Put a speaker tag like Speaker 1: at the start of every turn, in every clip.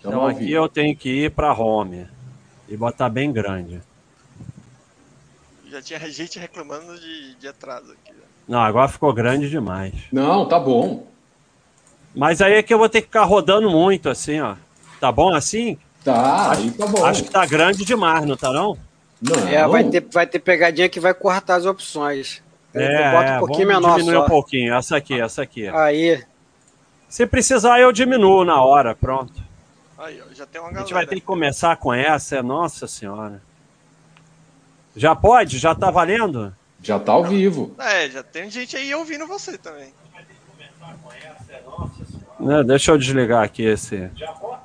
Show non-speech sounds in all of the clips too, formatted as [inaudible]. Speaker 1: Então aqui vivo. eu tenho que ir para home e botar bem grande.
Speaker 2: Já tinha [laughs] gente reclamando de, de atraso aqui. Né?
Speaker 1: Não, agora ficou grande demais.
Speaker 3: Não, tá bom.
Speaker 1: Mas aí é que eu vou ter que ficar rodando muito assim, ó. Tá bom assim?
Speaker 3: Tá, acho, aí tá bom.
Speaker 1: Acho que tá grande demais, não tá não?
Speaker 4: Não. É, vai ter, vai ter pegadinha que vai cortar as opções.
Speaker 1: É,
Speaker 4: bota um pouquinho menor
Speaker 1: diminuir só. um pouquinho. Essa aqui, essa aqui.
Speaker 4: Aí.
Speaker 1: Se precisar, eu diminuo na hora, pronto.
Speaker 2: Aí, já tem uma
Speaker 1: galera. A gente vai ter que começar com essa, é nossa senhora. Já pode? Já tá valendo?
Speaker 3: Já tá ao vivo.
Speaker 2: É, já tem gente aí ouvindo você também. A gente vai ter que começar
Speaker 1: com essa, é nossa senhora. Não, deixa eu desligar aqui esse. Já pode?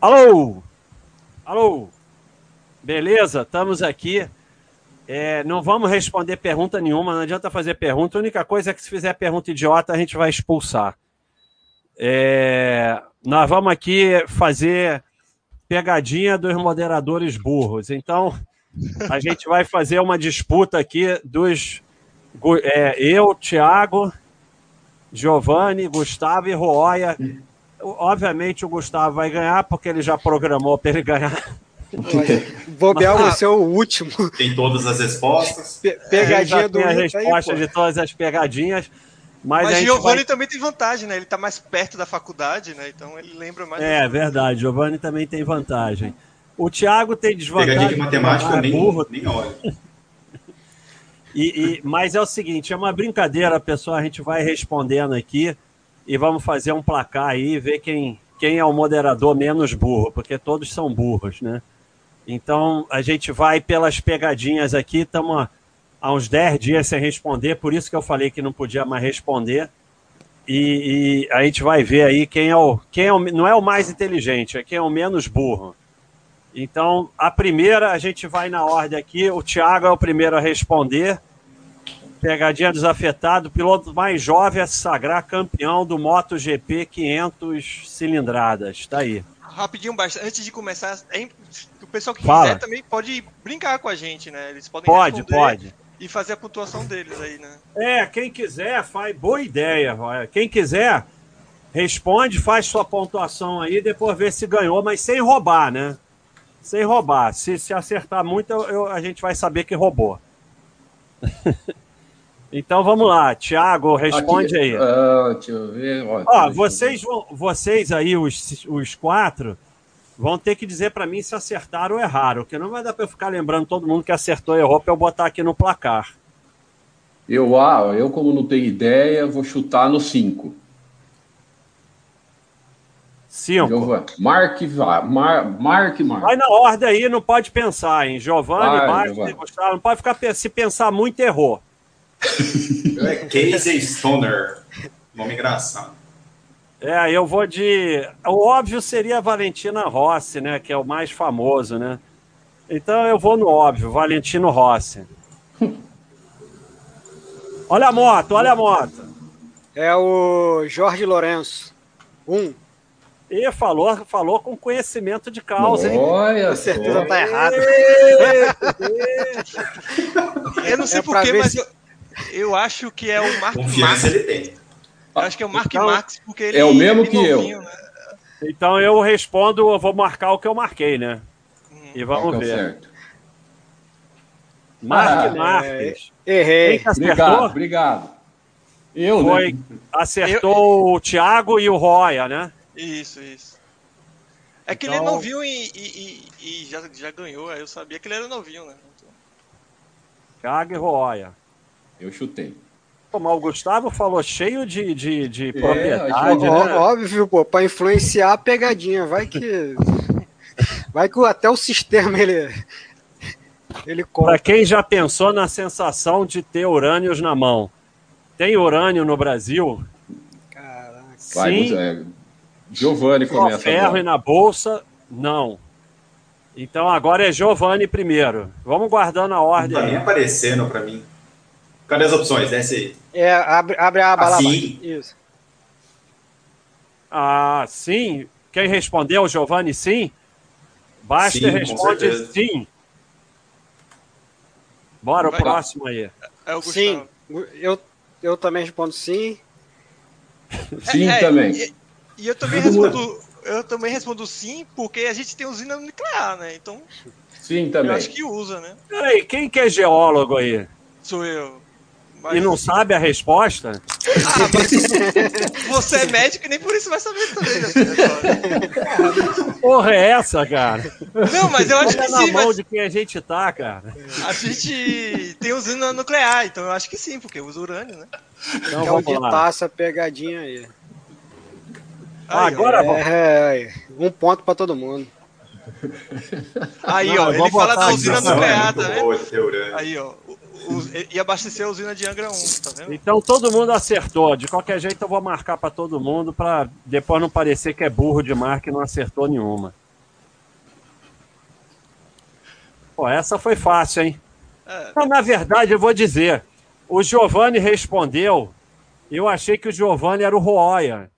Speaker 1: Alô! Alô! Beleza? Estamos aqui. É, não vamos responder pergunta nenhuma, não adianta fazer pergunta. A única coisa é que se fizer pergunta idiota, a gente vai expulsar. É, nós vamos aqui fazer pegadinha dos moderadores burros. Então, a gente vai fazer uma disputa aqui dos. É, eu, Thiago, Giovanni, Gustavo e Roya. Obviamente o Gustavo vai ganhar, porque ele já programou para ele ganhar. [laughs]
Speaker 4: Bobear, você é o último.
Speaker 5: Tem todas as respostas. Pe
Speaker 4: pegadinha é, do
Speaker 1: tem a resposta aí, de todas as pegadinhas. Mas, mas
Speaker 2: Giovanni
Speaker 1: vai...
Speaker 2: também tem vantagem, né? Ele está mais perto da faculdade, né? Então ele lembra mais.
Speaker 1: É, verdade. Giovanni também tem vantagem. O Thiago tem desvantagem. É
Speaker 5: Pegadinha de matemática nem, burro. nem olha.
Speaker 1: e, e, mas é o seguinte, é uma brincadeira, pessoal. A gente vai respondendo aqui e vamos fazer um placar aí e ver quem, quem é o moderador menos burro, porque todos são burros, né? Então a gente vai pelas pegadinhas aqui, estamos há uns 10 dias sem responder, por isso que eu falei que não podia mais responder. E, e, a gente vai ver aí quem é o. Quem é o, não é o mais inteligente, é quem é o menos burro. Então, a primeira, a gente vai na ordem aqui. O Thiago é o primeiro a responder. Pegadinha desafetado. O piloto mais jovem a se sagrar campeão do MotoGP 500 cilindradas. Está aí
Speaker 2: rapidinho, antes de começar, é o pessoal que Fala. quiser também pode brincar com a gente, né? Eles podem
Speaker 1: pode, pode.
Speaker 2: e fazer a pontuação deles aí, né?
Speaker 1: É, quem quiser, faz boa ideia, quem quiser, responde, faz sua pontuação aí, depois vê se ganhou, mas sem roubar, né? Sem roubar. Se, se acertar muito, eu, a gente vai saber que roubou. Então vamos lá, Tiago, responde Aqui, aí.
Speaker 3: Uh, deixa eu ver.
Speaker 1: Ó, Ó vocês, vão, vocês aí, os, os quatro, vão ter que dizer para mim se acertaram ou erraram, porque não vai dar para eu ficar lembrando todo mundo que acertou e errou para eu botar aqui no placar.
Speaker 3: Eu, ah, eu como não tenho ideia, vou chutar no 5.
Speaker 1: 5.
Speaker 3: Mark, Mar, Mark, Mark.
Speaker 1: Vai na ordem aí, não pode pensar, hein? Giovanni, Mark, Gustavo, não pode ficar, se pensar muito, errou.
Speaker 5: É Casey Stoner. Nome engraçado.
Speaker 1: É, eu vou de. O óbvio seria Valentina Rossi, né? Que é o mais famoso, né? Então eu vou no óbvio, Valentino Rossi. Olha a moto, olha a moto.
Speaker 4: É o Jorge Lourenço. Um.
Speaker 1: E falou, falou com conhecimento de causa, hein?
Speaker 3: Olha,
Speaker 4: com certeza foi. tá errado.
Speaker 2: eu não sei é porquê, mas se... eu, eu acho que é o Mark Confiança Max. ele tem. Eu acho que é o Mark então, Max, porque ele
Speaker 3: é o mesmo é que novinho, eu. Né?
Speaker 1: Então eu respondo, eu vou marcar o que eu marquei, né? Hum, e
Speaker 3: tá
Speaker 1: vamos ver. Certo. Mark ah, Marques.
Speaker 4: É, errei.
Speaker 3: Obrigado,
Speaker 1: né?
Speaker 3: obrigado.
Speaker 1: Eu, Foi, né? Acertou eu... o Thiago e o Roya, né?
Speaker 2: Isso, isso. É que então... ele é novinho e, e, e, e já, já ganhou, eu sabia que ele era novinho, né? Então...
Speaker 1: Thiago e Roya.
Speaker 3: Eu chutei.
Speaker 1: Pô, mas o Gustavo falou cheio de, de, de propriedade. É,
Speaker 4: ó, né? Óbvio, pô, para influenciar a pegadinha. Vai que. vai que até o sistema ele. ele
Speaker 1: Para quem já pensou na sensação de ter urânios na mão, tem urânio no Brasil?
Speaker 4: Caraca.
Speaker 1: Sim. Vai, é,
Speaker 3: Giovanni começa.
Speaker 1: ferro agora. e na bolsa, não. Então agora é Giovanni primeiro. Vamos guardando a ordem.
Speaker 5: Não tá nem aparecendo para mim. Cadê as opções? Desce aí.
Speaker 4: É, abre, abre a aba
Speaker 5: assim.
Speaker 4: lá. Isso.
Speaker 1: Ah, sim. Quem respondeu, Giovanni, sim? Basta sim, responde sim. Bora, Vai o próximo lá. aí.
Speaker 4: É sim, eu, eu também respondo sim.
Speaker 3: Sim, é, também.
Speaker 2: E, e, eu também respondo eu também respondo sim, porque a gente tem usina nuclear, né? Então.
Speaker 3: Sim, também.
Speaker 2: Eu acho que usa, né?
Speaker 1: Peraí, quem que é geólogo aí?
Speaker 2: Sou eu.
Speaker 1: E não sabe a resposta?
Speaker 2: Ah, mas você é médico e nem por isso vai saber também. Né?
Speaker 1: Porra, é essa, cara?
Speaker 2: Não, mas eu acho
Speaker 1: Olha
Speaker 2: que
Speaker 1: na
Speaker 2: sim.
Speaker 1: mão
Speaker 2: Mas
Speaker 1: de quem a gente tá, cara.
Speaker 2: a gente tem usina nuclear, então eu acho que sim, porque usa urânio, né?
Speaker 1: Então
Speaker 4: Então vamos
Speaker 1: vamos lá.
Speaker 4: essa pegadinha aí.
Speaker 1: Ah, agora vamos.
Speaker 4: É, um ponto pra todo mundo.
Speaker 2: Aí,
Speaker 1: Não,
Speaker 2: ó,
Speaker 1: eu vou
Speaker 2: ele fala
Speaker 1: botar
Speaker 2: da
Speaker 1: aqui,
Speaker 2: usina
Speaker 1: não,
Speaker 2: nuclear,
Speaker 5: muito
Speaker 2: tá vendo?
Speaker 5: boa de teorema.
Speaker 2: Aí, ó. o- o- e- e abastecer a usina de Angra 1, tá vendo?
Speaker 1: Então todo mundo acertou. De qualquer jeito, eu vou marcar pra todo mundo pra depois não parecer que é burro demais que não acertou nenhuma. Pô, essa foi fácil, hein?
Speaker 2: É.
Speaker 1: Não, na verdade, eu vou dizer. O Giovanni respondeu. Eu achei que o Giovanni era o Roya.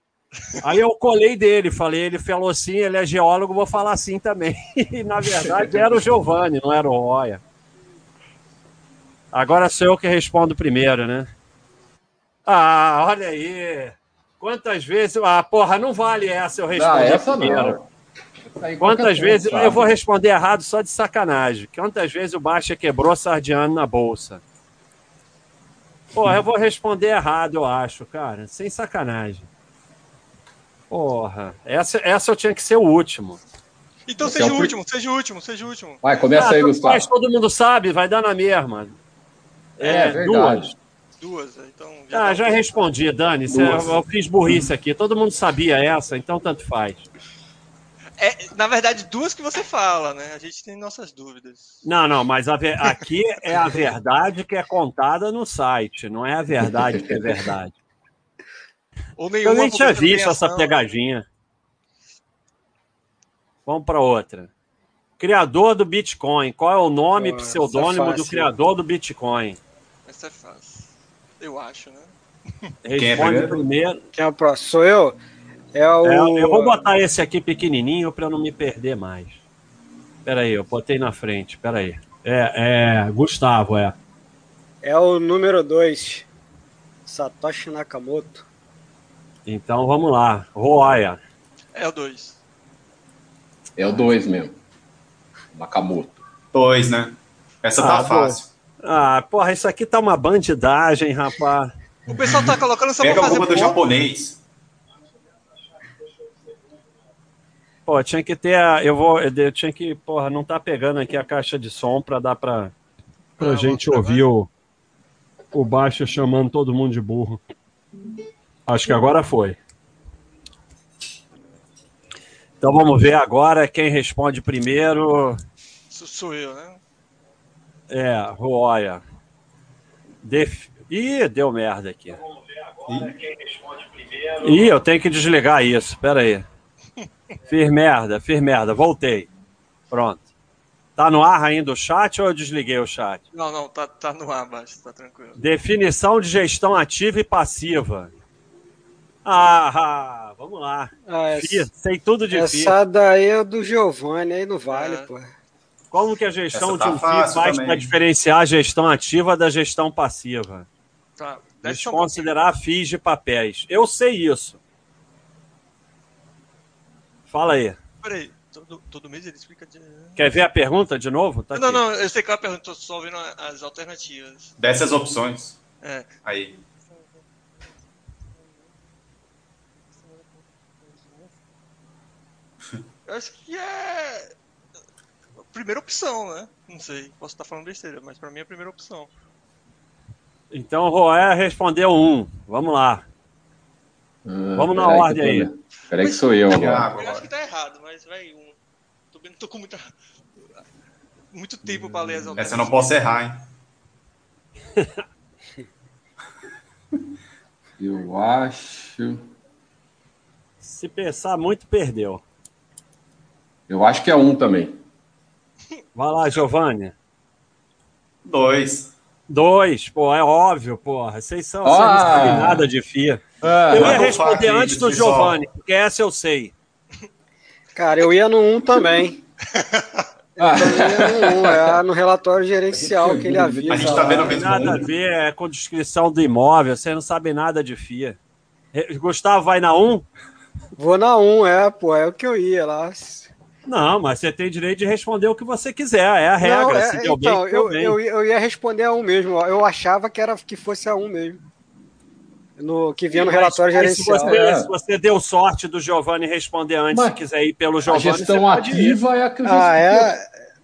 Speaker 1: Aí eu colei dele, falei, ele falou sim, ele é geólogo, vou falar sim também. [laughs] E na verdade era o Giovanni, não era o Roya. Agora sou eu que respondo primeiro, né? Ah, olha aí. Quantas vezes. Ah, porra, não vale essa eu
Speaker 3: Ah,
Speaker 1: responder
Speaker 3: essa
Speaker 1: primeiro.
Speaker 3: não. Essa aí qualquer
Speaker 1: Quantas
Speaker 3: um
Speaker 1: vezes.
Speaker 3: sabe.
Speaker 1: Eu vou responder errado só de sacanagem. Quantas vezes o Baixa quebrou sardiano na bolsa? Porra, eu vou responder errado, eu acho, cara. Sem sacanagem. Porra. Essa, essa eu tinha que ser o último.
Speaker 2: Então
Speaker 3: Esse
Speaker 2: seja
Speaker 3: é
Speaker 2: o
Speaker 3: um-
Speaker 2: último, seja o último, seja o último.
Speaker 3: Vai, começa aí,
Speaker 1: Ah, tanto
Speaker 3: Gustavo.
Speaker 1: faz, todo mundo sabe, vai dar na mesma.
Speaker 3: É, verdade.
Speaker 2: Duas, então.
Speaker 1: Ah,
Speaker 2: dá.
Speaker 1: já respondi, Dani. Cê-
Speaker 3: Duas.
Speaker 1: Eu fiz burrice aqui. Todo mundo sabia essa, então tanto faz.
Speaker 2: É, na verdade, duas que você fala, né? A gente tem nossas dúvidas.
Speaker 1: Não, não, mas a ve- aqui é a verdade que é contada no site, não é a verdade que é verdade.
Speaker 2: Ou
Speaker 1: Eu
Speaker 2: nenhuma.
Speaker 1: nem
Speaker 2: porque
Speaker 1: tinha
Speaker 2: não tem
Speaker 1: visto essa
Speaker 2: ação.
Speaker 1: pegadinha. Vamos para outra. Criador do Bitcoin. Qual é o nome e
Speaker 4: Ah,
Speaker 1: pseudônimo
Speaker 4: essa é
Speaker 1: do
Speaker 4: fácil.
Speaker 1: criador do Bitcoin?
Speaker 2: Essa é fácil. Eu acho, né?
Speaker 5: é
Speaker 1: Responde
Speaker 5: primeiro?
Speaker 1: primeiro.
Speaker 4: Quem é o próximo? Sou eu? É o.
Speaker 1: É, eu vou botar esse aqui pequenininho para não me perder mais. Espera aí, eu botei na frente. Espera aí. É, é, Gustavo, é.
Speaker 4: É o número 2. Satoshi Nakamoto.
Speaker 1: Então vamos lá. Roya.
Speaker 2: É o dois.
Speaker 3: É o 2 mesmo. Nakamoto.
Speaker 5: Dois, né? Essa
Speaker 1: Ah,
Speaker 5: tá
Speaker 1: boa.
Speaker 5: fácil.
Speaker 1: Ah, porra, isso aqui tá uma bandidagem, rapaz.
Speaker 2: O pessoal tá colocando só
Speaker 5: Pega
Speaker 2: pra fazer
Speaker 5: alguma do
Speaker 2: ponto.
Speaker 5: japonês.
Speaker 1: Pô, tinha que ter a. Eu vou. Eu tinha que. Porra, não tá pegando aqui a caixa de som pra dar pra. Pra
Speaker 2: Ah,
Speaker 1: gente
Speaker 2: outra,
Speaker 1: ouvir o. O baixo chamando todo mundo de burro. Acho que agora foi. Então vamos ver agora quem responde primeiro.
Speaker 2: Sou- Sou eu, né?
Speaker 1: É, Roya. Def... Ih, deu merda aqui. Ih, eu tenho que desligar isso. Pera aí. Fiz merda, fiz merda. Voltei. Pronto. Tá no ar ainda o chat ou eu desliguei o chat?
Speaker 2: Não, não, tá, tá no ar, baixo, tá tranquilo.
Speaker 1: Definição de gestão ativa e passiva. Ah, ah, vamos lá.
Speaker 4: Ah,
Speaker 1: Fi,
Speaker 4: essa,
Speaker 1: sei tudo de FI.
Speaker 4: essa daí é do Giovanni, aí não vale,
Speaker 2: É.
Speaker 4: pô.
Speaker 1: Como que a gestão
Speaker 5: Essa tá
Speaker 1: de um FI
Speaker 5: fácil
Speaker 1: faz
Speaker 5: também.
Speaker 1: para diferenciar a gestão ativa da gestão passiva?
Speaker 2: Tá. Deve ser um pouquinho.
Speaker 1: Desconsiderar FIIs de papéis. Eu sei isso. Fala aí.
Speaker 2: Peraí, todo, todo mês ele explica de.
Speaker 1: Quer ver a pergunta de novo? Tá
Speaker 2: Não,
Speaker 1: aqui.
Speaker 2: não, eu sei que ela perguntou, tô só ouvindo as alternativas.
Speaker 5: Dessas opções.
Speaker 2: É.
Speaker 5: Aí.
Speaker 2: Eu acho que é. a Primeira opção, né? Não sei, posso estar falando besteira, mas pra mim é a primeira opção.
Speaker 1: Então, Roé respondeu um. Vamos lá.
Speaker 3: Ah,
Speaker 1: Vamos na
Speaker 3: peraí que
Speaker 1: ordem
Speaker 3: eu tô
Speaker 1: aí.
Speaker 3: vendo. Peraí que sou eu agora.
Speaker 5: Água
Speaker 2: Eu acho que
Speaker 5: agora.
Speaker 2: tá errado, mas vai um. Tô, bem- tô com muita. Muito tempo pra ler as
Speaker 5: Essa eu não posso errar, hein?
Speaker 3: Eu acho...
Speaker 1: Se pensar muito, perdeu.
Speaker 3: Eu acho que é um também.
Speaker 1: Vai lá, Giovanni.
Speaker 5: Dois.
Speaker 1: Dois, pô, é óbvio, porra. Vocês são,
Speaker 3: Ah!
Speaker 1: vocês não sabem nada de FIA. Eu ia
Speaker 5: mandou
Speaker 1: responder
Speaker 5: faca aí,
Speaker 1: antes do
Speaker 5: pessoal.
Speaker 1: Giovanni, porque essa eu sei.
Speaker 4: Cara, eu ia no 1 um também.
Speaker 3: Ah,
Speaker 4: Eu
Speaker 1: [laughs]
Speaker 4: ia no 1, um, é no relatório gerencial que ele avisa.
Speaker 5: A gente tá
Speaker 4: lá.
Speaker 5: vendo o
Speaker 1: Tem
Speaker 5: mesmo
Speaker 1: nada a
Speaker 5: mundo.
Speaker 1: ver é, com descrição do imóvel, vocês não sabem nada de FIA. Re- Gustavo vai na um?
Speaker 4: Vou na 1, é, pô, é o que eu ia lá.
Speaker 1: Não, mas você tem direito de responder o que você quiser, é a regra.
Speaker 4: Não, é-
Speaker 1: se deu
Speaker 4: então,
Speaker 1: bem, deu
Speaker 4: eu,
Speaker 1: bem.
Speaker 4: eu, eu ia responder a um mesmo. ó. Eu achava que, era, que fosse a um mesmo. No, que vinha no relatório
Speaker 1: Mas se
Speaker 4: gerencial.
Speaker 1: você,
Speaker 3: É.
Speaker 1: se você deu sorte do Giovanni responder antes,
Speaker 3: Mas
Speaker 1: se quiser ir pelo
Speaker 3: A
Speaker 1: Giovanni, você
Speaker 3: gestão
Speaker 1: pode ir.
Speaker 3: ativa é a que eu
Speaker 4: Ah,
Speaker 3: já
Speaker 4: é?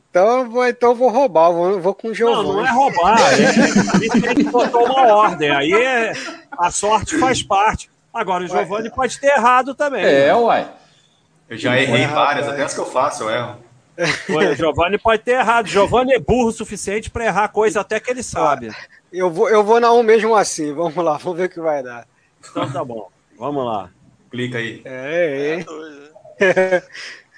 Speaker 4: Então eu vou, então eu vou roubar, eu vou, vou com o
Speaker 1: Não,
Speaker 4: Giovanni.
Speaker 1: não é roubar.
Speaker 5: [laughs]
Speaker 1: É, isso ele botou uma ordem. Aí é- a sorte faz parte. Agora, o Giovanni pode ter errado também.
Speaker 3: É, uai.
Speaker 5: Eu já errei
Speaker 4: Porra,
Speaker 5: várias,
Speaker 4: rapaz.
Speaker 5: até as que eu faço eu erro.
Speaker 1: O Giovanni pode ter errado. Giovanni é burro o suficiente para errar coisa até que ele sabe.
Speaker 4: Eu vou, eu vou na um mesmo assim. Vamos lá, [laughs] vamos ver o que vai dar.
Speaker 1: Então tá bom. Vamos lá.
Speaker 5: Clica aí.
Speaker 4: É, é.
Speaker 2: [laughs]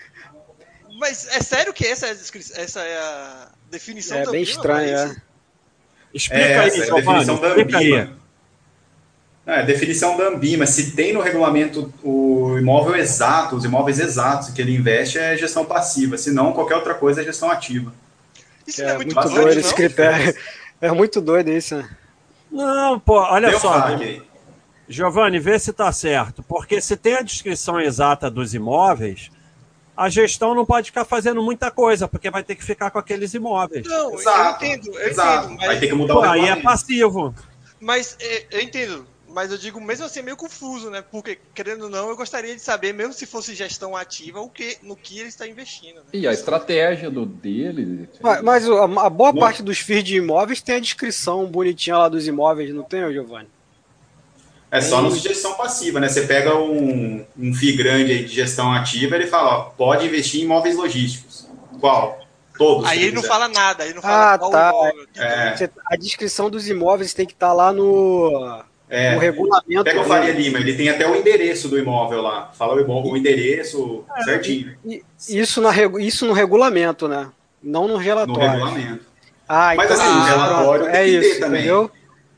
Speaker 2: Mas é sério que essa é a, descri- essa é a definição
Speaker 4: É
Speaker 2: da
Speaker 4: bem
Speaker 2: Bíblia,
Speaker 4: estranho,
Speaker 2: rapaz?
Speaker 4: é.
Speaker 1: Explica
Speaker 5: É
Speaker 1: aí,
Speaker 5: essa, é a
Speaker 1: Giovanni.
Speaker 5: definição da
Speaker 1: Explica aí.
Speaker 5: Ambima. Não, É, a definição da Ambima. Se tem no regulamento o imóvel exato, os imóveis exatos que ele investe é gestão passiva, se não, qualquer outra coisa é gestão ativa.
Speaker 2: Isso não
Speaker 4: É
Speaker 2: é muito,
Speaker 4: muito
Speaker 5: bastante,
Speaker 4: doido
Speaker 2: doido,
Speaker 4: esse
Speaker 2: não?
Speaker 4: critério. [laughs] É muito doido isso. né?
Speaker 1: Não, pô, olha
Speaker 5: Deu
Speaker 1: só. né?
Speaker 5: hack aí.
Speaker 1: Giovanni, vê se está certo. Porque se tem a descrição exata dos imóveis, a gestão não pode ficar fazendo muita coisa, porque vai ter que ficar com aqueles imóveis.
Speaker 2: Não,
Speaker 5: Exato,
Speaker 2: eu entendo, eu
Speaker 5: exato.
Speaker 2: entendo.
Speaker 5: Vai
Speaker 2: Mas,
Speaker 5: ter que mudar
Speaker 1: Pô,
Speaker 5: o
Speaker 1: aí é
Speaker 5: regulamento.
Speaker 1: passivo.
Speaker 2: mas, é, eu entendo. Mas eu digo, mesmo assim, é meio confuso, né? Porque, querendo ou não, eu gostaria de saber, mesmo se fosse gestão ativa, o que, no que ele está investindo. Né?
Speaker 3: E a estratégia do dele.
Speaker 4: Mas, mas o- a, a boa parte dos FIIs de imóveis tem a descrição bonitinha lá dos imóveis, não tem, ô, Giovanni?
Speaker 5: É só no de gestão passiva, né? Você pega um, um FII grande aí de gestão ativa, ele fala, ó, pode investir em imóveis logísticos. Qual? Todos.
Speaker 2: Aí
Speaker 5: se
Speaker 2: ele não
Speaker 5: quiser.
Speaker 2: fala nada, ele não fala
Speaker 4: Ah,
Speaker 2: qual
Speaker 4: tá.
Speaker 2: imóvel.
Speaker 5: É,
Speaker 4: Você- a descrição dos imóveis tem que estar lá no, no
Speaker 5: é.
Speaker 4: regulamento.
Speaker 5: Pega o
Speaker 4: né?
Speaker 5: Faria Lima, ele tem até o endereço do imóvel lá. Fala o, imó- o endereço
Speaker 1: É,
Speaker 5: certinho,
Speaker 4: I- Isso, na, regu- isso no regulamento, né? Não no
Speaker 5: no
Speaker 4: relatório.
Speaker 5: regulamento.
Speaker 4: Ah,
Speaker 5: Mas,
Speaker 4: então
Speaker 5: assim, o relatório
Speaker 4: pronto, é
Speaker 5: tem que ter
Speaker 4: isso,
Speaker 5: também.
Speaker 4: entendeu?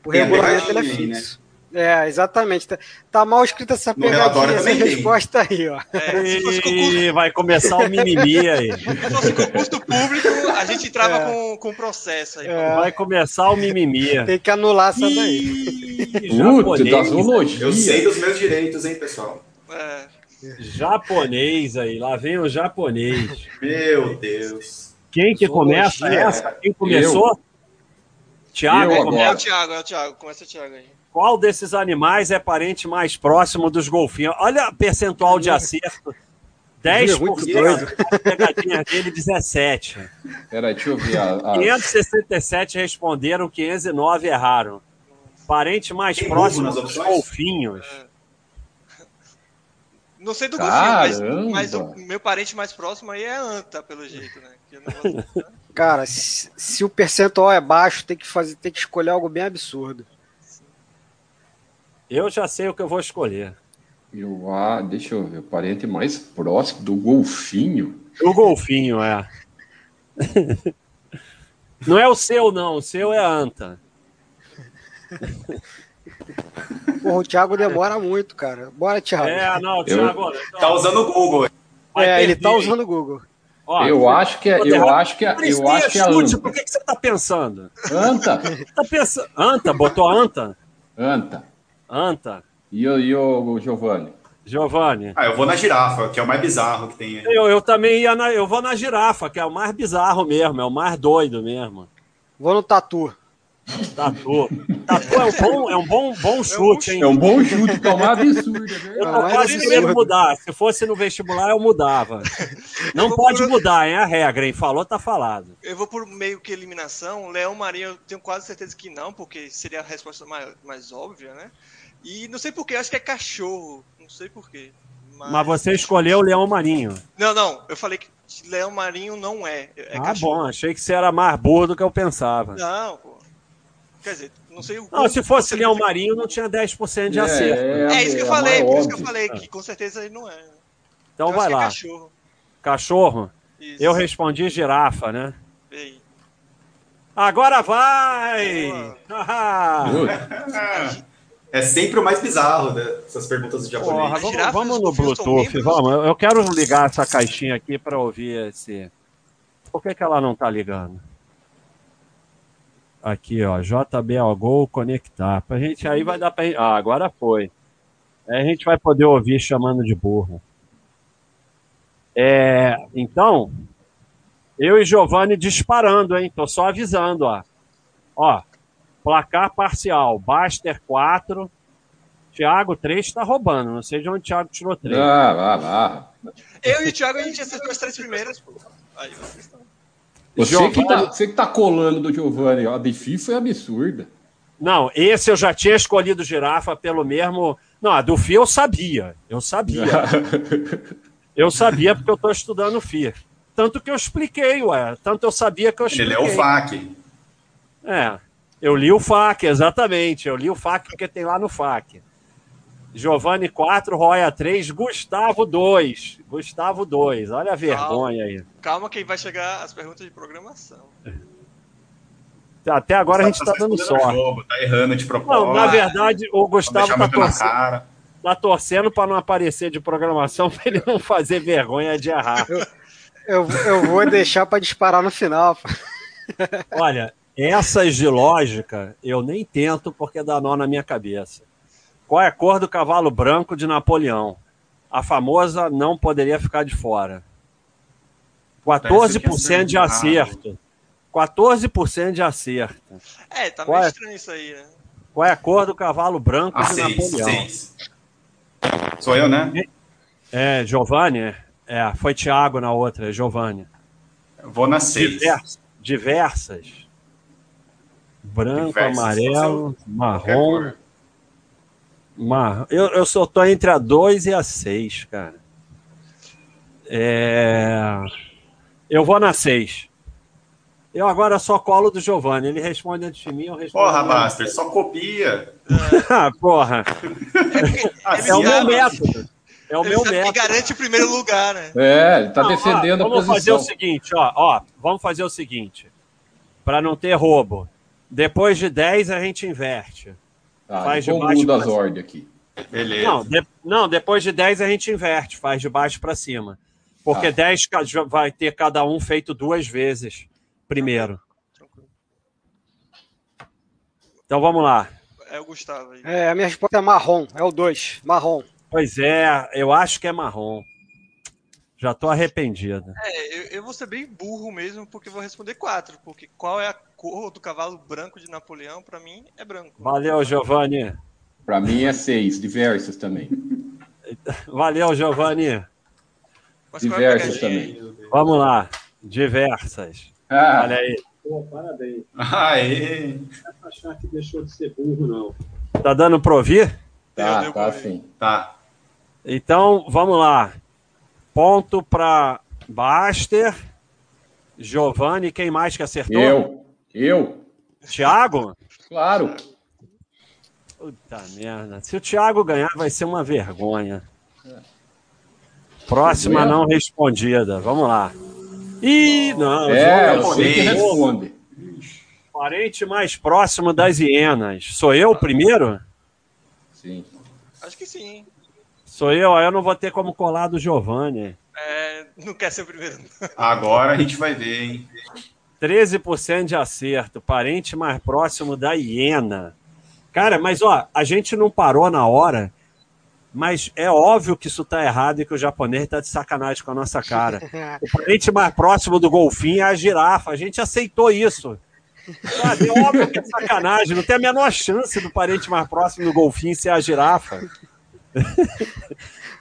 Speaker 4: O
Speaker 5: Tem a
Speaker 4: regulamento ele é
Speaker 5: pegadinha aí, né?
Speaker 4: fixo. É, exatamente. Tá, tá mal escrita essa
Speaker 5: No relatório
Speaker 4: pegadinha, essa
Speaker 5: também tem.
Speaker 4: resposta aí, ó.
Speaker 2: É, se fosse concurso,
Speaker 1: E vai começar o mimimi aí.
Speaker 2: se
Speaker 3: [laughs]
Speaker 2: fosse concurso público, a gente entrava com, com processo aí.
Speaker 4: É,
Speaker 1: Vai começar o mimimi.
Speaker 5: É.
Speaker 1: tá
Speaker 4: tem que anular essa daí.
Speaker 1: Ih,
Speaker 3: Puta, da
Speaker 1: japonês,
Speaker 5: Eu sei
Speaker 1: é.
Speaker 3: zoologia.
Speaker 5: dos meus direitos, hein, pessoal?
Speaker 2: É.
Speaker 1: japonês aí. Lá vem o japonês.
Speaker 5: Meu Deus.
Speaker 1: Quem que começa
Speaker 5: Zoologia.
Speaker 1: essa? Quem começou? Tiago,
Speaker 3: Eu
Speaker 2: É,
Speaker 1: começa.
Speaker 2: o Thiago, é o Thiago. Começa o Thiago aí.
Speaker 1: Qual desses animais é parente mais próximo dos golfinhos? Olha o percentual de acerto. 10%
Speaker 4: É muito doido.
Speaker 1: a pegadinha dele 17.
Speaker 3: Peraí, deixa eu ver. A, a-
Speaker 1: 567 responderam, 509 erraram. Parente mais
Speaker 5: Tem
Speaker 1: próximo
Speaker 5: burro nas
Speaker 1: dos
Speaker 5: opções?
Speaker 1: golfinhos.
Speaker 2: Não sei do golfinho,
Speaker 3: Caramba.
Speaker 2: mas, mas o meu parente mais próximo aí é a anta, pelo jeito, né? Que eu não vou-
Speaker 4: Cara, se, se o percentual é baixo, tem que, fazer, tem que escolher algo bem absurdo.
Speaker 1: Eu já sei o que eu vou escolher.
Speaker 3: eu, a- deixa eu ver. O parente mais próximo do golfinho.
Speaker 1: O golfinho, é. [laughs] Não é o seu, não. O seu é a anta.
Speaker 4: Porra, o Thiago demora muito, cara. Bora, Thiago. É,
Speaker 1: É, não,
Speaker 3: Eu- Então,
Speaker 1: Thiago. olha,
Speaker 5: Tá usando o Google.
Speaker 1: vai
Speaker 4: ele
Speaker 1: perder,
Speaker 4: tá
Speaker 1: hein?
Speaker 4: usando o Google.
Speaker 1: Ó,
Speaker 3: eu acho que é. Eu
Speaker 1: derrota-
Speaker 3: acho que é. Eu
Speaker 1: Priscila,
Speaker 3: acho que é a
Speaker 1: chute,
Speaker 3: anta.
Speaker 1: por que, que você tá pensando?
Speaker 3: Anta.
Speaker 1: Tá pensando. Anta, botou anta?
Speaker 3: Anta.
Speaker 1: Anta.
Speaker 3: E o, e o Giovanni?
Speaker 1: Giovanni.
Speaker 5: Ah, eu vou na girafa, que é o mais bizarro que tem aí.
Speaker 1: Eu, eu também ia na. Eu vou na girafa, que é o mais bizarro mesmo, é o mais doido mesmo.
Speaker 4: Vou no Tatu.
Speaker 1: Tatu. Tatu é um bom, é um bom, bom chute, hein?
Speaker 3: É um bom chute, tá um
Speaker 1: [laughs]
Speaker 3: absurdo, é
Speaker 1: Eu
Speaker 3: verdade.
Speaker 1: tô
Speaker 4: Não, é
Speaker 1: quase
Speaker 4: absurdo.
Speaker 1: querendo mudar. Se fosse no vestibular, eu
Speaker 2: [laughs]
Speaker 1: mudava. Não pode mudar, hein? É A regra, hein? Falou, tá falado.
Speaker 2: Eu vou por meio que eliminação. Leão Marinho, eu tenho quase certeza que não, porque seria a resposta mais, mais óbvia, né? E não sei porquê, acho que é cachorro. Não sei porquê. Ah,
Speaker 1: Mas
Speaker 2: é.
Speaker 1: você escolheu o Leão Marinho.
Speaker 2: Não, não, eu falei que Leão Marinho não é. É
Speaker 1: ah,
Speaker 2: cachorro.
Speaker 1: bom, achei que você era mais burro do que eu pensava.
Speaker 2: Não, pô. Quer dizer, não sei o.
Speaker 1: Não, se fosse Leão Marinho, não tinha 10% de acerto.
Speaker 2: É isso que eu falei, por isso que eu
Speaker 3: óbvio.
Speaker 2: falei, que com certeza ele não é.
Speaker 1: Então
Speaker 2: Eu
Speaker 1: vai
Speaker 2: acho que é
Speaker 1: lá.
Speaker 2: cachorro.
Speaker 1: Cachorro,
Speaker 2: Isso.
Speaker 1: eu respondi girafa, né?
Speaker 2: Ei.
Speaker 1: Agora vai!
Speaker 2: Boa.
Speaker 1: [laughs] Ah,
Speaker 3: Puta,
Speaker 5: É sempre o mais bizarro dessas perguntas do japonês.
Speaker 1: Porra,
Speaker 2: As
Speaker 1: vamos,
Speaker 2: girafas
Speaker 1: vamos
Speaker 2: e os
Speaker 1: no
Speaker 2: golfinhos são
Speaker 1: Bluetooth,
Speaker 2: membros?
Speaker 1: vamos. Eu- Eu quero ligar essa caixinha aqui para ouvir esse. Por que, que ela não tá ligando? Aqui, ó, JBL Go conectar. Pra gente aí vai dar pra. gente- Ah, agora foi. Aí a gente vai poder ouvir chamando de burro. É, então, eu e Giovanni disparando, hein? Tô só avisando, ó. Ó, placar parcial, Baster 4, Thiago 3 tá roubando. Não sei de onde o Thiago tirou 3.
Speaker 3: Ah, lá, lá.
Speaker 2: Eu e o Thiago, a gente acertou as três primeiras, pô. Aí vocês estão.
Speaker 3: Você
Speaker 1: Giovanni-
Speaker 3: que, tá, você que tá colando do Giovanni, ó, a de FIFA é absurda. [laughs]
Speaker 1: Não, esse eu já tinha escolhido girafa pelo mesmo. Não, a do FI eu sabia. Eu sabia. Eu sabia porque eu tô estudando FI. Tanto que eu expliquei, ué. Tanto eu sabia que eu expliquei.
Speaker 5: Ele é o FAC.
Speaker 1: É, eu li o FAC, exatamente. Eu li o FAC porque tem lá no FAC. Giovanni 4, Roya 3, Gustavo 2. Gustavo 2, olha a vergonha aí.
Speaker 2: Calma que vai chegar as perguntas de programação.
Speaker 1: Até agora a gente está dando
Speaker 5: escondendo o
Speaker 1: sorte.
Speaker 5: jogo, Tá errando de propósito.
Speaker 1: Não, na verdade, o
Speaker 5: pra
Speaker 1: Gustavo está
Speaker 5: deixar muito na
Speaker 1: torcendo,
Speaker 5: cara.
Speaker 1: tá torcendo para não aparecer de programação, [laughs] para ele não fazer vergonha de errar.
Speaker 4: Eu, eu vou deixar pra disparar no final. pô.
Speaker 1: Olha, essas de lógica eu nem tento porque dá nó na minha cabeça. Qual é a cor do cavalo branco de Napoleão? A famosa não poderia ficar de fora. 14% de acerto. 14% de acerto.
Speaker 2: É, tá
Speaker 1: Qual
Speaker 2: meio
Speaker 1: é?
Speaker 2: estranho isso aí, né?
Speaker 1: Qual é a cor do cavalo branco
Speaker 5: Ah,
Speaker 1: de
Speaker 5: seis,
Speaker 1: Napoleão?
Speaker 5: seis. Sou eu, né?
Speaker 1: É, Giovanni? É, foi Tiago na outra, é Giovanni.
Speaker 5: Vou na seis.
Speaker 1: Diversas. Diversas. Branco,
Speaker 5: Diversas,
Speaker 1: amarelo,
Speaker 5: Qualquer
Speaker 1: marrom,
Speaker 5: cor.
Speaker 1: Mar... Eu, eu só tô entre a 2 e a 6, cara. É... Eu vou na 6. Eu agora só colo do Giovanni. Ele responde antes de mim, eu respondo.
Speaker 5: Porra, Baster, só copia.
Speaker 1: [laughs] Ah, porra.
Speaker 5: Ah,
Speaker 1: É o meu
Speaker 2: sabe-
Speaker 1: método. É o
Speaker 2: ele
Speaker 1: meu
Speaker 2: sabe que
Speaker 1: método.
Speaker 2: garante o primeiro lugar, né?
Speaker 3: É, ele tá
Speaker 1: Não, ó,
Speaker 3: defendendo a
Speaker 1: vamos fazer
Speaker 3: posição.
Speaker 1: o seguinte, ó, ó, vamos fazer o seguinte. Para não ter roubo. Depois de 10 a gente inverte.
Speaker 3: Tá,
Speaker 1: faz de
Speaker 3: eu
Speaker 1: baixo
Speaker 3: mudo
Speaker 1: pra
Speaker 3: as
Speaker 1: cima.
Speaker 3: ordens aqui.
Speaker 5: Beleza.
Speaker 1: Não, de- não, depois de 10 a gente inverte, faz de baixo para cima. Porque
Speaker 3: Ah.
Speaker 1: 10 ca- já vai ter cada um feito duas vezes primeiro.
Speaker 2: Tranquilo.
Speaker 1: Então vamos lá.
Speaker 2: É o Gustavo aí.
Speaker 4: É, a minha resposta é marrom, é o 2, marrom. [laughs]
Speaker 1: Pois é, eu acho que é marrom. Já tô arrependido.
Speaker 2: É, eu, eu vou ser bem burro mesmo, porque vou responder quatro. Porque qual é a cor do cavalo branco de Napoleão, pra mim, é branco.
Speaker 1: Valeu, Giovanni.
Speaker 3: Pra mim é seis, diversas também.
Speaker 1: Valeu, Giovanni.
Speaker 2: Mas qual é a
Speaker 3: Diversas
Speaker 2: pegadinha aí?
Speaker 3: também.
Speaker 1: Vamos lá. Diversas.
Speaker 3: Ah,
Speaker 1: Olha aí.
Speaker 6: Pô, parabéns.
Speaker 5: Aê.
Speaker 6: Não achar que deixou de ser burro, não.
Speaker 1: Tá dando pra ouvir?
Speaker 2: Deu,
Speaker 3: tá,
Speaker 2: deu
Speaker 3: tá
Speaker 2: pra
Speaker 3: sim.
Speaker 5: Tá.
Speaker 1: Então, vamos lá. Ponto pra Baster. Giovanni, quem mais que acertou?
Speaker 3: Eu, eu,
Speaker 1: Tiago?
Speaker 3: claro.
Speaker 1: Puta merda. Se o Thiago ganhar, vai ser uma vergonha. Próxima
Speaker 3: Vergonha?
Speaker 1: não respondida. Vamos lá. Ih, não.
Speaker 3: É,
Speaker 1: Jogo
Speaker 3: eu sei que
Speaker 5: japonês.
Speaker 3: responde.
Speaker 1: Parente mais próximo das hienas. Sou eu o primeiro?
Speaker 3: Sim.
Speaker 2: Acho que sim. hein?
Speaker 1: Sou eu. aí Eu não vou ter como colar do Giovanni.
Speaker 2: É, não quer ser o primeiro.
Speaker 1: É.
Speaker 5: Agora a gente vai ver, hein?
Speaker 1: 13% de acerto. Parente mais próximo da hiena. Cara, mas ó, a gente não parou na hora, mas é óbvio que isso tá errado e que o japonês tá de sacanagem com a nossa cara. O parente mais próximo do golfinho é a girafa. A gente aceitou isso. Sabe? É Óbvio que é sacanagem. Não tem a menor chance do parente mais próximo do golfinho ser a girafa.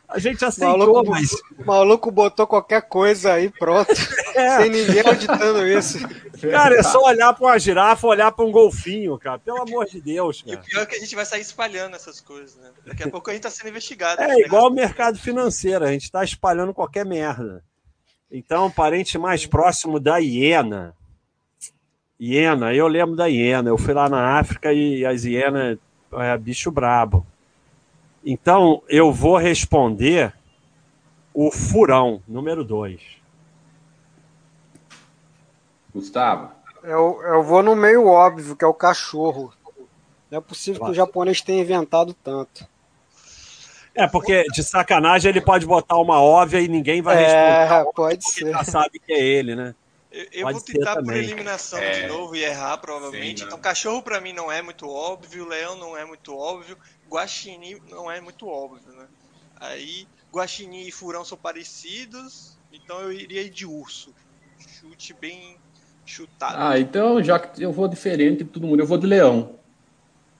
Speaker 1: A gente aceitou,
Speaker 4: Maluco.
Speaker 1: mas
Speaker 4: O maluco botou qualquer coisa aí, pronto.
Speaker 1: [laughs] É.
Speaker 4: Sem ninguém acreditando isso.
Speaker 1: cara, é só olhar pra uma girafa, olhar pra um golfinho, cara. Pelo amor de Deus,
Speaker 2: E o
Speaker 1: cara.
Speaker 2: pior é que a gente vai sair espalhando essas coisas, né? Daqui
Speaker 1: [laughs]
Speaker 2: a pouco a gente tá sendo investigado.
Speaker 1: É igual o mercado financeiro, a gente está espalhando qualquer merda. Então, parente mais próximo da hiena. Hiena, eu lembro da hiena. Eu fui lá na África e as hienas é bicho brabo. Então, eu vou responder o furão, número 2.
Speaker 3: Gustavo,
Speaker 4: Eu, eu vou no meio óbvio, que é o cachorro. Não é possível que
Speaker 1: Vai.
Speaker 4: o japonês tenha inventado tanto.
Speaker 1: É, porque de sacanagem ele pode botar uma óbvia e ninguém vai responder,
Speaker 4: [laughs] É, pode
Speaker 1: porque
Speaker 4: ser.
Speaker 1: já sabe que é ele, né?
Speaker 2: Eu, eu
Speaker 1: Pode
Speaker 2: vou
Speaker 1: ser
Speaker 2: tentar por
Speaker 1: também.
Speaker 2: eliminação
Speaker 5: É.
Speaker 2: de novo e errar, provavelmente.
Speaker 5: Sim, né?
Speaker 2: Então, cachorro pra mim não é muito óbvio, leão não é muito óbvio, Guaxinim não é muito óbvio, né? Aí, Guaxinim e Furão são parecidos, então eu iria de urso. Chute bem chutado.
Speaker 3: Ah, então já que eu vou diferente de todo mundo, eu vou de leão.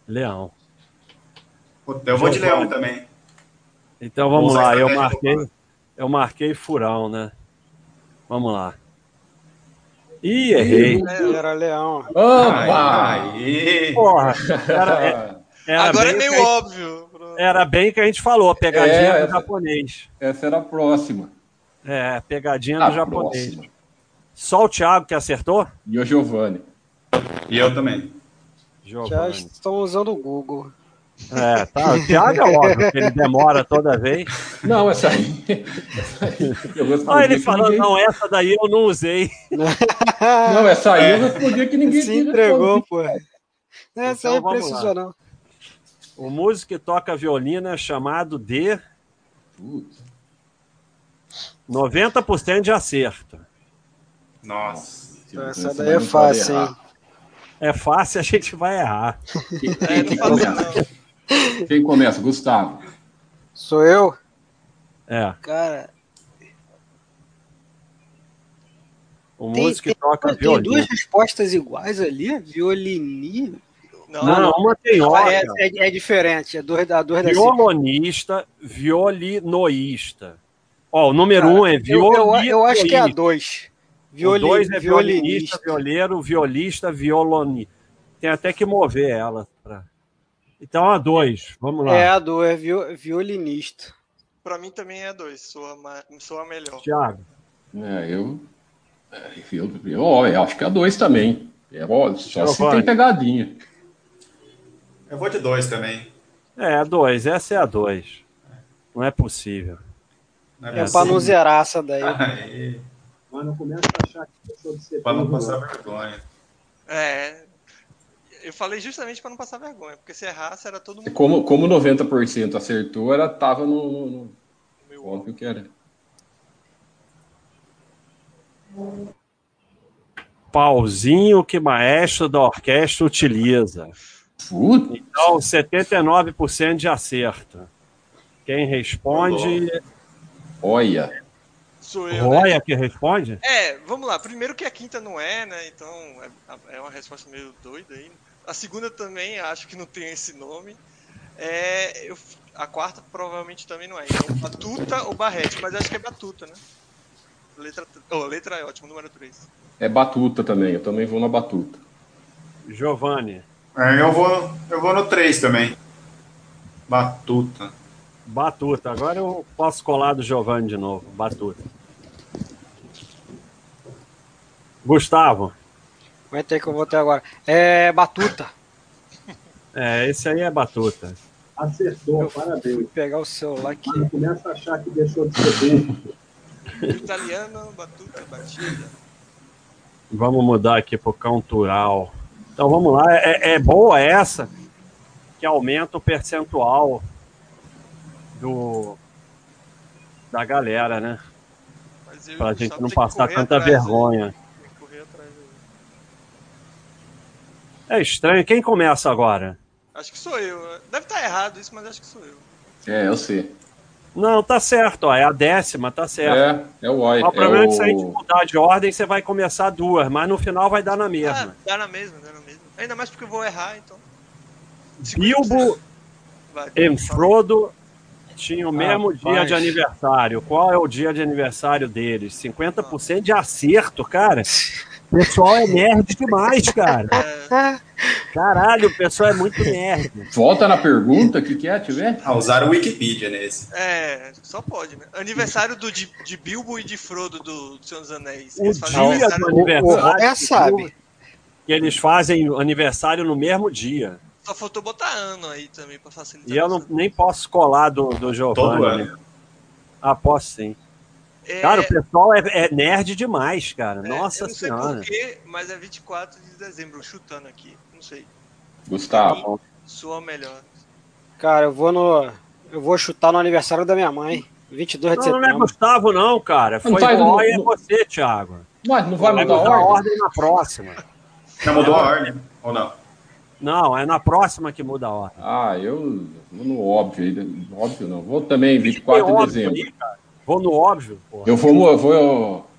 Speaker 1: Leão.
Speaker 5: Eu vou de leão também.
Speaker 1: Então vamos
Speaker 5: Vamos lá,
Speaker 1: lá, eu
Speaker 5: estratégia
Speaker 1: marquei, eu marquei furão, né? Vamos lá. Ih, errei.
Speaker 4: É, Era leão.
Speaker 3: Opa!
Speaker 5: Aí.
Speaker 1: Porra, era, é- era
Speaker 2: Agora é
Speaker 1: bem o
Speaker 2: meio
Speaker 1: que a gente-
Speaker 2: óbvio. Bruno.
Speaker 1: Era bem que a gente falou, pegadinha
Speaker 3: É,
Speaker 1: do
Speaker 3: essa-
Speaker 1: japonês.
Speaker 3: Essa era a próxima.
Speaker 1: É, pegadinha do
Speaker 3: A
Speaker 1: japonês.
Speaker 3: próxima.
Speaker 1: Só o Thiago que acertou?
Speaker 3: E o Giovanni.
Speaker 5: E eu também.
Speaker 4: Já
Speaker 1: Giovanni.
Speaker 4: estão usando o Google.
Speaker 1: É, tá. O Thiago é óbvio que ele demora toda vez.
Speaker 3: Não, essa aí. essa aí eu respondi
Speaker 1: Olha Ah, ele
Speaker 3: que
Speaker 1: falando,
Speaker 3: ninguém-
Speaker 1: não, essa daí eu não usei.
Speaker 3: Não, essa aí eu respondi que ninguém
Speaker 4: Se
Speaker 3: tinha
Speaker 4: entregou,
Speaker 3: respondido.
Speaker 4: pô. Essa
Speaker 1: Então
Speaker 4: aí é
Speaker 1: vamos
Speaker 4: precisou, não.
Speaker 1: O músico que toca violino é chamado de
Speaker 3: Putz,
Speaker 1: 90% de acerto.
Speaker 5: Nossa.
Speaker 3: se eu
Speaker 4: Essa
Speaker 3: tivesse
Speaker 4: daí é
Speaker 3: mais um
Speaker 4: fácil,
Speaker 3: pra
Speaker 4: hein?
Speaker 3: errar.
Speaker 1: É fácil, a gente vai errar.
Speaker 4: [laughs]
Speaker 3: Quem, quem-
Speaker 2: É, não
Speaker 3: quem
Speaker 2: falei,
Speaker 3: começa?
Speaker 2: não.
Speaker 3: Quem começa? Gustavo.
Speaker 4: Sou eu?
Speaker 1: É.
Speaker 4: Cara,
Speaker 1: O
Speaker 4: tem,
Speaker 1: músico
Speaker 4: tem,
Speaker 1: que toca
Speaker 4: tem
Speaker 1: violino.
Speaker 4: duas respostas iguais ali? Violini?
Speaker 2: Não,
Speaker 1: Não, uma tem
Speaker 4: Ah, é,
Speaker 1: óbvio.
Speaker 4: é- é diferente, é dois, da- dois da cifra.
Speaker 1: Violonista, violinoísta. Ó, o número um é
Speaker 4: Eu, eu,
Speaker 1: violinoísta.
Speaker 4: eu acho que é a dois.
Speaker 1: O
Speaker 4: Violin,
Speaker 1: dois é violinista,
Speaker 4: violinista.
Speaker 1: violeiro, violista, violoni. Tem até que mover ela. pra- Então, a dois. Vamos lá.
Speaker 4: É a dois, viol, violinista.
Speaker 2: Pra mim também é dois, soa, ma- soa melhor.
Speaker 1: Thiago.
Speaker 3: É, eu. é, Eu, eu- ó, eu acho que é dois também. É, ó, só se
Speaker 1: Giovanni.
Speaker 3: tem pegadinha.
Speaker 5: Eu vou de dois também.
Speaker 1: É, a dois. Essa é a dois. Não é possível.
Speaker 5: Não
Speaker 4: É,
Speaker 1: É,
Speaker 4: pra
Speaker 1: sim.
Speaker 4: não zerar essa daí.
Speaker 5: Aí,
Speaker 6: Mas não começa a achar que deixou de ser
Speaker 5: pra não
Speaker 6: burro,
Speaker 5: passar vergonha.
Speaker 2: É. Eu falei justamente pra não passar vergonha, porque se errasse era todo mundo
Speaker 3: Como, como 90% acertou, ela tava no, no, no-
Speaker 2: meu óbvio.
Speaker 3: Óbvio que era.
Speaker 1: Pauzinho que maestro da orquestra utiliza.
Speaker 3: Putz,
Speaker 1: Então, 79% de acerto. Quem responde.
Speaker 2: Tá
Speaker 3: olha.
Speaker 2: Sou eu. né?
Speaker 1: Roya que responde?
Speaker 2: É, vamos lá. Primeiro que a quinta não é, né? Então é, é uma resposta meio doida aí. A segunda também acho que não tem esse nome. É, eu- a quarta provavelmente também não é. Então, Batuta ou Barrete, mas acho que é Batuta, né? Letra, oh, letra é ótimo, número 3.
Speaker 3: É batuta também. Eu também vou na batuta.
Speaker 1: Giovanni.
Speaker 5: É, eu, vou, eu vou no três também. Batuta.
Speaker 1: Batuta. Agora eu posso colar do Giovanni de novo. Batuta. Gustavo.
Speaker 4: Aguenta aí que eu vou até agora. É Batuta.
Speaker 1: É, esse aí é Batuta.
Speaker 6: Acertou, parabéns.
Speaker 4: Vou pegar o celular aqui.
Speaker 6: Mas não começa a achar que deixou de ser burro.
Speaker 2: Italiano, Batuta, Batida.
Speaker 1: Vamos mudar aqui pro cultural. Então vamos lá. É, é boa essa que aumenta o percentual do da galera, né?
Speaker 2: Mas eu,
Speaker 1: Pra
Speaker 2: só
Speaker 1: gente
Speaker 2: tem
Speaker 1: não
Speaker 2: que
Speaker 1: passar
Speaker 2: correr
Speaker 1: tanta
Speaker 2: atrás, né?
Speaker 1: vergonha.
Speaker 2: Tem que correr atrás aí.
Speaker 1: É estranho. Quem começa agora?
Speaker 2: Acho que sou eu. Deve estar errado isso, mas acho que sou eu.
Speaker 3: É, eu sei.
Speaker 1: Não, tá certo. Ó, é a décima, tá certo.
Speaker 3: É, é o oi.
Speaker 1: Mas O problema é que se a gente
Speaker 3: o-
Speaker 1: mudar de ordem, você vai começar duas, mas no final vai dar na
Speaker 2: Ah,
Speaker 1: mesma.
Speaker 2: dá na mesma, dá na mesma. Ainda mais porque eu vou errar, então. Ah,
Speaker 1: Bilbo
Speaker 2: Vai,
Speaker 1: e
Speaker 2: fala.
Speaker 1: Frodo tinham o mesmo
Speaker 4: Rapaz.
Speaker 1: dia de aniversário. Qual é o dia de aniversário deles? 50% de acerto, cara. O pessoal é nerd demais, cara. Caralho, o pessoal é muito nerd.
Speaker 3: Volta na pergunta, o que, que é, tiver?
Speaker 5: Ah, usaram o Wikipedia nesse.
Speaker 2: É, só pode, né? Aniversário do, de, de Bilbo e de Frodo do, do Senhor dos Anéis.
Speaker 1: O
Speaker 2: Eles fazem
Speaker 1: dia
Speaker 2: aniversário-
Speaker 1: do
Speaker 4: O, o Roya
Speaker 1: aniversário.
Speaker 4: é, sabe.
Speaker 1: Que eles fazem o aniversário no mesmo dia.
Speaker 2: Só faltou botar ano aí também pra facilitar.
Speaker 1: E eu não, nem posso colar do, do Giovanni.
Speaker 5: Todo ano.
Speaker 1: né? Ah, posso sim.
Speaker 2: É,
Speaker 1: Cara, o pessoal é, é nerd demais, cara.
Speaker 2: é,
Speaker 1: Nossa
Speaker 2: eu não sei
Speaker 1: senhora.
Speaker 2: porquê, mas é 24 de dezembro, chutando aqui. Não sei.
Speaker 5: Ah,
Speaker 3: Gustavo.
Speaker 2: Soa melhor. [laughs]
Speaker 4: Cara, eu vou no. Eu vou chutar no aniversário da minha mãe. 22 de
Speaker 1: Não, não é
Speaker 4: setembro.
Speaker 1: Gustavo, não, cara. Foi
Speaker 3: Não faz- um
Speaker 1: Roy e é
Speaker 3: não-
Speaker 1: você, Thiago.
Speaker 3: Mas não vai
Speaker 1: Vai
Speaker 3: mudar a
Speaker 1: mudar a
Speaker 3: ordem?
Speaker 1: ordem na próxima.
Speaker 5: Não, mudou a ordem. Ou não?
Speaker 1: Não, é na próxima que muda a ordem.
Speaker 3: Ah, eu vou no óbvio, aí, óbvio não. Vou também, 24
Speaker 1: Tem
Speaker 3: de
Speaker 1: óbvio
Speaker 3: dezembro.
Speaker 1: aí, cara. Vou no óbvio, porra.
Speaker 3: Eu vou, mo- eu vou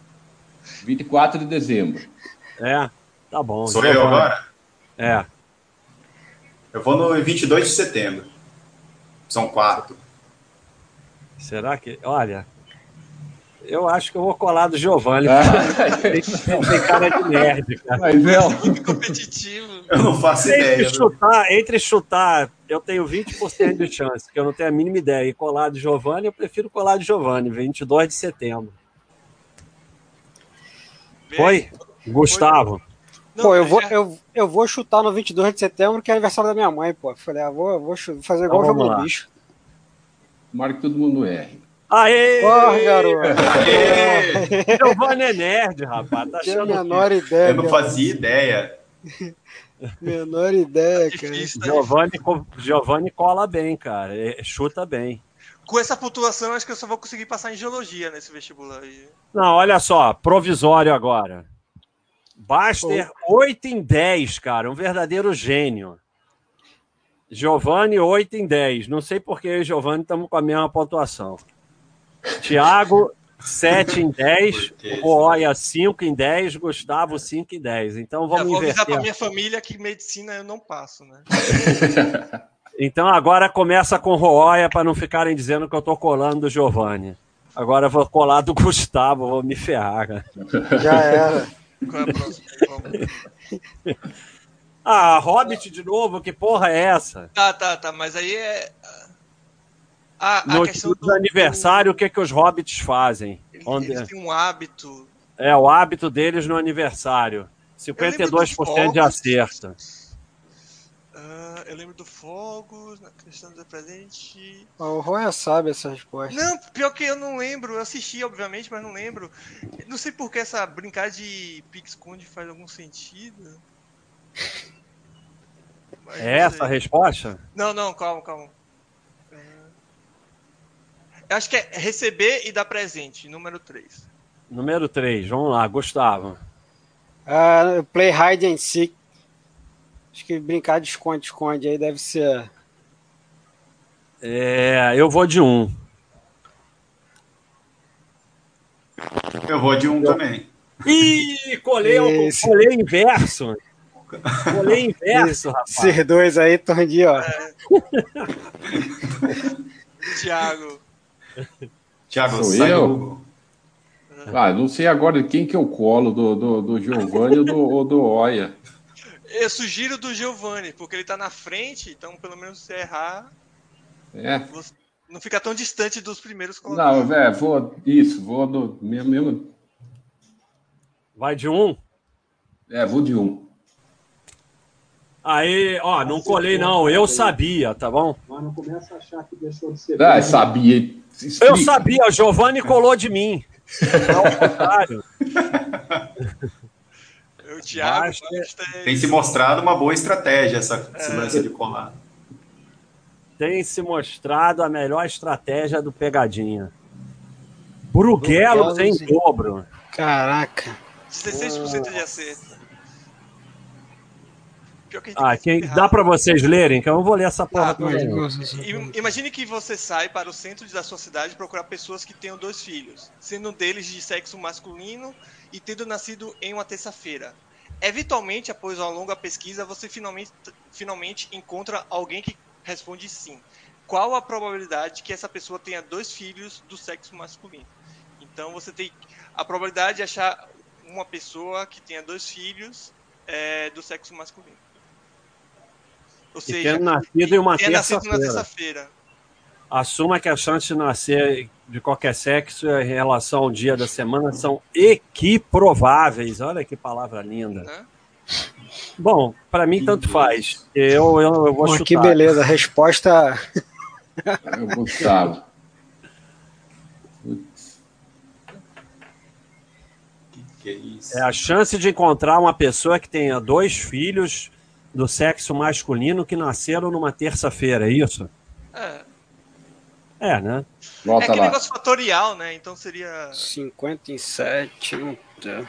Speaker 3: 24 de dezembro.
Speaker 1: É, tá bom.
Speaker 5: Sou
Speaker 1: então
Speaker 5: eu
Speaker 1: vai.
Speaker 5: agora?
Speaker 1: É.
Speaker 5: Eu vou no 22 de setembro. São quatro.
Speaker 1: Será que. Olha. Eu acho que eu vou colar do Giovanni.
Speaker 5: Ah.
Speaker 1: Tem, tem cara de nerd, cara.
Speaker 3: Mas é,
Speaker 2: Muito competitivo.
Speaker 5: É, Eu não faço
Speaker 1: Entre
Speaker 5: ideia. viu?
Speaker 1: chutar, entre chutar, eu tenho 20% de chance, que eu não tenho a mínima ideia. E colar de Giovanni, eu prefiro colar de Giovanni, 22 de setembro. Oi? Gustavo.
Speaker 2: Não,
Speaker 4: pô, eu vou,
Speaker 2: já-
Speaker 4: eu, eu vou chutar no 22 de setembro, que é aniversário da minha mãe, pô. Falei, ah, vou, vou chu- fazer igual o
Speaker 1: Então,
Speaker 4: jogo
Speaker 1: vamos
Speaker 4: do
Speaker 1: lá.
Speaker 4: bicho.
Speaker 3: tomara que todo mundo erre.
Speaker 1: Aê!
Speaker 4: Porra, garoto.
Speaker 5: Aê!
Speaker 3: [laughs]
Speaker 1: Giovanni é nerd, rapaz. Tá
Speaker 4: Tinha a
Speaker 1: achando
Speaker 4: menor ideia,
Speaker 5: Eu não
Speaker 4: cara.
Speaker 5: fazia ideia.
Speaker 4: Menor
Speaker 2: [laughs]
Speaker 4: ideia, cara.
Speaker 2: Difícil, tá difícil.
Speaker 1: Giovanni, co- Giovanni cola bem, cara. É, Chuta bem.
Speaker 2: Com essa pontuação, acho que eu só vou conseguir passar em geologia nesse vestibular aí.
Speaker 1: Não, olha só, provisório agora. Baster, 8 em 10, cara. Um verdadeiro gênio. Giovanni, 8 em 10. Não sei por que eu e Giovanni estamos com a mesma pontuação. Tiago, 7 em 10. Roya, 5 em 10. Gustavo, 5 em 10. Então
Speaker 2: Já
Speaker 1: vamos
Speaker 2: vou avisar pra
Speaker 1: inverter.
Speaker 2: minha família que medicina eu não passo, né?
Speaker 1: Então agora começa com Roya para não ficarem dizendo que eu tô colando do Giovanni. Agora eu vou colar do Gustavo, vou me ferrar, cara.
Speaker 4: Já era.
Speaker 2: Qual é a próxima? Vamos.
Speaker 1: Ah, Hobbit de novo? Que porra é essa?
Speaker 2: Tá, tá, tá, mas aí é. Ah, a
Speaker 1: No
Speaker 2: questão
Speaker 1: do aniversário, o que, que os hobbits fazem?
Speaker 2: Eles,
Speaker 1: Onde-
Speaker 2: eles têm um hábito.
Speaker 1: É o hábito deles no aniversário.
Speaker 2: Eu
Speaker 1: 52%
Speaker 2: lembro
Speaker 1: de
Speaker 2: dos
Speaker 1: acerto.
Speaker 2: Ah, eu lembro do fogo, na questão do presente.
Speaker 4: O Roya sabe essa resposta.
Speaker 2: Não, pior que eu não lembro. Eu assisti, obviamente, mas não lembro. Não sei por que essa brincar de Pixconde faz algum sentido. Mas
Speaker 1: É
Speaker 2: não
Speaker 1: essa a
Speaker 2: sei.
Speaker 1: resposta?
Speaker 2: Não, não, calma, calma. Ah, Eu acho que é receber e dar presente, número 3.
Speaker 1: Número 3, vamos lá, Gustavo.
Speaker 4: Ah, play hide and seek. Acho que brincar de esconde-esconde aí deve ser.
Speaker 1: É, eu vou de um.
Speaker 5: Eu vou de um também.
Speaker 1: Ih, colei, ao-
Speaker 4: Esse.
Speaker 1: colei inverso. Colei inverso, rapaz.
Speaker 4: Esses dois aí, Tondi, ó.
Speaker 2: Tiago.
Speaker 5: Tiago,
Speaker 3: Sou
Speaker 5: sai
Speaker 3: eu?
Speaker 5: do Google.
Speaker 3: Ah, não sei agora quem que eu colo, do, do, do Giovanni ou do, ou do Oia.
Speaker 2: Eu sugiro do Giovanni, porque ele tá na frente, então pelo menos se errar,
Speaker 3: É.
Speaker 2: você não fica tão distante dos primeiros colocados.
Speaker 3: Não, velho, vou. Isso, vou do. Mesmo, mesmo,
Speaker 1: Vai de um?
Speaker 3: é, vou de um.
Speaker 1: Aí, ó, não colei não, eu sabia, tá bom?
Speaker 6: Mas não começa a achar que deixou de ser
Speaker 3: Ah,
Speaker 6: bom.
Speaker 3: sabia.
Speaker 1: Eu
Speaker 3: Explica.
Speaker 1: sabia, o Giovanni colou de mim. Não, ao contrário.
Speaker 2: Eu, Thiago,
Speaker 1: Basta-
Speaker 2: Basta-
Speaker 5: Tem se mostrado uma boa estratégia essa,
Speaker 1: É.
Speaker 5: esse lance de colar.
Speaker 1: tem se mostrado a melhor estratégia do pegadinha. Bruguelo
Speaker 4: Bruguelo,
Speaker 1: tem
Speaker 4: sim.
Speaker 1: dobro.
Speaker 4: Caraca.
Speaker 2: é 16% de acerto. Pior que a gente
Speaker 1: Ah,
Speaker 2: tem que
Speaker 1: quem
Speaker 2: errar.
Speaker 1: dá pra vocês lerem, que eu não vou ler essa porra
Speaker 2: Ah,
Speaker 1: toda. não. Uhum.
Speaker 2: Im- Imagine que você sai para o centro da sua cidade procurar pessoas que tenham dois filhos, sendo um deles de sexo masculino e tendo nascido em uma terça-feira. Eventualmente, após uma longa pesquisa, você finalmente, finalmente encontra alguém que responde sim. Qual a probabilidade que essa pessoa tenha dois filhos do sexo masculino? Então, você tem a probabilidade de achar uma pessoa que tenha dois filhos eh, do sexo masculino. Ou
Speaker 1: E
Speaker 2: seja,
Speaker 1: tendo nascido em uma
Speaker 2: é nascido na
Speaker 1: terça-feira.
Speaker 2: terça-feira.
Speaker 1: Assuma que a chance de nascer de qualquer sexo em relação ao dia da semana são equiprováveis. Olha que palavra linda.
Speaker 2: Né?
Speaker 1: Bom, pra mim tanto faz. Eu, eu, eu vou
Speaker 4: Pô,
Speaker 1: chutar.
Speaker 4: que beleza. Resposta.
Speaker 3: Eu gostava.
Speaker 5: Que que é isso?
Speaker 1: É a chance de encontrar uma pessoa que tenha dois filhos do sexo masculino que nasceram numa terça-feira, é isso?
Speaker 2: É,
Speaker 1: É, né?
Speaker 2: é
Speaker 3: Volta
Speaker 2: aquele
Speaker 3: lá.
Speaker 2: negócio fatorial, né? Então seria
Speaker 4: 57. puta.
Speaker 2: um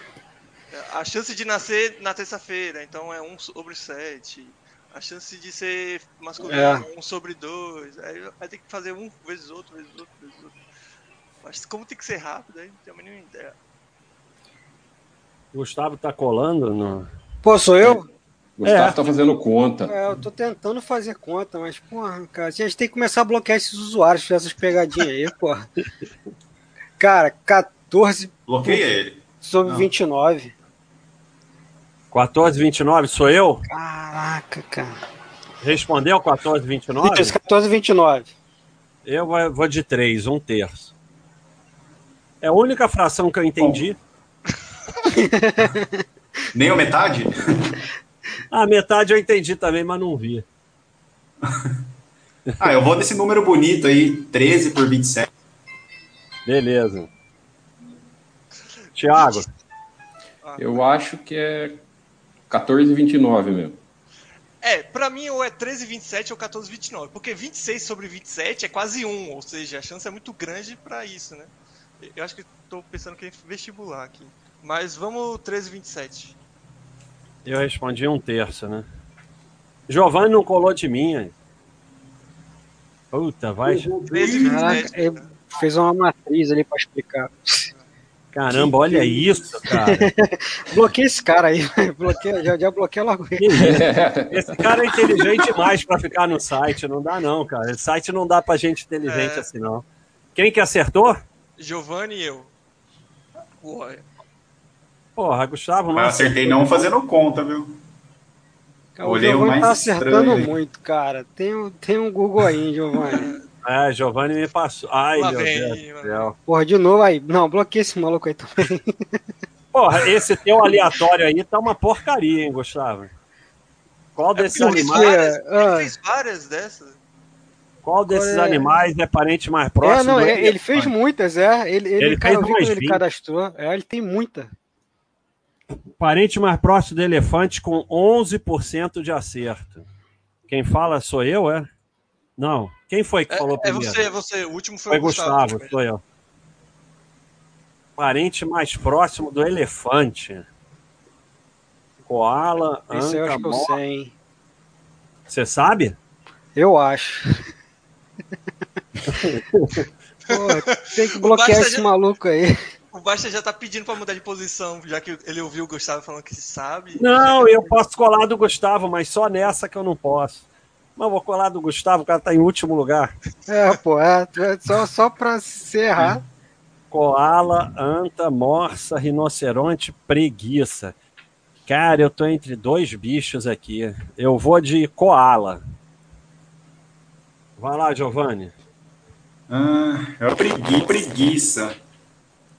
Speaker 2: a chance de nascer na terça-feira, então é 1 sobre 7. a chance de ser masculino é. um sobre dois. Aí vai ter que fazer um vezes outro, vezes outro, vezes outro. Mas como tem que ser rápido, aí não tem a mínima ideia.
Speaker 1: Gustavo tá colando no.
Speaker 4: Pô, sou eu?
Speaker 3: Gustavo tá fazendo conta.
Speaker 4: É, eu tô tentando fazer conta, mas, porra, cara, a gente tem que começar a bloquear esses usuários, fazer essas pegadinhas aí, porra. Cara, 14.
Speaker 5: Bloqueia ele.
Speaker 4: Sobre
Speaker 5: Não.
Speaker 4: 29.
Speaker 1: 1429 sou eu?
Speaker 4: Caraca, cara.
Speaker 1: Respondeu 1429?
Speaker 4: 14 29.
Speaker 1: Eu vou- vou de 3, um terço. É a única fração que eu entendi.
Speaker 5: Nem a metade?
Speaker 1: A Ah, metade eu entendi também, mas não vi.
Speaker 5: Ah, eu vou nesse número bonito aí, 13 por 27.
Speaker 1: Beleza. Tiago,
Speaker 3: Eu acho que é 14,29 mesmo. [laughs]
Speaker 2: É, pra mim ou é 13,27 ou 14,29. Porque 26 sobre 27 é quase 1, ou seja, a chance é muito grande pra isso, né? Eu acho que tô pensando que é vestibular aqui. Mas vamos 13,27.
Speaker 1: eu respondi um terço, né? Giovanni não colou de minha. Puta, vai.
Speaker 6: Eu vou de
Speaker 2: 13,27.
Speaker 4: Caraca, ele fez uma matriz ali pra explicar.
Speaker 1: Caramba, olha isso, cara.
Speaker 4: Bloqueia esse cara aí. [laughs] bloqueia, já, já bloqueia logo ele.
Speaker 1: Esse cara é inteligente demais pra ficar no site. Não dá, não, cara. Esse site não dá pra gente inteligente
Speaker 2: É.
Speaker 1: assim, não. Quem que acertou?
Speaker 2: Giovanni e eu. Ué.
Speaker 1: Porra,
Speaker 2: Ah.
Speaker 1: Gustavo,
Speaker 5: Mas eu
Speaker 1: mas
Speaker 5: acertei não fazendo conta, viu?
Speaker 4: Cara, o
Speaker 5: Olhei o
Speaker 4: Giovanni
Speaker 5: mais
Speaker 4: tá acertando
Speaker 5: estranho aí.
Speaker 4: muito, cara. Tem, um- tem um Google aí, Giovanni.
Speaker 1: É, Giovanni me passou. Ai,
Speaker 2: Lá
Speaker 1: meu
Speaker 2: vem,
Speaker 1: Deus
Speaker 2: lá
Speaker 1: do
Speaker 2: vem.
Speaker 1: céu.
Speaker 4: Porra, de novo aí. Não, bloqueia esse maluco aí também.
Speaker 1: Porra, esse teu aleatório aí tá uma porcaria, hein, Gustavo?
Speaker 2: É
Speaker 1: Qual desses
Speaker 4: porque-
Speaker 1: animais,
Speaker 4: ah.
Speaker 2: Ele fez várias dessas.
Speaker 1: qual desses
Speaker 4: é-
Speaker 1: animais é parente mais próximo?
Speaker 4: É, não,
Speaker 1: do-
Speaker 4: é, ele fez muitas, é. Ele, ele,
Speaker 1: Ele fez
Speaker 4: cara, eu vi quando
Speaker 1: umas
Speaker 4: ele
Speaker 1: 20.
Speaker 4: cadastrou. É, ele tem muita.
Speaker 1: Parente mais próximo do elefante com 11% de acerto. Quem fala sou eu, é? Não. Quem foi que
Speaker 2: É,
Speaker 1: falou
Speaker 2: é
Speaker 1: primeiro?
Speaker 2: você, é você. O último foi,
Speaker 1: Foi
Speaker 2: o Gustavo.
Speaker 1: Gustavo, sou eu. Parente mais próximo do elefante. Koala,
Speaker 4: Isso eu
Speaker 1: anca,
Speaker 4: acho que eu
Speaker 1: mo-
Speaker 4: sei, hein.
Speaker 1: Você sabe?
Speaker 4: Eu acho. Porra, tem que bloquear
Speaker 2: Basta
Speaker 4: esse
Speaker 2: já-
Speaker 4: maluco aí.
Speaker 2: O Basta já tá pedindo pra mudar de posição, já que ele ouviu o Gustavo falando que sabe.
Speaker 1: Não, eu posso colar do Gustavo, mas só nessa que eu não posso. Mas vou colar do Gustavo, o cara tá em último lugar.
Speaker 4: É, pô, é, tu é só, só pra se errar.
Speaker 1: Koala, anta, morsa, rinoceronte, preguiça. Cara, eu tô entre dois bichos aqui. Eu vou de koala. Vai lá, Giovanni.
Speaker 5: Ah, eu pregui, preguiça.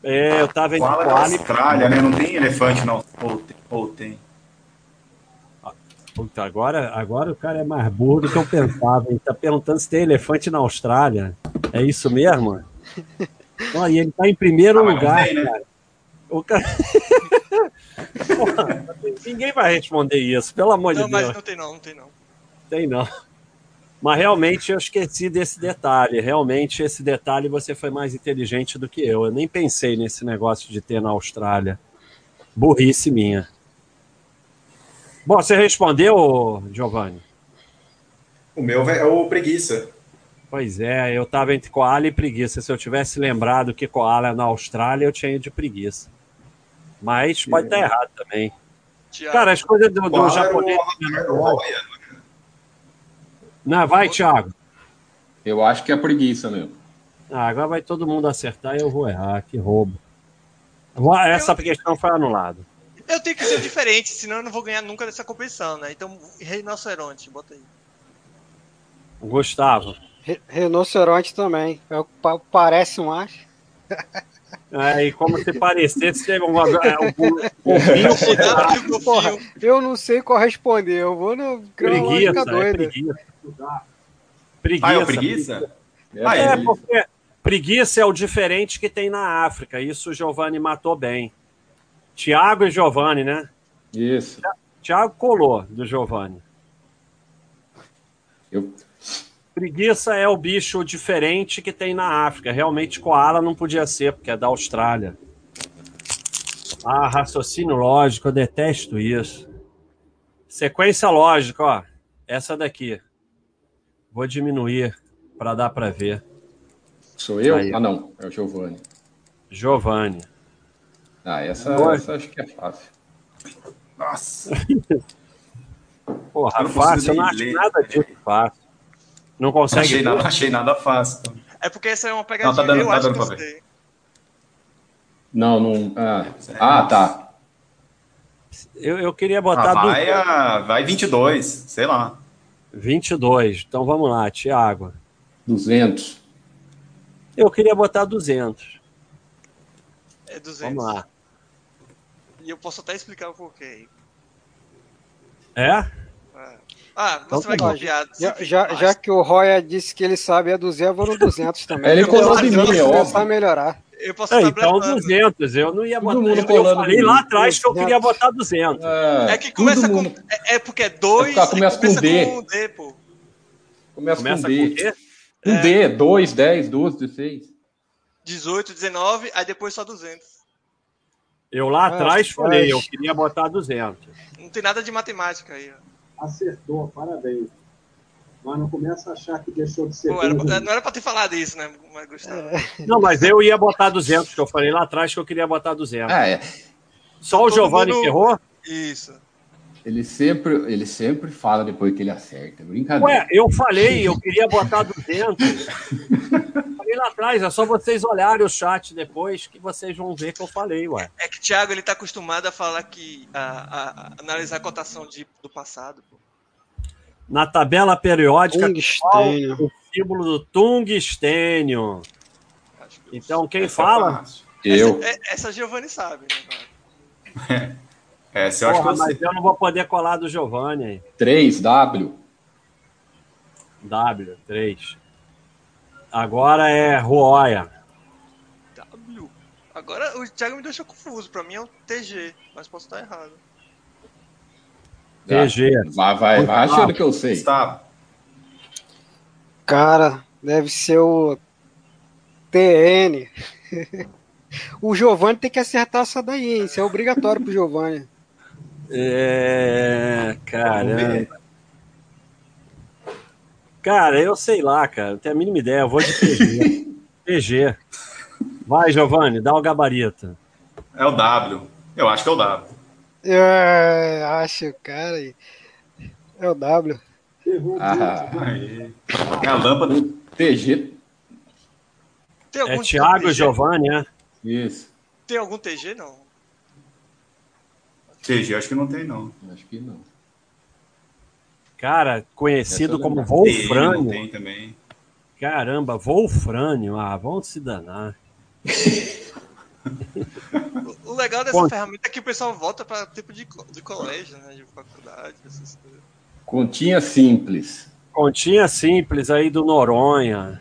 Speaker 1: É, eu tava entre
Speaker 5: Koala é da
Speaker 1: koala e...
Speaker 5: Austrália, né? Não tem elefante, não. Ou tem. Ou tem.
Speaker 1: Puta, agora, agora o cara é mais burro do que eu pensava. Ele tá perguntando se tem elefante na Austrália. É isso
Speaker 5: [laughs]
Speaker 1: mesmo? Ó, e ele tá em primeiro
Speaker 5: Ah, mas não
Speaker 1: lugar,
Speaker 5: tem, né?
Speaker 1: cara. O cara... [laughs] Porra, ninguém vai responder isso, pelo amor
Speaker 2: Não,
Speaker 1: de
Speaker 2: mas
Speaker 1: Deus.
Speaker 2: não tem não, não tem não.
Speaker 1: Tem não. Mas realmente eu esqueci desse detalhe. Realmente esse detalhe você foi mais inteligente do que eu. Eu nem pensei nesse negócio de ter na Austrália. Burrice minha. Bom, você respondeu, Giovanni?
Speaker 5: O meu é o preguiça.
Speaker 1: Pois é, eu estava entre Koala e preguiça. Se eu tivesse lembrado que Koala é na Austrália, eu tinha ido de preguiça. Mas pode estar errado também.
Speaker 2: Tiago,
Speaker 1: Cara, as coisas do, do
Speaker 5: é. Koala era o-
Speaker 1: japonês. é
Speaker 5: era o Hawaiiano.
Speaker 1: Não, vai, Thiago.
Speaker 3: Eu acho que é preguiça mesmo.
Speaker 1: Ah, agora vai todo mundo acertar e eu vou errar, que roubo. Vou- Essa questão foi anulada.
Speaker 2: eu tenho que ser diferente, senão eu não vou ganhar nunca dessa competição, né? Então, rinoceronte, bota aí.
Speaker 1: Gustavo.
Speaker 4: Re- Rinoceronte também. É o que pa- parece um acho.
Speaker 1: É, e como se parecesse, teve um, é, um, golfinho
Speaker 4: né?
Speaker 1: com
Speaker 2: Cuidado que o
Speaker 4: Porra,
Speaker 2: golfinho.
Speaker 4: eu não sei corresponder. Eu vou no tá
Speaker 1: preguiça,
Speaker 4: cronológica
Speaker 1: é
Speaker 4: doida.
Speaker 1: preguiça.
Speaker 5: Ah, é o
Speaker 1: Preguiça.
Speaker 5: preguiça?
Speaker 3: É,
Speaker 5: Ah,
Speaker 1: É,
Speaker 3: preguiça.
Speaker 1: porque preguiça é o diferente que tem na África. Isso o Giovanni matou bem. Tiago e Giovanni, né?
Speaker 3: Isso.
Speaker 1: Tiago colou do Giovanni.
Speaker 3: Eu-
Speaker 1: Preguiça é o bicho diferente que tem na África. Realmente, koala não podia ser, porque é da Austrália. Ah, raciocínio lógico, eu detesto isso. Sequência lógica, ó. Essa daqui. Vou diminuir para dar para ver.
Speaker 3: Sou eu? Ah, não. É o Giovanni.
Speaker 1: Giovanni.
Speaker 3: Ah, essa, essa acho que é fácil.
Speaker 5: Nossa.
Speaker 1: Porra,
Speaker 5: Eu
Speaker 1: fácil.
Speaker 5: não
Speaker 1: Eu
Speaker 5: consigo
Speaker 1: não
Speaker 5: nem
Speaker 1: acho
Speaker 5: ler.
Speaker 1: nada disso fácil. Não
Speaker 5: Não achei
Speaker 1: consegue.
Speaker 5: nada, achei nada fácil.
Speaker 2: É porque essa é uma pegadinha.
Speaker 5: Não, tá dando-
Speaker 2: eu
Speaker 5: tá
Speaker 2: acho
Speaker 5: dando
Speaker 2: que eu
Speaker 5: pra ver.
Speaker 2: sei.
Speaker 3: Não, não. Ah, ah tá.
Speaker 1: Eu, eu queria
Speaker 5: Ah,
Speaker 1: botar do
Speaker 5: vai, é. a, vai 22, sei lá.
Speaker 1: 22. Então vamos lá, Tiago.
Speaker 3: 200.
Speaker 1: Eu queria botar 200.
Speaker 2: É 200.
Speaker 1: Vamos lá.
Speaker 2: E eu posso até explicar o porquê. aí.
Speaker 1: É?
Speaker 2: Ah, Ah,
Speaker 1: Então
Speaker 2: você vai
Speaker 1: tá bom.
Speaker 2: copiar.
Speaker 4: Já, já, já que o Roya disse que ele sabe a do Zé, eu vou no 200 também.
Speaker 3: Ele colou
Speaker 2: em mim,
Speaker 4: Vamos
Speaker 3: é óbvio.
Speaker 4: começar a melhorar.
Speaker 2: Eu posso
Speaker 1: É,
Speaker 2: estar
Speaker 1: então
Speaker 2: blefando.
Speaker 1: 200. Eu não ia
Speaker 3: Todo
Speaker 1: botar.
Speaker 3: mundo
Speaker 1: Eu, eu
Speaker 3: colando
Speaker 1: falei
Speaker 3: no
Speaker 1: lá
Speaker 3: muro.
Speaker 1: atrás que eu queria
Speaker 4: 200.
Speaker 1: botar 200.
Speaker 3: Ah,
Speaker 2: É que começa
Speaker 3: todo
Speaker 2: com.
Speaker 3: mundo
Speaker 2: É, é porque é 2.
Speaker 3: Tá, começa com D.
Speaker 2: um D, pô.
Speaker 3: Começa,
Speaker 1: Começa
Speaker 3: com D.
Speaker 1: com quê?
Speaker 3: Com D, 2, 10, 12, 16.
Speaker 2: 18, 19, aí depois só 200.
Speaker 1: Eu lá
Speaker 4: Ah,
Speaker 1: atrás falei,
Speaker 4: mas-
Speaker 1: eu queria botar 200.
Speaker 2: Não tem nada de matemática aí. ó.
Speaker 6: Acertou, parabéns. Mas não começa a achar que deixou de ser.
Speaker 2: Pô, era-
Speaker 6: burro.
Speaker 2: não era pra ter falado isso, né, mas Gustavo?
Speaker 1: Não, mas eu ia botar 200, que eu falei lá atrás que eu queria botar 200.
Speaker 3: Ah, é.
Speaker 1: Só o
Speaker 2: todo
Speaker 1: Giovanni
Speaker 2: mundo-
Speaker 1: que errou?
Speaker 2: Isso.
Speaker 3: Ele sempre, ele sempre fala depois que ele acerta. é Brincadeira.
Speaker 1: Ué, eu falei, eu queria botar 200. falei lá atrás, é só vocês olharem o chat depois que vocês vão ver que eu falei, ué.
Speaker 2: É que o Thiago ele tá acostumado a falar que. a, a- a analisar a cotação de, do passado. Pô.
Speaker 1: Na tabela
Speaker 3: é
Speaker 1: periódica,
Speaker 4: Tungstênio.
Speaker 1: qual o símbolo do tungstênio?
Speaker 2: Acho que eu-
Speaker 1: Então, quem
Speaker 5: Essa é
Speaker 1: fala?
Speaker 5: fácil.
Speaker 3: eu.
Speaker 2: É- Essa Giovanni sabe, né, cara?
Speaker 5: Essa É, eu acho que
Speaker 1: Porra,
Speaker 5: eu sei.
Speaker 1: mas eu não vou poder colar do Giovanni aí.
Speaker 3: 3, W.
Speaker 1: W, 3. Agora é Ruoia.
Speaker 2: W. Agora o Thiago me deixou confuso. Pra mim é um TG, mas posso estar errado.
Speaker 1: TG.
Speaker 3: Vai, vai, vai achando que eu sei.
Speaker 5: Gustavo.
Speaker 4: Cara, deve ser o TN. [laughs] o Giovanni tem que acertar essa daí, hein? Isso é obrigatório pro Giovanni.
Speaker 1: É,
Speaker 5: vamos
Speaker 1: cara.
Speaker 5: ver.
Speaker 1: Cara, eu sei lá, cara. Não tenho a mínima ideia. Eu vou de TG. TG. Vai, Giovanni, dá o gabarito.
Speaker 5: É o W. Eu acho que é o W.
Speaker 4: É, acho, cara. aí. É o W.
Speaker 6: Errou
Speaker 3: Ah,
Speaker 5: Aí. É a lâmpada.
Speaker 3: TG.
Speaker 2: Tem
Speaker 1: É
Speaker 2: algum tipo
Speaker 1: Thiago
Speaker 2: TG?
Speaker 1: Giovanni, né?
Speaker 3: Isso.
Speaker 2: Tem algum TG? Não.
Speaker 5: TG, acho que não tem, não.
Speaker 3: Acho que não.
Speaker 1: Cara, conhecido
Speaker 3: Essa eu
Speaker 1: como
Speaker 3: lembro.
Speaker 5: TG não
Speaker 1: Wolfrânio.
Speaker 5: tem também.
Speaker 1: Caramba, Wolfrânio. Ah, vão se danar.
Speaker 2: O- O legal dessa
Speaker 1: Conte.
Speaker 2: ferramenta é que o pessoal volta pra tempo de, co- de colégio, né? De faculdade, essas coisas.
Speaker 3: Continha simples.
Speaker 1: Continha simples aí do Noronha.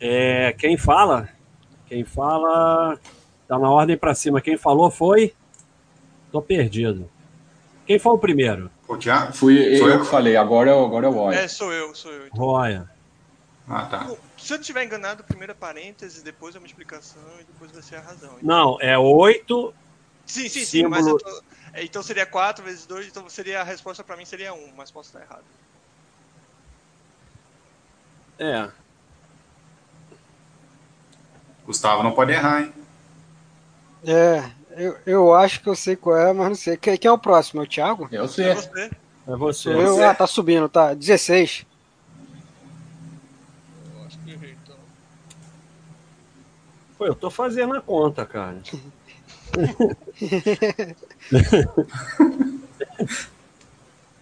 Speaker 1: É, quem fala? Quem fala. Tá na ordem pra cima. Quem falou foi. Tô perdido. Quem foi o primeiro?
Speaker 5: Pô, Thiago?
Speaker 3: Fui eu,
Speaker 5: Sou eu?
Speaker 3: que falei, agora é, o- agora é o Oi.
Speaker 2: É, sou eu, sou eu.
Speaker 1: Roya.
Speaker 5: Ah, tá.
Speaker 2: Bom, Se eu tiver enganado, primeiro é parênteses, depois é uma explicação e depois vai ser a razão.
Speaker 1: Não, é oito.
Speaker 2: Sim, sim, sim,
Speaker 1: Símbolo.
Speaker 2: mas eu tô... é, Então seria 4 vezes 2, então seria a resposta pra mim seria 1, mas posso estar errado.
Speaker 1: É.
Speaker 5: Gustavo não pode errar, hein?
Speaker 4: É, eu, eu acho que eu sei qual é, mas não sei. Quem, quem é o próximo? É o Thiago?
Speaker 3: Eu sei.
Speaker 2: É você?
Speaker 1: É você.
Speaker 4: Sou eu?
Speaker 5: você.
Speaker 4: Ah, tá subindo, tá. 16.
Speaker 2: Eu acho que errei, então.
Speaker 1: Pô, eu tô fazendo a conta, cara.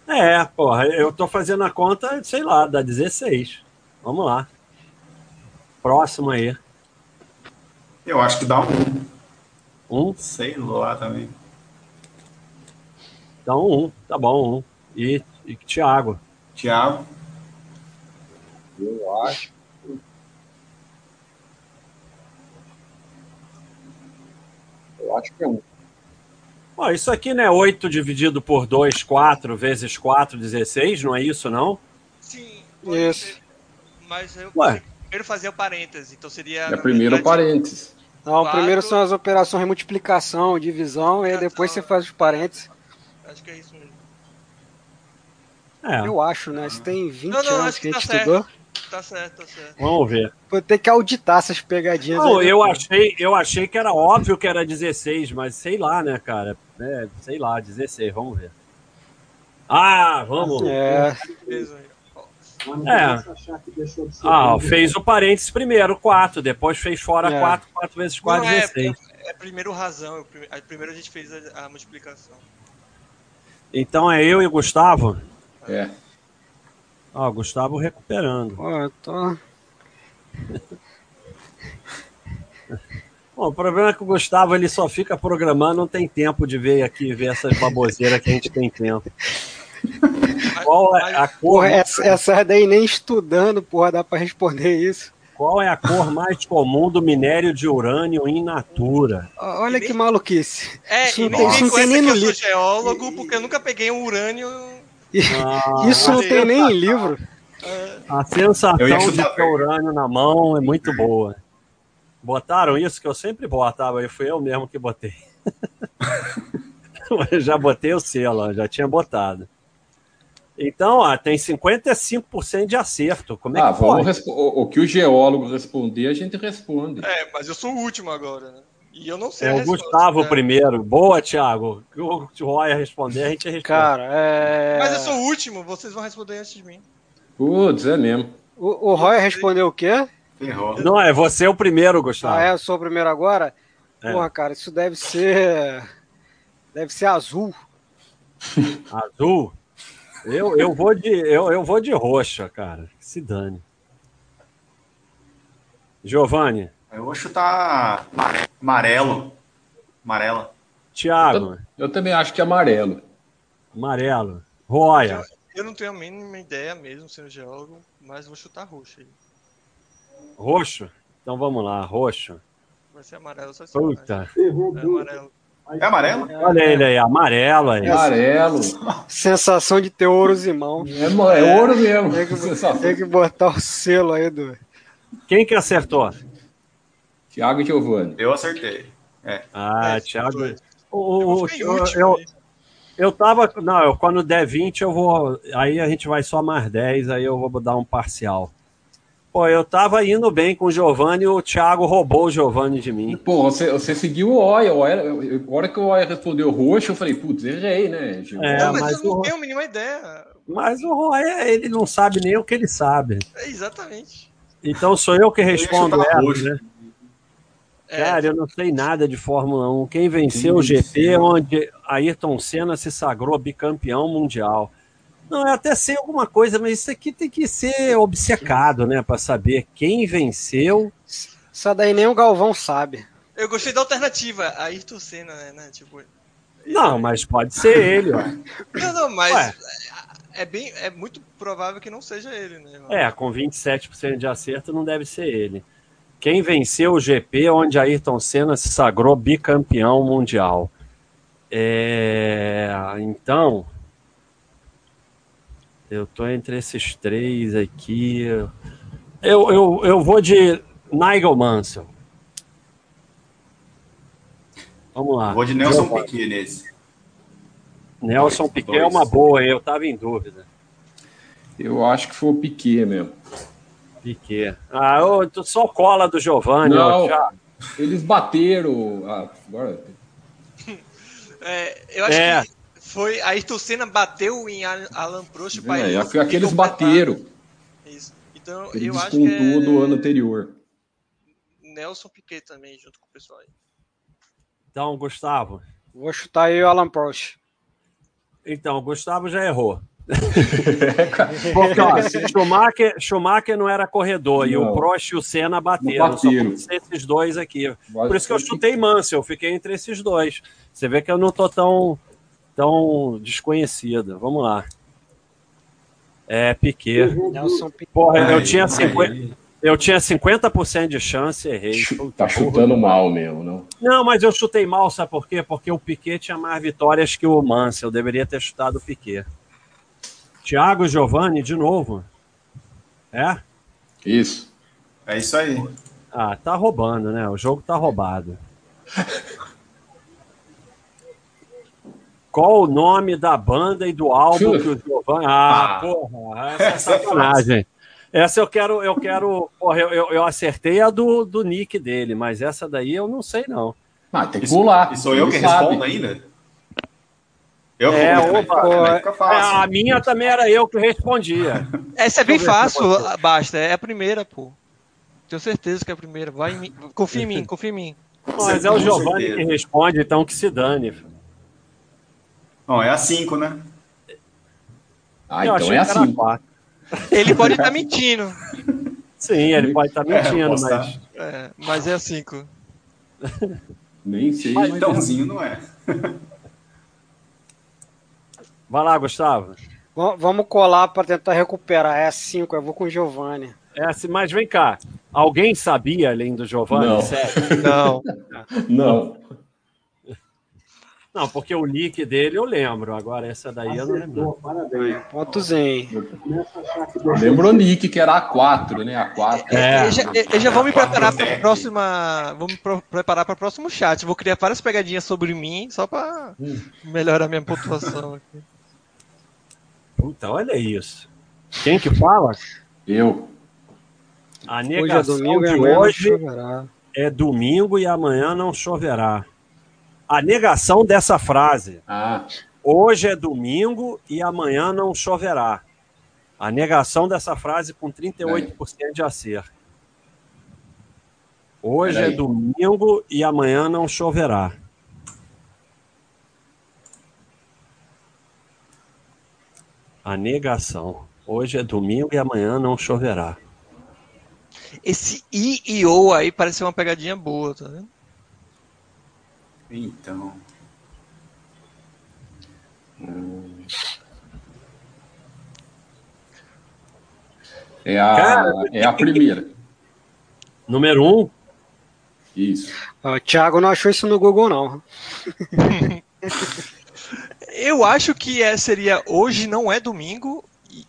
Speaker 1: é, porra, eu tô fazendo a conta, sei lá, dá 16. Vamos lá. Próximo aí.
Speaker 5: Eu acho que dá um.
Speaker 1: Um,
Speaker 5: Sei lá também.
Speaker 1: então um, tá bom, um. E, e Thiago.
Speaker 5: Thiago.
Speaker 3: Eu acho. Eu acho que é um.
Speaker 1: Ó, isso aqui não é 8 dividido por 2, 4 vezes 4, 16, não é isso, não?
Speaker 2: Sim, pode
Speaker 4: Isso.
Speaker 2: ser, Mas eu
Speaker 1: Ué.
Speaker 2: primeiro fazia o parênteses, então seria.
Speaker 3: É primeiro
Speaker 2: na verdade,
Speaker 3: parênteses.
Speaker 4: Não,
Speaker 2: Quatro.
Speaker 4: primeiro são as operações de multiplicação, divisão, e aí depois você faz os parênteses.
Speaker 2: Acho que é isso mesmo.
Speaker 1: É,
Speaker 4: Eu acho, né? Se tem 20
Speaker 2: Não, não,
Speaker 4: anos
Speaker 2: acho
Speaker 4: que
Speaker 2: que
Speaker 4: a gente
Speaker 2: tá certo.
Speaker 4: estudou,
Speaker 2: Tá certo, tá certo.
Speaker 1: vamos ver.
Speaker 4: vou ter que auditar essas pegadinhas.
Speaker 1: Não,
Speaker 4: aí
Speaker 1: eu
Speaker 4: depois.
Speaker 1: achei, eu achei que era óbvio que era 16, mas sei lá, né, cara? É, sei lá, 16, vamos ver. Ah, vamos.
Speaker 4: É,
Speaker 2: Beleza aí. Ó,
Speaker 6: Mas não
Speaker 1: É.
Speaker 6: começa a achar que deixou de ser.
Speaker 1: Ah,
Speaker 6: grande.
Speaker 1: fez o parênteses primeiro, 4, depois fez fora
Speaker 4: É.
Speaker 1: 4, 4 vezes 4,
Speaker 2: não, é,
Speaker 1: 16.
Speaker 2: é, é primeiro razão. é prime- aí Primeiro a gente fez a, a multiplicação.
Speaker 1: Então é eu e Gustavo?
Speaker 3: É.
Speaker 1: Ó, Gustavo recuperando.
Speaker 4: pô, eu tô...
Speaker 1: Bom, o problema é que o Gustavo ele só fica programando, não tem tempo de ver aqui, ver essas baboseiras que a gente tem tempo. Qual é a cor,
Speaker 4: Porra, essa, essa daí nem estudando, porra, dá pra responder isso.
Speaker 1: qual é a cor mais comum do minério de urânio in natura?
Speaker 4: Ó, Olha que maluquice.
Speaker 2: É,
Speaker 4: Isso
Speaker 2: e nem
Speaker 4: não
Speaker 2: vem
Speaker 4: tem- isso
Speaker 2: com
Speaker 4: não tem
Speaker 2: essa que
Speaker 4: nem no
Speaker 2: eu sou
Speaker 4: livro.
Speaker 2: geólogo, porque eu nunca peguei um urânio.
Speaker 1: Ah,
Speaker 4: Isso não
Speaker 2: olha,
Speaker 4: tem
Speaker 2: eu
Speaker 4: nem em livro.
Speaker 1: A sensação
Speaker 5: Eu ia
Speaker 1: de
Speaker 5: chutar
Speaker 1: ter urânio na mão é muito boa. Botaram isso que eu sempre botava, e fui eu mesmo que botei. [laughs] eu já botei o selo, ó, já tinha botado. Então, ó, tem 55% de acerto. Como é
Speaker 3: Ah,
Speaker 1: que
Speaker 3: vamos
Speaker 1: pode?
Speaker 3: respo- o, o que o geólogo responder, a gente responde.
Speaker 2: É, mas eu sou o último agora, né? E eu não sei
Speaker 1: É
Speaker 2: a
Speaker 1: o
Speaker 2: resposta,
Speaker 1: Gustavo
Speaker 2: né?
Speaker 1: primeiro. Boa, Thiago. O Roy responder, a gente responde.
Speaker 4: Cara, é.
Speaker 2: Mas eu sou o último, vocês vão responder antes de mim.
Speaker 3: Putz, é mesmo.
Speaker 4: O, o Roy respondeu o quê?
Speaker 5: Ferrou.
Speaker 1: Não, é você o primeiro, Gustavo.
Speaker 4: Ah, é, eu sou o primeiro agora?
Speaker 1: É.
Speaker 4: Porra, cara, isso deve ser. Deve ser azul.
Speaker 1: Azul? Eu, eu, vou de, eu, eu vou de roxa, cara. Que Se dane. Giovanni,
Speaker 5: Eu vou chutar amarelo. Amarela.
Speaker 1: Thiago,
Speaker 3: Eu também acho que é amarelo.
Speaker 1: amarelo, Roya.
Speaker 2: Eu não tenho a mínima ideia mesmo, sendo geólogo, mas vou chutar roxo aí.
Speaker 1: roxo. Então vamos lá, roxo.
Speaker 2: Vai ser amarelo, só se
Speaker 1: Puta.
Speaker 6: Ferrou
Speaker 2: É
Speaker 6: tudo.
Speaker 2: amarelo.
Speaker 5: É amarelo?
Speaker 1: Olha ele aí, amarelo aí.
Speaker 3: É
Speaker 2: Ah.
Speaker 3: Amarelo.
Speaker 4: Sensação de ter ouros em mão.
Speaker 3: É, mo- é ouro mesmo.
Speaker 4: Tem que,
Speaker 3: Sensação.
Speaker 4: tem que botar o selo aí do.
Speaker 1: Quem que acertou?
Speaker 3: Tiago e Giovanni.
Speaker 5: Eu acertei.
Speaker 1: Ah,
Speaker 2: É,
Speaker 1: Thiago.
Speaker 2: dois.
Speaker 1: O-
Speaker 2: Eu
Speaker 1: o-
Speaker 2: vou
Speaker 1: o-
Speaker 2: ficar em
Speaker 1: eu,
Speaker 2: último
Speaker 1: eu,
Speaker 2: aí.
Speaker 1: eu tava. Não, eu, quando der 20, eu vou. Aí a gente vai só mais 10, aí eu vou dar um parcial. Pô, eu tava indo bem com o Giovanni, o Thiago roubou o Giovanni de mim.
Speaker 3: Pô, você, você seguiu o Oia. o Oia- eu- A hora que o Oia respondeu roxo, eu falei, putz, errei, né, Gil?
Speaker 1: É,
Speaker 2: Não, mas,
Speaker 1: mas
Speaker 2: eu não
Speaker 1: o-
Speaker 2: tenho a mínima ideia.
Speaker 1: Mas o Roy, ele não sabe nem o que ele sabe.
Speaker 2: É, exatamente.
Speaker 1: Então sou eu que respondo
Speaker 5: chutar
Speaker 1: ela,
Speaker 5: roxo.
Speaker 1: né?
Speaker 2: É,
Speaker 1: Cara, eu não sei nada de Fórmula 1. Quem venceu o GP onde Ayrton Senna se sagrou bicampeão mundial? Não, eu até sei alguma coisa, mas isso aqui tem que ser obcecado, né? Pra saber quem venceu.
Speaker 4: Essa daí nem o Galvão sabe.
Speaker 2: eu gostei da alternativa, a Ayrton Senna, né, né? Tipo,
Speaker 1: Não, mas pode ser ele. ó.
Speaker 2: não, não, mas
Speaker 1: Ué.
Speaker 2: é, é bem, é muito provável que não seja ele, né? mano?
Speaker 1: É, com 27% de acerto não deve ser ele. Quem venceu o GP onde Ayrton Senna se sagrou bicampeão mundial? É, então, eu tô entre esses três aqui. Eu, eu, eu vou de Nigel Mansell. Vamos lá.
Speaker 5: Eu vou de Nelson Piquet nesse.
Speaker 1: Nelson
Speaker 5: Dois,
Speaker 1: Piquet
Speaker 5: dois.
Speaker 1: é uma boa, eu tava em dúvida.
Speaker 3: Eu acho que foi o Piquet mesmo.
Speaker 1: Piquet. Ah, eu, tô só cola do Giovanni.
Speaker 3: Não.
Speaker 1: ó, Ah, Thiago.
Speaker 3: Eles bateram. ah, agora.
Speaker 2: É, eu acho
Speaker 1: É.
Speaker 2: que foi a Ayrton Senna bateu em Al- Alan Prost pra
Speaker 3: É,
Speaker 2: ele-
Speaker 3: é, foi aqueles
Speaker 2: completar.
Speaker 3: bateram.
Speaker 2: Isso. Então
Speaker 3: Ele
Speaker 2: né? eu acho que
Speaker 3: descontou
Speaker 2: é
Speaker 3: do ano anterior.
Speaker 2: Nelson Piquet também junto com o pessoal aí.
Speaker 1: Então, Gustavo.
Speaker 4: Vou chutar aí o Alan Prost.
Speaker 1: Então, o Gustavo já errou. Porque,
Speaker 3: [laughs]
Speaker 1: ó, Schumacher, Schumacher não era corredor e
Speaker 3: Não.
Speaker 1: o Prost e o Senna bateram.
Speaker 3: Não bateram.
Speaker 1: Só pode ser esses dois aqui. Por isso que eu chutei Mansell, eu fiquei entre esses dois. Você vê que eu não tô tão, tão desconhecido. Vamos lá. É, Piquet.
Speaker 6: Ferrou tudo.
Speaker 4: Nelson Piquet.
Speaker 1: Porra, eu
Speaker 5: Aí,
Speaker 1: tinha,
Speaker 5: aí.
Speaker 1: 50, eu tinha 50% de chance, errei.
Speaker 3: Chu-
Speaker 1: Puta
Speaker 3: Tá
Speaker 1: porra.
Speaker 3: chutando mal mesmo, não?
Speaker 1: Não, mas eu chutei mal, sabe por quê? Porque o Piquet tinha mais vitórias que o Mansell. Eu deveria ter chutado o Piquet. Thiago Giovanni, de novo. É?
Speaker 3: Isso.
Speaker 5: É isso aí.
Speaker 1: Ah, tá roubando, né? O jogo tá roubado. Qual o nome da banda e do álbum que o Giovanni. Ah,
Speaker 3: Ah.
Speaker 1: porra, essa é sacanagem. Essa eu quero, eu quero. Porra, eu, eu, eu acertei a do, do nick dele, mas essa daí eu não sei, não.
Speaker 3: Ah, tem que pular.
Speaker 5: E sou eu que
Speaker 3: Ele sabe.
Speaker 5: respondo né? ainda? Eu
Speaker 1: É,
Speaker 5: vou, mas-
Speaker 1: opa.
Speaker 5: mas fica fácil.
Speaker 1: É, a minha também era eu que respondia.
Speaker 2: Essa é bem
Speaker 1: Deixa eu ver se eu
Speaker 2: fácil, basta. É a primeira, pô. Tenho certeza que é a primeira. Vai em mim. Confia
Speaker 3: [laughs]
Speaker 2: em mim, confia em mim.
Speaker 1: Mas é o
Speaker 5: [laughs] Com
Speaker 1: Giovanni
Speaker 5: certeza.
Speaker 1: que responde, então que se dane.
Speaker 5: Não, é a 5, né?
Speaker 3: Ah, então
Speaker 1: Eu achei
Speaker 3: é
Speaker 1: que era
Speaker 3: assim.
Speaker 1: quatro.
Speaker 2: Ele pode estar mentindo.
Speaker 1: Sim, ele pode estar
Speaker 5: É,
Speaker 1: mentindo,
Speaker 5: posso
Speaker 1: mas.
Speaker 5: tá-
Speaker 2: É, mas é a 5.
Speaker 3: Nem sei. mas
Speaker 5: Chitãozinho não é.
Speaker 1: Vai lá, Gustavo.
Speaker 4: Va- Vamos colar pra tentar recuperar. É a 5, eu vou com o Giovanni.
Speaker 1: É assim, mas vem cá. Alguém sabia, além do Giovanni? é-
Speaker 3: Não.
Speaker 1: Sério?
Speaker 2: Não.
Speaker 3: Não.
Speaker 1: Não, porque o nick dele eu lembro. Agora, essa daí eu não lembro.
Speaker 6: Acertou, parabéns.
Speaker 4: Pontozinho.
Speaker 6: Começa a achar que deixou
Speaker 3: Lembrou Nick, que era A4, né? A4.
Speaker 1: É.
Speaker 2: Eu já, eu já vou me
Speaker 5: Quatro
Speaker 2: preparar para
Speaker 5: deck.
Speaker 2: próxima. Vou me pro- preparar para o próximo chat. Vou criar várias pegadinhas sobre mim só para
Speaker 5: Hum.
Speaker 2: melhorar minha pontuação. aqui.
Speaker 1: Puta, olha isso. Quem que fala?
Speaker 3: Eu.
Speaker 1: A
Speaker 4: Hoje é
Speaker 1: negação
Speaker 4: domingo,
Speaker 1: de
Speaker 4: e amanhã não
Speaker 1: hoje
Speaker 4: choverá.
Speaker 1: é domingo e amanhã não choverá. A negação dessa frase.
Speaker 3: Ah,
Speaker 1: Hoje é domingo e amanhã não choverá. A negação dessa frase com 38% de acerto. Hoje é
Speaker 3: Peraí.
Speaker 1: domingo e amanhã não choverá. A negação. Hoje é domingo e amanhã não choverá.
Speaker 2: Esse I e O aí parece ser uma pegadinha boa, tá vendo?
Speaker 5: Então.
Speaker 3: é a,
Speaker 1: Cara.
Speaker 3: é a primeira.
Speaker 1: Número um,
Speaker 3: Isso.
Speaker 4: Ah, O Thiago não achou isso no Google, não.
Speaker 2: Eu acho que é, seria hoje não é domingo e, e-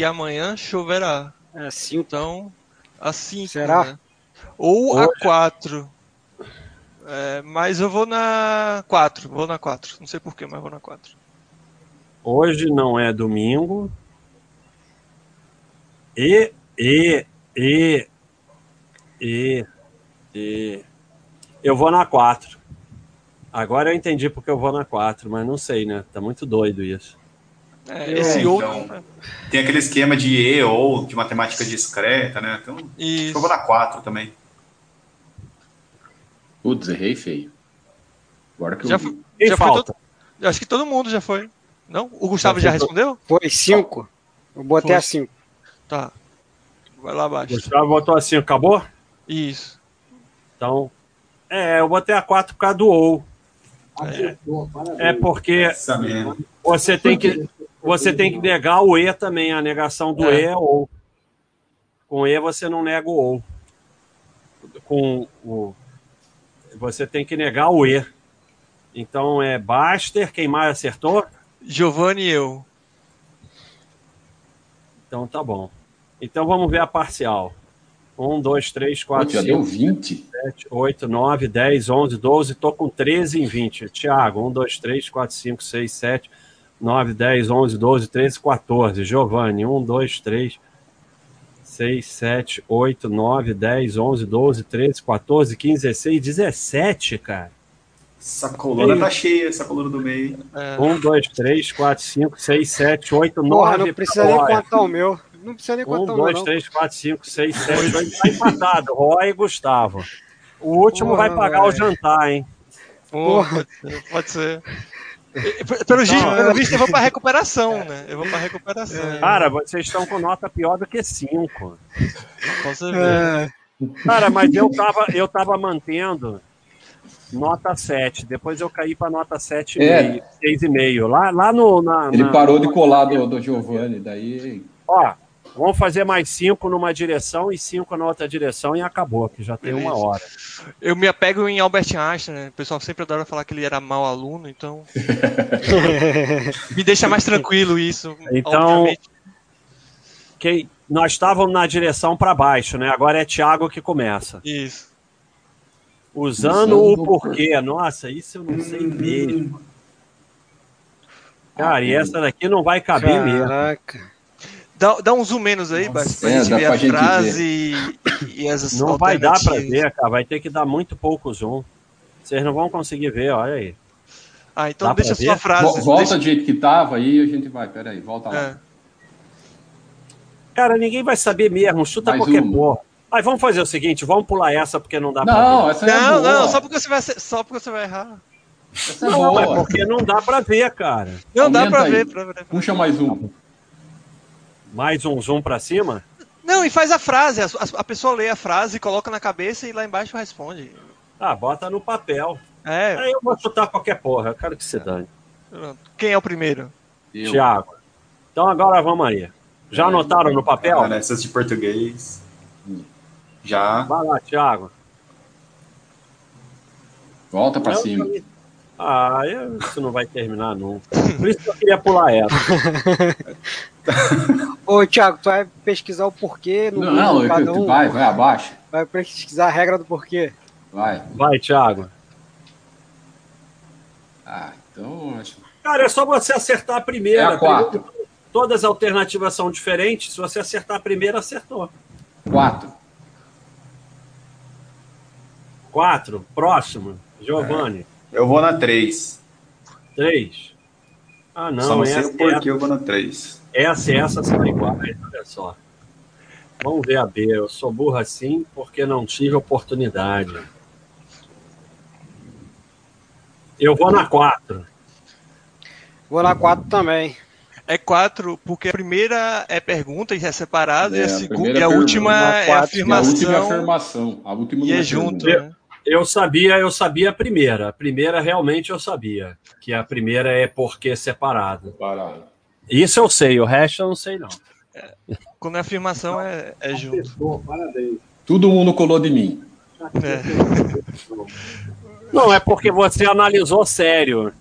Speaker 2: e amanhã choverá.
Speaker 4: É 5.
Speaker 2: Então, a 5.
Speaker 4: Será?
Speaker 2: né? Ou
Speaker 1: Hoje.
Speaker 2: a 4. mas eu vou na 4. Vou na 4. Não sei porquê, mas vou na 4.
Speaker 1: hoje não é domingo. E, e, e, e, e. Eu vou na 4. Agora eu entendi porque eu vou na 4, mas não sei, né? Tá muito doido isso.
Speaker 2: É,
Speaker 4: Eu-
Speaker 2: esse ou.
Speaker 5: Então. Tem aquele esquema de E ou de matemática discreta, né? Então, acho que
Speaker 2: Isso.
Speaker 5: eu vou na 4 também.
Speaker 3: Putz, errei feio. Agora que
Speaker 2: Já
Speaker 3: eu
Speaker 2: fui-
Speaker 3: vi.
Speaker 1: Quem
Speaker 2: Já foi
Speaker 1: falta?
Speaker 2: Eu acho que todo mundo já foi. Não? O Gustavo já,
Speaker 1: Já foi
Speaker 2: respondeu?
Speaker 4: Foi 5? Eu botei
Speaker 2: Foi.
Speaker 4: a 5.
Speaker 2: Tá. Vai lá abaixo.
Speaker 1: Gustavo botou assim, acabou?
Speaker 2: Isso.
Speaker 1: Então. É, eu botei a 4 por causa do ou.
Speaker 6: Acertou, parabéns.
Speaker 1: É porque
Speaker 5: Essa merda.
Speaker 1: você tem que, você tem que negar o E também. A negação do
Speaker 2: É.
Speaker 1: E é ou. Com E você não nega o ou. Com o. Você tem que negar o E. Então é Baster, quem mais acertou?
Speaker 2: Giovanni e eu.
Speaker 1: Então tá bom. Então vamos ver a parcial. 1, 2, 3,
Speaker 3: Putz,
Speaker 1: 4,
Speaker 3: já
Speaker 1: 5,
Speaker 3: deu 20.
Speaker 1: 7, 8, 9, 10, 11, 12. Tô com 13 em um, 20. Tiago, 1, 2, 3, 4, 5, 6, 7, 9, 10, 11, 12, 13, 14. Giovanni, 1, 2, 3, 6, 7, 8, 9, 10, 11, 12, 13, 14, 15, 16, 17, cara.
Speaker 5: Essa coluna tá cheia, essa coluna do meio.
Speaker 1: 1, 2, 3, 4, 5, 6, 7, 8, 9.
Speaker 4: Porra, não precisa nem
Speaker 1: Roy.
Speaker 4: contar o meu. Não precisa nem
Speaker 1: Um,
Speaker 4: contar o meu,
Speaker 1: dois,
Speaker 4: não.
Speaker 1: três, quatro, cinco, seis, sete, oito. Tá empatado. Roy e Gustavo. O último
Speaker 4: Porra,
Speaker 1: vai pagar
Speaker 4: vai.
Speaker 1: o jantar, hein?
Speaker 2: Porra, pode [laughs] ser. é Pelo, pelo visto, pelo visto, eu vou pra recuperação, né? Eu vou pra recuperação.
Speaker 1: Cara, vocês estão com nota pior do que cinco.
Speaker 2: Posso ver.
Speaker 4: É,
Speaker 1: Cara, mas eu tava, eu tava mantendo nota 7. Depois eu caí pra nota 7,5.
Speaker 3: É.
Speaker 1: 6,5. Lá, lá no. Na,
Speaker 3: Ele
Speaker 1: na-
Speaker 3: parou de colar do, do Giovanni, daí.
Speaker 1: Ó, vamos fazer mais cinco numa direção e cinco na outra direção e acabou, que já tem uma
Speaker 2: Beleza.
Speaker 1: hora.
Speaker 2: é. Eu me apego em Albert Einstein, né? O pessoal sempre adora falar que ele era mau aluno, [laughs] então. me deixa mais tranquilo isso.
Speaker 1: Então-
Speaker 2: obviamente.
Speaker 1: Quem, nós estávamos na direção pra baixo, né? Agora é Thiago que começa.
Speaker 2: Isso.
Speaker 3: Usando
Speaker 1: Usando, o
Speaker 3: o
Speaker 1: porquê. Nossa, isso eu não sei
Speaker 5: Hum,
Speaker 1: mesmo. Cara, e essa daqui não vai caber Ah, mesmo.
Speaker 4: Caraca.
Speaker 2: Dá, dá um zoom menos aí, Bass, pra
Speaker 3: É,
Speaker 2: gente
Speaker 3: dá
Speaker 2: ver
Speaker 3: pra
Speaker 2: a
Speaker 3: gente
Speaker 2: frase e, e as
Speaker 1: Não vai dar pra
Speaker 2: alternativas.
Speaker 1: ver, cara. Vai ter que dar muito pouco zoom. Vocês não vão conseguir ver, olha aí.
Speaker 2: Ah, então
Speaker 1: Dá pra
Speaker 2: deixa a sua
Speaker 1: ver?
Speaker 2: frase.
Speaker 3: Vo- Volta
Speaker 2: deixa-
Speaker 3: do jeito que tava aí, a gente vai. Pera aí, volta lá.
Speaker 2: É.
Speaker 1: Cara, ninguém vai saber mesmo. Chuta
Speaker 3: Mais
Speaker 1: qualquer
Speaker 3: uma.
Speaker 1: porra. Aí vamos fazer o seguinte, vamos pular essa porque não dá Tá pra ver.
Speaker 3: Não, essa é
Speaker 2: Não,
Speaker 3: boa.
Speaker 2: não, só porque, você vai, ser- só porque você vai errar.
Speaker 3: Essa é
Speaker 1: Não, é
Speaker 3: boa.
Speaker 1: porque não dá pra ver, cara.
Speaker 2: Não, dá
Speaker 3: Aumenta
Speaker 2: pra
Speaker 3: aí.
Speaker 2: ver, pra ver.
Speaker 3: Puxa mais um.
Speaker 1: Mais um zoom pra cima.
Speaker 2: Não, e faz a frase. A, a- a pessoa lê a frase, coloca na cabeça e lá embaixo responde.
Speaker 1: Ah, bota no papel.
Speaker 2: É,
Speaker 1: Aí eu vou chutar qualquer porra. Eu quero que se dane.
Speaker 2: pronto. quem é o primeiro?
Speaker 3: Eu.
Speaker 1: Tiago. Então agora vamos aí. Já anotaram no papel?
Speaker 5: Cara, essas de português. Já.
Speaker 1: Vai lá, Tiago.
Speaker 3: Volta pra
Speaker 1: Eu
Speaker 3: cima.
Speaker 1: também- Ah, eu- isso não vai terminar nunca. Por isso que eu queria pular essa.
Speaker 4: Ô, Thiago, tu vai pesquisar o porquê no
Speaker 3: Não,
Speaker 4: mundo,
Speaker 3: eu-
Speaker 4: cada
Speaker 3: eu-
Speaker 4: um.
Speaker 3: vai, vai, abaixa.
Speaker 4: Vai pesquisar a regra do porquê.
Speaker 3: Vai.
Speaker 1: Vai, Tiago.
Speaker 3: Ah, então. acho-
Speaker 1: Cara, é só você acertar a
Speaker 3: É
Speaker 1: primeira.
Speaker 3: a quatro.
Speaker 1: Todas as alternativas são diferentes. Se você acertar a primeira, acertou.
Speaker 3: Quatro.
Speaker 1: Quatro. Próximo. Giovanni.
Speaker 5: Eu vou na 3.
Speaker 1: Três. Ah, não.
Speaker 5: Só não sei
Speaker 1: essa, é
Speaker 5: o porquê eu vou na 3.
Speaker 1: essa e essa são iguais. Olha só. Vamos ver a B. Eu sou burro assim porque não tive oportunidade. Eu vou na quatro.
Speaker 4: Vou na 4 também.
Speaker 2: É quatro, porque a primeira é pergunta e é separada,
Speaker 3: É,
Speaker 2: e a,
Speaker 3: a
Speaker 2: segunda,
Speaker 3: primeira
Speaker 2: e a
Speaker 3: pergunta.
Speaker 2: última
Speaker 4: Na
Speaker 2: é
Speaker 4: quatro,
Speaker 3: E a última é a
Speaker 2: afirmação
Speaker 3: afirmação. A última
Speaker 2: e
Speaker 3: não
Speaker 2: é
Speaker 3: é
Speaker 2: junto.
Speaker 3: pergunta.
Speaker 2: né?
Speaker 1: Eu sabia, eu sabia a primeira. A primeira realmente eu sabia. Que a primeira é porque separada.
Speaker 3: Para.
Speaker 1: Isso eu sei, o resto eu não sei, não.
Speaker 2: Quando é afirmação é, é junto.
Speaker 6: Acertou, parabéns.
Speaker 3: Todo mundo colou de mim.
Speaker 6: Já que
Speaker 2: É.
Speaker 6: você-
Speaker 1: Não, é porque você analisou sério.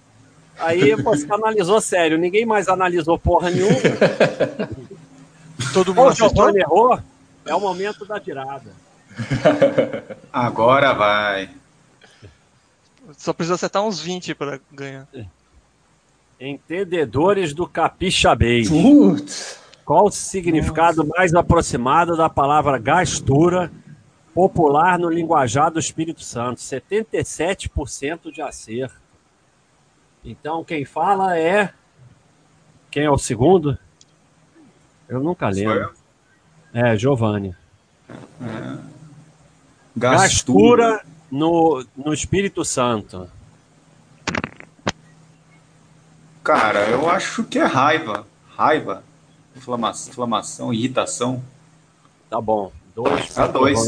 Speaker 1: Aí você analisou sério, ninguém mais analisou porra nenhuma.
Speaker 2: Todo mundo
Speaker 1: Ou o
Speaker 2: acertou?
Speaker 1: Giovanni errou, é o momento da tirada.
Speaker 5: Agora vai.
Speaker 2: Só precisa acertar uns 20 pra ganhar.
Speaker 1: Entendedores do capixabês.
Speaker 3: Putz.
Speaker 1: Qual o significado mais aproximado da palavra gastura, popular no linguajar do Espírito Santo? 77% de acerto. Então, quem fala é. Quem é o segundo? Eu nunca lembro.
Speaker 5: Gastura.
Speaker 1: É, Giovanni. Gastura no, no Espírito Santo.
Speaker 5: Cara, eu acho que é raiva. Raiva. Inflama- Inflamação, irritação.
Speaker 1: Tá bom. Dois.
Speaker 5: Ah, dois.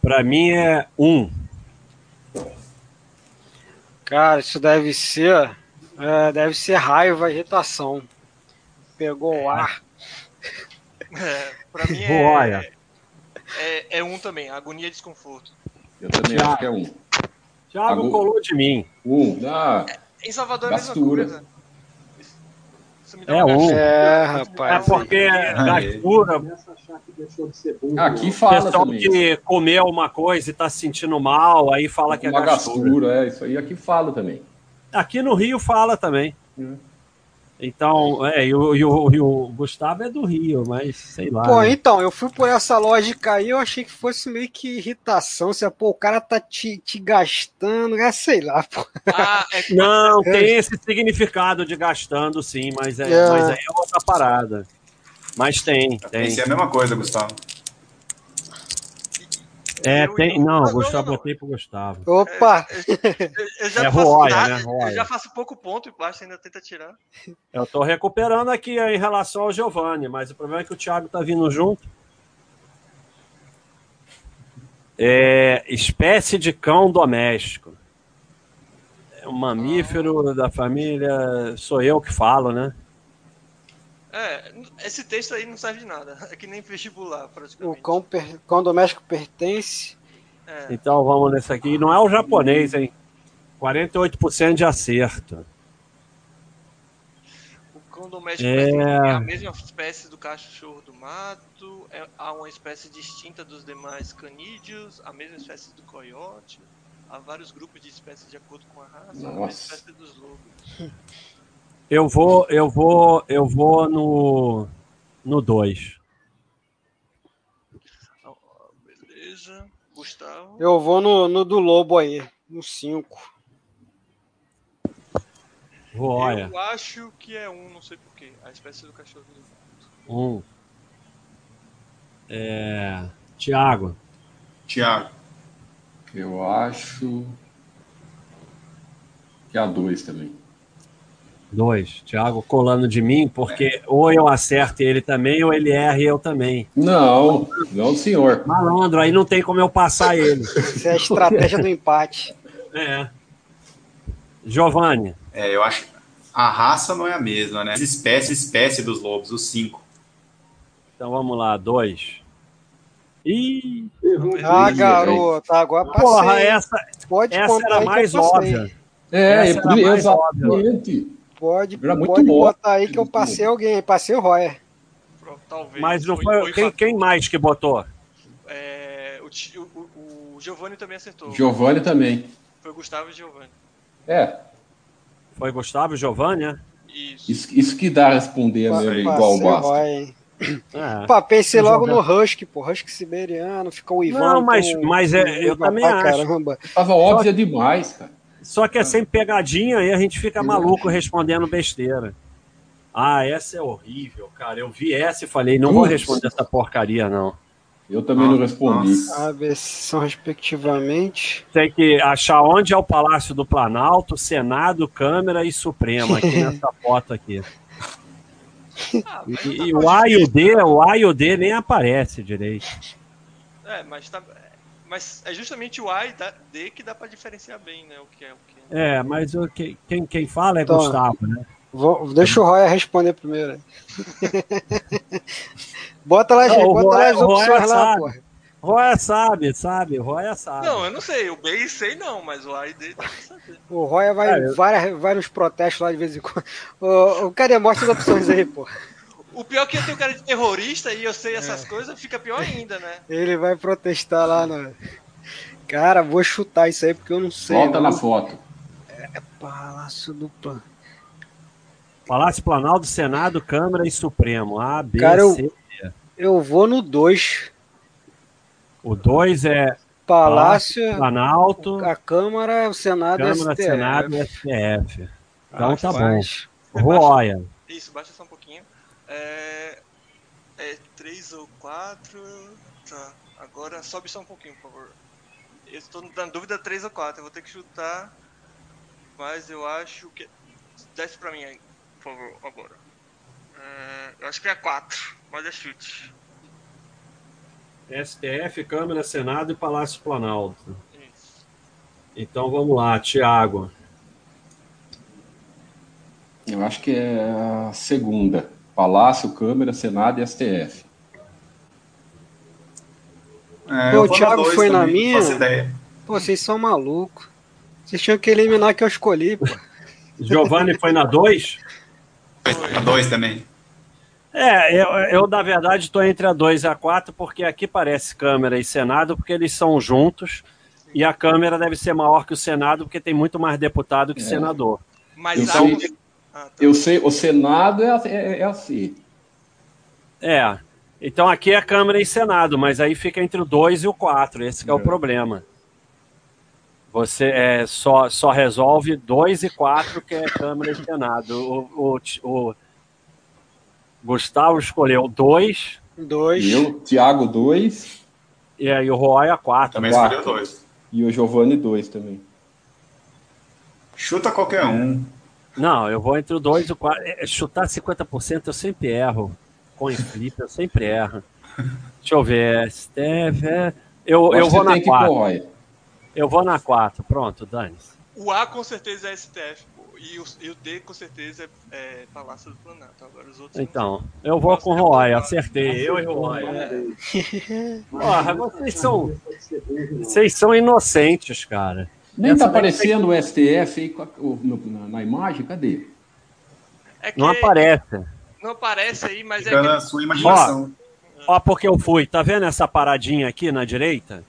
Speaker 1: Para mim é um.
Speaker 4: Cara, isso deve ser. é, deve ser raiva, irritação. Pegou o ar.
Speaker 2: É, pra mim
Speaker 1: Olha.
Speaker 2: é, é, é um também, agonia e desconforto.
Speaker 3: Eu também
Speaker 1: Tiago.
Speaker 3: acho que é um.
Speaker 1: Tiago
Speaker 3: Agora-
Speaker 1: colou de mim.
Speaker 3: Um. Ah,
Speaker 2: Em Salvador é a mesma
Speaker 3: Gastura.
Speaker 2: coisa. Isso me dá
Speaker 1: É
Speaker 2: uma
Speaker 1: um.
Speaker 2: gastura.
Speaker 4: É,
Speaker 1: É
Speaker 4: rapaz.
Speaker 1: porque gastura,
Speaker 6: Começa a achar que deixou de ser burro.
Speaker 3: aqui
Speaker 1: O
Speaker 3: fala
Speaker 1: pessoal
Speaker 3: também.
Speaker 1: que comeu uma coisa e tá se sentindo mal, aí fala que é
Speaker 3: Uma
Speaker 1: gastura.
Speaker 3: gastura, é isso aí. Aqui fala também.
Speaker 1: Aqui no Rio fala também.
Speaker 3: Hum.
Speaker 1: Então, é, e o, e o- e o Gustavo é do Rio, mas sei lá.
Speaker 4: Pô,
Speaker 1: né?
Speaker 4: então, eu fui por essa lógica aí, eu achei que fosse meio que irritação. Se pô, o cara tá te, te gastando, né? sei lá, pô.
Speaker 2: Ah, é,
Speaker 1: Não, tem esse significado de gastando, sim, mas é,
Speaker 4: É.
Speaker 1: Mas é outra parada. Mas tem, tem.
Speaker 5: Esse é a mesma coisa, Gustavo.
Speaker 1: É,
Speaker 2: eu-
Speaker 1: tem. Não,
Speaker 2: Não,
Speaker 1: Gustavo,
Speaker 2: não, não.
Speaker 1: botei pro Gustavo.
Speaker 4: Opa!
Speaker 2: eu, eu já
Speaker 1: É
Speaker 2: faço
Speaker 1: roia,
Speaker 2: nada,
Speaker 1: né, roia.
Speaker 2: Eu já faço pouco ponto e basta ainda tenta tirar.
Speaker 1: Eu tô recuperando aqui em relação ao Giovanni, mas o problema é que o Thiago tá vindo junto. É, espécie de cão doméstico. É um mamífero da família. Sou eu que falo, né?
Speaker 2: É, esse texto aí não serve de nada. [laughs] É que nem vestibular,
Speaker 4: O
Speaker 2: praticamente.
Speaker 4: cão, per- cão doméstico pertence.
Speaker 2: É.
Speaker 1: Então vamos nesse aqui. E Não é o japonês, hein? 48% de acerto.
Speaker 2: O cão doméstico
Speaker 1: É.
Speaker 2: é... a mesma espécie do cachorro do mato, é, há uma espécie distinta dos demais canídeos, a mesma espécie do coiote, há vários grupos de espécies de acordo com a raça, a mesma
Speaker 3: Nossa.
Speaker 2: espécie dos lobos.
Speaker 1: Eu vou, eu vou, eu vou no no 2.
Speaker 2: Beleza. Gustavo.
Speaker 4: Eu vou no, no do Lobo aí, no 5.
Speaker 1: Vou, olha.
Speaker 2: Eu acho que é um, não sei porquê. A espécie do cachorro.
Speaker 1: Um. É... Tiago.
Speaker 5: Tiago.
Speaker 3: Eu acho que é a 2 também.
Speaker 1: Dois. Tiago colando de mim, porque ou eu acerto ele também, ou ele erra e eu também.
Speaker 3: Não, não, senhor.
Speaker 1: Malandro, aí não tem como eu passar ele.
Speaker 4: Essa é a estratégia do empate.
Speaker 1: É. Giovanni.
Speaker 5: É, eu acho. A raça não é a mesma, né? Espécie, espécie dos lobos, os cinco.
Speaker 1: Então vamos lá, dois. Ih,
Speaker 6: Errou.
Speaker 4: Ah,
Speaker 3: Ih,
Speaker 4: garoto, agora passei.
Speaker 1: porra, essa,
Speaker 4: pode
Speaker 1: essa
Speaker 4: contar
Speaker 1: era
Speaker 4: aí que eu
Speaker 1: mais
Speaker 4: passei.
Speaker 1: óbvia.
Speaker 3: É,
Speaker 1: Essa era
Speaker 3: é-
Speaker 1: mais
Speaker 3: exatamente.
Speaker 4: Pode,
Speaker 3: Era muito
Speaker 4: pode
Speaker 3: bom.
Speaker 4: botar aí que eu passei alguém, passei o Royer.
Speaker 2: Pro- Talvez.
Speaker 1: Mas não
Speaker 2: Oi-
Speaker 1: foi.
Speaker 2: oi,
Speaker 1: Quem,
Speaker 2: Fábio.
Speaker 1: quem mais que botou?
Speaker 2: É, o, Ti- o- o- o Giovanni também acertou.
Speaker 3: Giovanni também.
Speaker 2: Foi o Gustavo e o Giovanni.
Speaker 3: É,
Speaker 1: Foi Gustavo Giovanni, né?
Speaker 2: Isso.
Speaker 3: isso, isso que dá a responder
Speaker 4: Pa-
Speaker 3: mesmo, igual o
Speaker 4: Passei o
Speaker 3: Basta.
Speaker 4: Royer.
Speaker 1: É.
Speaker 4: Pá, pensei logo no Husky, pô, Husky siberiano, ficou o Ivan.
Speaker 1: Não, mas-
Speaker 4: com- um
Speaker 1: mas é- eu
Speaker 4: Ivan
Speaker 1: também
Speaker 4: pra
Speaker 1: acho.
Speaker 4: Caramba.
Speaker 3: Tava óbvia demais, cara.
Speaker 1: Só que é sem pegadinha e a gente fica maluco respondendo besteira. Ah, essa é horrível, cara. Eu vi essa e falei, não vou
Speaker 3: Putz.
Speaker 1: responder essa porcaria, não.
Speaker 3: Eu também não respondi.
Speaker 5: Nossa.
Speaker 4: A, B, são respectivamente.
Speaker 1: Tem que achar onde é o Palácio do Planalto, Senado, Câmara e Suprema, aqui nessa foto aqui.
Speaker 2: Ah, mas
Speaker 1: E,
Speaker 2: tá
Speaker 1: e
Speaker 2: mais
Speaker 1: o A e o D, o A e o D nem aparece direito.
Speaker 2: É, mas tá. Mas é justamente o A e da- D que dá pra diferenciar bem, né? O que é o que. é.
Speaker 1: É, mas o que- quem, quem fala é
Speaker 4: Tá.
Speaker 1: Gustavo, né?
Speaker 4: Vou- deixa o Royer responder primeiro. [laughs] bota lá,
Speaker 1: Não,
Speaker 4: gente,
Speaker 1: o
Speaker 4: bota lá
Speaker 1: Royer-
Speaker 4: as
Speaker 1: o é Royer
Speaker 4: opções lá,
Speaker 1: sabe.
Speaker 4: porra.
Speaker 1: Roya sabe, sabe, Roya sabe.
Speaker 2: Não, eu não sei. O B e sei não, mas o A e D dá pra saber.
Speaker 4: O Roya vai,
Speaker 1: É, eu-
Speaker 4: várias- vai nos protestos lá de vez em quando. O, o cara mostra as opções aí, pô.
Speaker 2: O pior é que eu tenho cara de terrorista e eu
Speaker 1: É.
Speaker 2: sei essas coisas, fica pior ainda, né?
Speaker 4: Ele vai protestar lá no. Cara, vou chutar isso aí porque eu não sei.
Speaker 3: Volta
Speaker 4: não.
Speaker 3: na foto.
Speaker 4: Palácio do Pan.
Speaker 1: Palácio Planalto, Senado, Câmara e Supremo. A, B,
Speaker 4: Cara, eu-
Speaker 1: C.
Speaker 4: Eu vou no 2.
Speaker 1: O 2 é
Speaker 4: Palácio,
Speaker 1: Planalto,
Speaker 4: a Câmara, o Senado e
Speaker 1: Câmara,
Speaker 4: STF.
Speaker 1: Senado e STF. Então tá bom.
Speaker 4: Rapaz.
Speaker 1: Roya.
Speaker 2: Isso, baixa só um pouquinho. É. É 3 ou 4. Tá. Agora sobe só um pouquinho, por favor. Eu estou na dúvida 3 ou 4. Eu vou ter que chutar. Mas eu acho que. Desce pra mim aí, por favor, agora. É, eu acho que é 4, mas é chute.
Speaker 1: STF, Câmara, Senado e Palácio Planalto.
Speaker 2: Isso.
Speaker 1: Então vamos lá, Tiago.
Speaker 3: Eu acho que é a segunda. Palácio, Câmara, Senado e STF.
Speaker 5: É,
Speaker 4: Pô,
Speaker 5: eu
Speaker 4: o
Speaker 5: vou no
Speaker 4: Thiago
Speaker 5: dois
Speaker 4: foi na
Speaker 5: também,
Speaker 4: minha?
Speaker 5: não faço ideia.
Speaker 4: Pô, vocês são malucos. Vocês tinham que eliminar que eu escolhi, pô.
Speaker 1: Giovanni foi na 2?
Speaker 5: Foi na dois também.
Speaker 1: [laughs] É, eu, eu, na verdade estou entre a 2 e a 4, porque aqui parece Câmara e Senado, porque eles são juntos. E a Câmara deve ser maior que o Senado, porque tem muito mais deputado que
Speaker 3: É.
Speaker 1: senador.
Speaker 2: Mas
Speaker 3: Eu
Speaker 2: há
Speaker 3: sei,
Speaker 2: um- Ah, tá.
Speaker 3: eu sei, o Senado é, a- é, é assim.
Speaker 1: É. Então aqui é Câmara e Senado, mas aí fica entre o 2 e o 4. Esse que é, o
Speaker 3: É.
Speaker 1: problema. Você é, só, só resolve 2 e 4, que é Câmara e Senado. O, o- o Gustavo escolheu 2
Speaker 4: Dois.
Speaker 3: E Eu, Tiago, dois.
Speaker 1: É, e aí o Roya 4.
Speaker 5: Também
Speaker 3: Quatro.
Speaker 5: escolheu dois.
Speaker 3: E o Giovanni, dois também.
Speaker 5: Chuta qualquer um.
Speaker 1: Não, eu vou entre o 2 e o 4. Chutar 50% eu sempre erro. Com flip eu sempre erro. Deixa eu ver. STF. é- Eu,
Speaker 3: Acho
Speaker 1: eu
Speaker 3: que
Speaker 1: vou
Speaker 3: você
Speaker 1: na
Speaker 3: tem que ir pro
Speaker 1: 4.
Speaker 3: Roy.
Speaker 1: Eu vou na 4. Pronto, dane
Speaker 2: O A com certeza é STF. pô, E o, e o D com certeza é, é Palácio do Planalto. Agora os outros. eu não
Speaker 1: Então, eu vou com o Roy, acertei. Eu e o Roy. é.
Speaker 6: Parabéns.
Speaker 1: Porra, vocês são,
Speaker 6: Pode ser burro, não.
Speaker 1: vocês são inocentes, cara.
Speaker 3: Nem
Speaker 1: Essa
Speaker 3: tá
Speaker 1: daí
Speaker 3: aparecendo o STF aí com a- o- no- na, na imagem? Cadê? [laughs]
Speaker 2: sei. É que
Speaker 1: Não aparece.
Speaker 2: não aparece aí, mas é
Speaker 5: Fica na
Speaker 2: que.
Speaker 5: sua imaginação.
Speaker 1: Ó, porque eu fui. Tá vendo essa paradinha aqui na direita?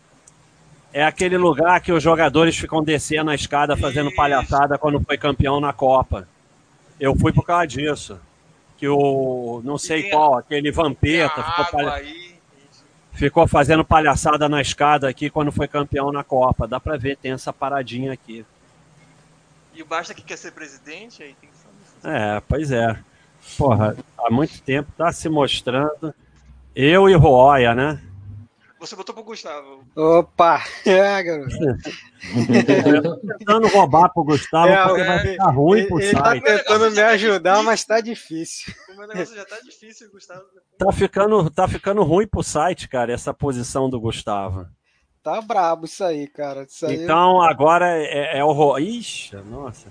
Speaker 1: É aquele lugar que os jogadores ficam descendo a escada fazendo
Speaker 2: Isso.
Speaker 1: palhaçada quando foi campeão na Copa. Eu fui por causa disso. Que o não sei qual, aquele Vampeta
Speaker 2: Tem a
Speaker 1: ficou,
Speaker 2: água
Speaker 1: palha-
Speaker 2: aí. isso.
Speaker 1: ficou fazendo palhaçada na escada aqui quando foi campeão na Copa. Dá pra ver, tem essa paradinha aqui.
Speaker 2: E o Basta que quer ser presidente, aí tem que falar isso.
Speaker 1: É, pois é. Porra, há muito tempo tá se mostrando. Eu e Roya, né?
Speaker 2: Você botou pro Gustavo.
Speaker 4: Opa! [laughs] É, garoto.
Speaker 1: Tentando roubar pro Gustavo,
Speaker 4: É,
Speaker 1: porque
Speaker 4: é,
Speaker 1: vai ficar ruim
Speaker 4: ele,
Speaker 1: pro
Speaker 4: ele tá
Speaker 1: site.
Speaker 4: tentando me ajudar, mas tá difícil.
Speaker 2: O meu negócio já tá difícil, Gustavo.
Speaker 1: Tá ficando, tá ficando ruim pro site, cara, essa posição do Gustavo.
Speaker 4: Tá brabo isso aí, cara. Isso aí
Speaker 1: Então agora é, é o Ro... Ixi, nossa.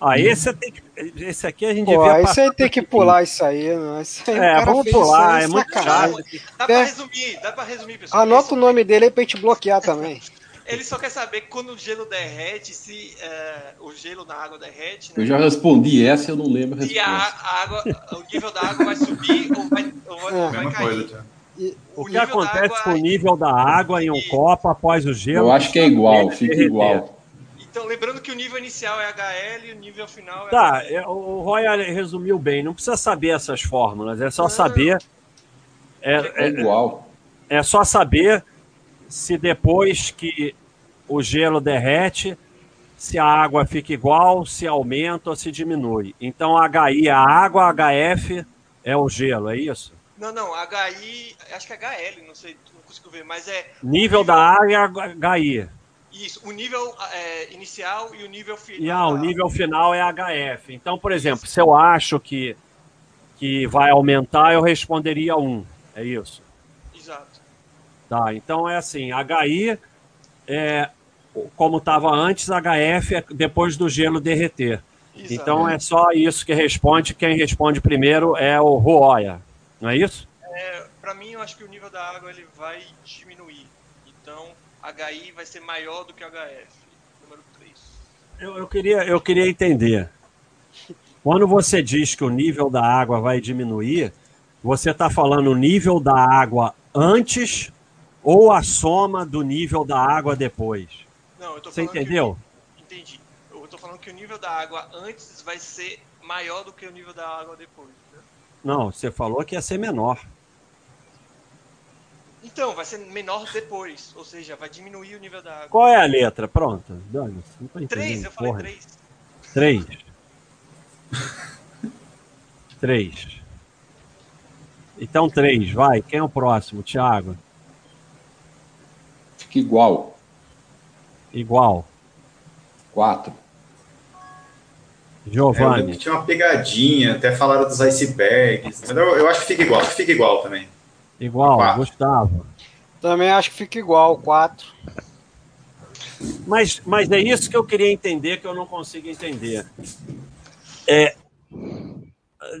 Speaker 1: Ah, esse, tem que- esse aqui a gente
Speaker 4: Hum. Pô, é
Speaker 1: devia
Speaker 4: isso
Speaker 1: passar.
Speaker 4: aí tem que pular isso aí, né? Isso aí o
Speaker 1: É,
Speaker 4: cara
Speaker 1: vamos
Speaker 4: fez isso
Speaker 1: pular,
Speaker 4: aí,
Speaker 1: é muito
Speaker 4: sacanagem.
Speaker 1: chato.
Speaker 2: Dá pra
Speaker 4: É.
Speaker 2: resumir, dá pra resumir, pessoal.
Speaker 4: Anota o nome dele aí pra gente bloquear também.
Speaker 2: Ele só quer saber quando o gelo derrete, se eh, o gelo na água derrete,
Speaker 3: Eu
Speaker 2: né?
Speaker 3: já respondi essa, eu não lembro a
Speaker 2: E a,
Speaker 3: resposta.
Speaker 2: a água, o nível da água vai subir ou vai, ou vai,
Speaker 4: É.
Speaker 2: vai
Speaker 5: Mesma
Speaker 2: cair.
Speaker 5: coisa, Thiago.
Speaker 1: O que
Speaker 2: nível da
Speaker 1: acontece
Speaker 2: água-
Speaker 1: com o nível da água em um
Speaker 2: Isso.
Speaker 1: copo após o gelo?
Speaker 3: Eu acho que é igual,
Speaker 1: Ele
Speaker 3: fica
Speaker 1: derreter.
Speaker 3: igual.
Speaker 2: Então, lembrando que o nível inicial é HL e o nível final é.
Speaker 1: Tá,
Speaker 2: HL.
Speaker 1: é, o Roya resumiu bem. Não precisa saber essas fórmulas, é só saber.
Speaker 3: É
Speaker 1: É, é,
Speaker 3: igual.
Speaker 1: é só saber se depois que o gelo derrete, se a água fica igual, se aumenta ou se diminui. Então, HI é a água, HF é o gelo, é isso?
Speaker 2: Não, não, HI, acho que é HL, não sei, não consigo ver, mas é
Speaker 1: Nível da área, HI.
Speaker 2: isso, o nível eh, inicial e o nível final.
Speaker 1: E ah, o nível final é HF. Então, por exemplo, se eu acho que, que vai aumentar, eu responderia 1. É isso.
Speaker 2: Exato.
Speaker 1: Tá, então é assim, HI é como estava antes, HF é depois do gelo derreter.
Speaker 2: Exato.
Speaker 1: Então é só isso que responde. Quem responde primeiro é o Ruoya, não é isso?
Speaker 2: Pra mim, eu acho que o nível da água ele vai diminuir. Então, HI vai ser maior do que HF. Número 3.
Speaker 1: Eu, eu queria, eu queria entender. Quando você diz que o nível da água vai diminuir, você está falando o nível da água antes ou a soma do nível da água depois?
Speaker 2: Não, eu tô
Speaker 1: Você
Speaker 2: falando que o
Speaker 1: entendeu?
Speaker 2: ni- entendi. Eu tô falando que o nível da água antes vai ser maior do que o nível da água depois. né?
Speaker 1: Não, você falou que ia ser menor.
Speaker 2: Então, vai ser menor depois. Ou seja, vai diminuir o nível da água.
Speaker 1: Qual é a letra? Pronto. Dane, não tô
Speaker 2: Três,
Speaker 1: entendendo
Speaker 2: eu falei
Speaker 1: assim? porra
Speaker 2: três.
Speaker 1: Três. três. Então, três, vai. Quem é o próximo? Thiago.
Speaker 3: Fica igual.
Speaker 1: Igual.
Speaker 3: Quatro.
Speaker 5: É, eu lembro
Speaker 1: Giovanni.
Speaker 5: que tinha uma pegadinha, até falaram dos icebergs. Mas eu, eu acho que fica igual, acho que fica igual também.
Speaker 1: Igual.
Speaker 5: Quatro.
Speaker 1: Gustavo.
Speaker 4: Também acho que fica igual, 4.
Speaker 1: Mas, mas é isso que eu queria entender, que eu não consigo entender. É,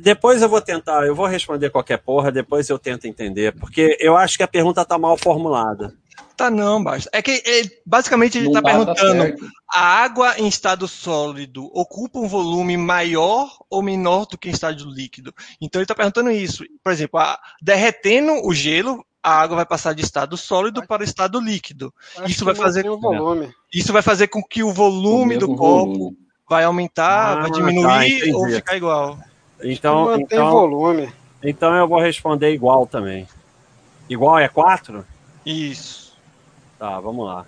Speaker 1: depois eu vou tentar, eu vou responder qualquer porra, depois eu tento entender, porque eu acho que a pergunta está mal formulada.
Speaker 2: Tá não, basta. É que ele- basicamente ele tá perguntando:
Speaker 3: certo.
Speaker 2: a água em estado sólido ocupa um volume maior ou menor do que em estado líquido? Então ele tá perguntando isso. Por exemplo, a- derretendo o gelo, a água vai passar de estado sólido para o estado líquido. Isso vai fazer-
Speaker 4: o volume.
Speaker 2: Isso vai fazer com que o
Speaker 3: O
Speaker 2: volume do
Speaker 3: mesmo
Speaker 2: copo
Speaker 3: volume.
Speaker 2: vai aumentar,
Speaker 1: Ah,
Speaker 2: vai
Speaker 1: tá,
Speaker 2: diminuir
Speaker 1: entendi.
Speaker 2: ou ficar igual.
Speaker 1: Então,
Speaker 4: mantém o
Speaker 1: então,
Speaker 4: volume.
Speaker 1: então eu vou responder igual também. Igual é 4?
Speaker 2: Isso.
Speaker 1: Tá, vamos lá.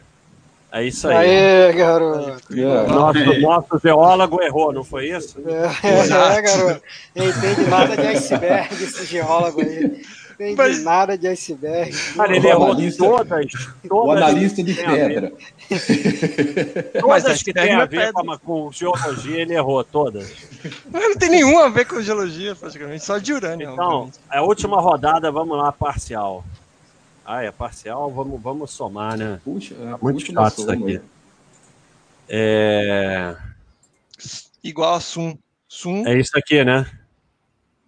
Speaker 1: É isso aí.
Speaker 4: Aê, garoto.
Speaker 3: É, [laughs]
Speaker 1: Nosso,
Speaker 5: Aí.
Speaker 1: nosso geólogo errou, não foi isso?
Speaker 4: É, é, garoto. Não entende nada de iceberg esse geólogo aí. Não entende
Speaker 2: Mas-
Speaker 4: nada de iceberg.
Speaker 1: Cara, ele
Speaker 3: O
Speaker 1: errou
Speaker 3: analista-
Speaker 1: todas, todas.
Speaker 3: O analista de
Speaker 1: que tem a ver.
Speaker 3: pedra.
Speaker 1: Todas que
Speaker 2: Mas
Speaker 1: tem a
Speaker 2: é
Speaker 1: ver
Speaker 2: pedra.
Speaker 1: com, a- com geologia, ele errou todas.
Speaker 2: Mas não tem nenhum a ver com geologia, praticamente, só de urânio.
Speaker 1: Então,
Speaker 3: tá
Speaker 2: obviamente.
Speaker 1: a última rodada, vamos lá, parcial. Ah, é parcial? Vamos, vamos somar, né?
Speaker 3: Puxa, é a
Speaker 1: Muito
Speaker 3: última
Speaker 1: chato isso
Speaker 3: soma.
Speaker 1: aqui. É,
Speaker 2: Igual a Sum. Sum
Speaker 1: é isso aqui, né?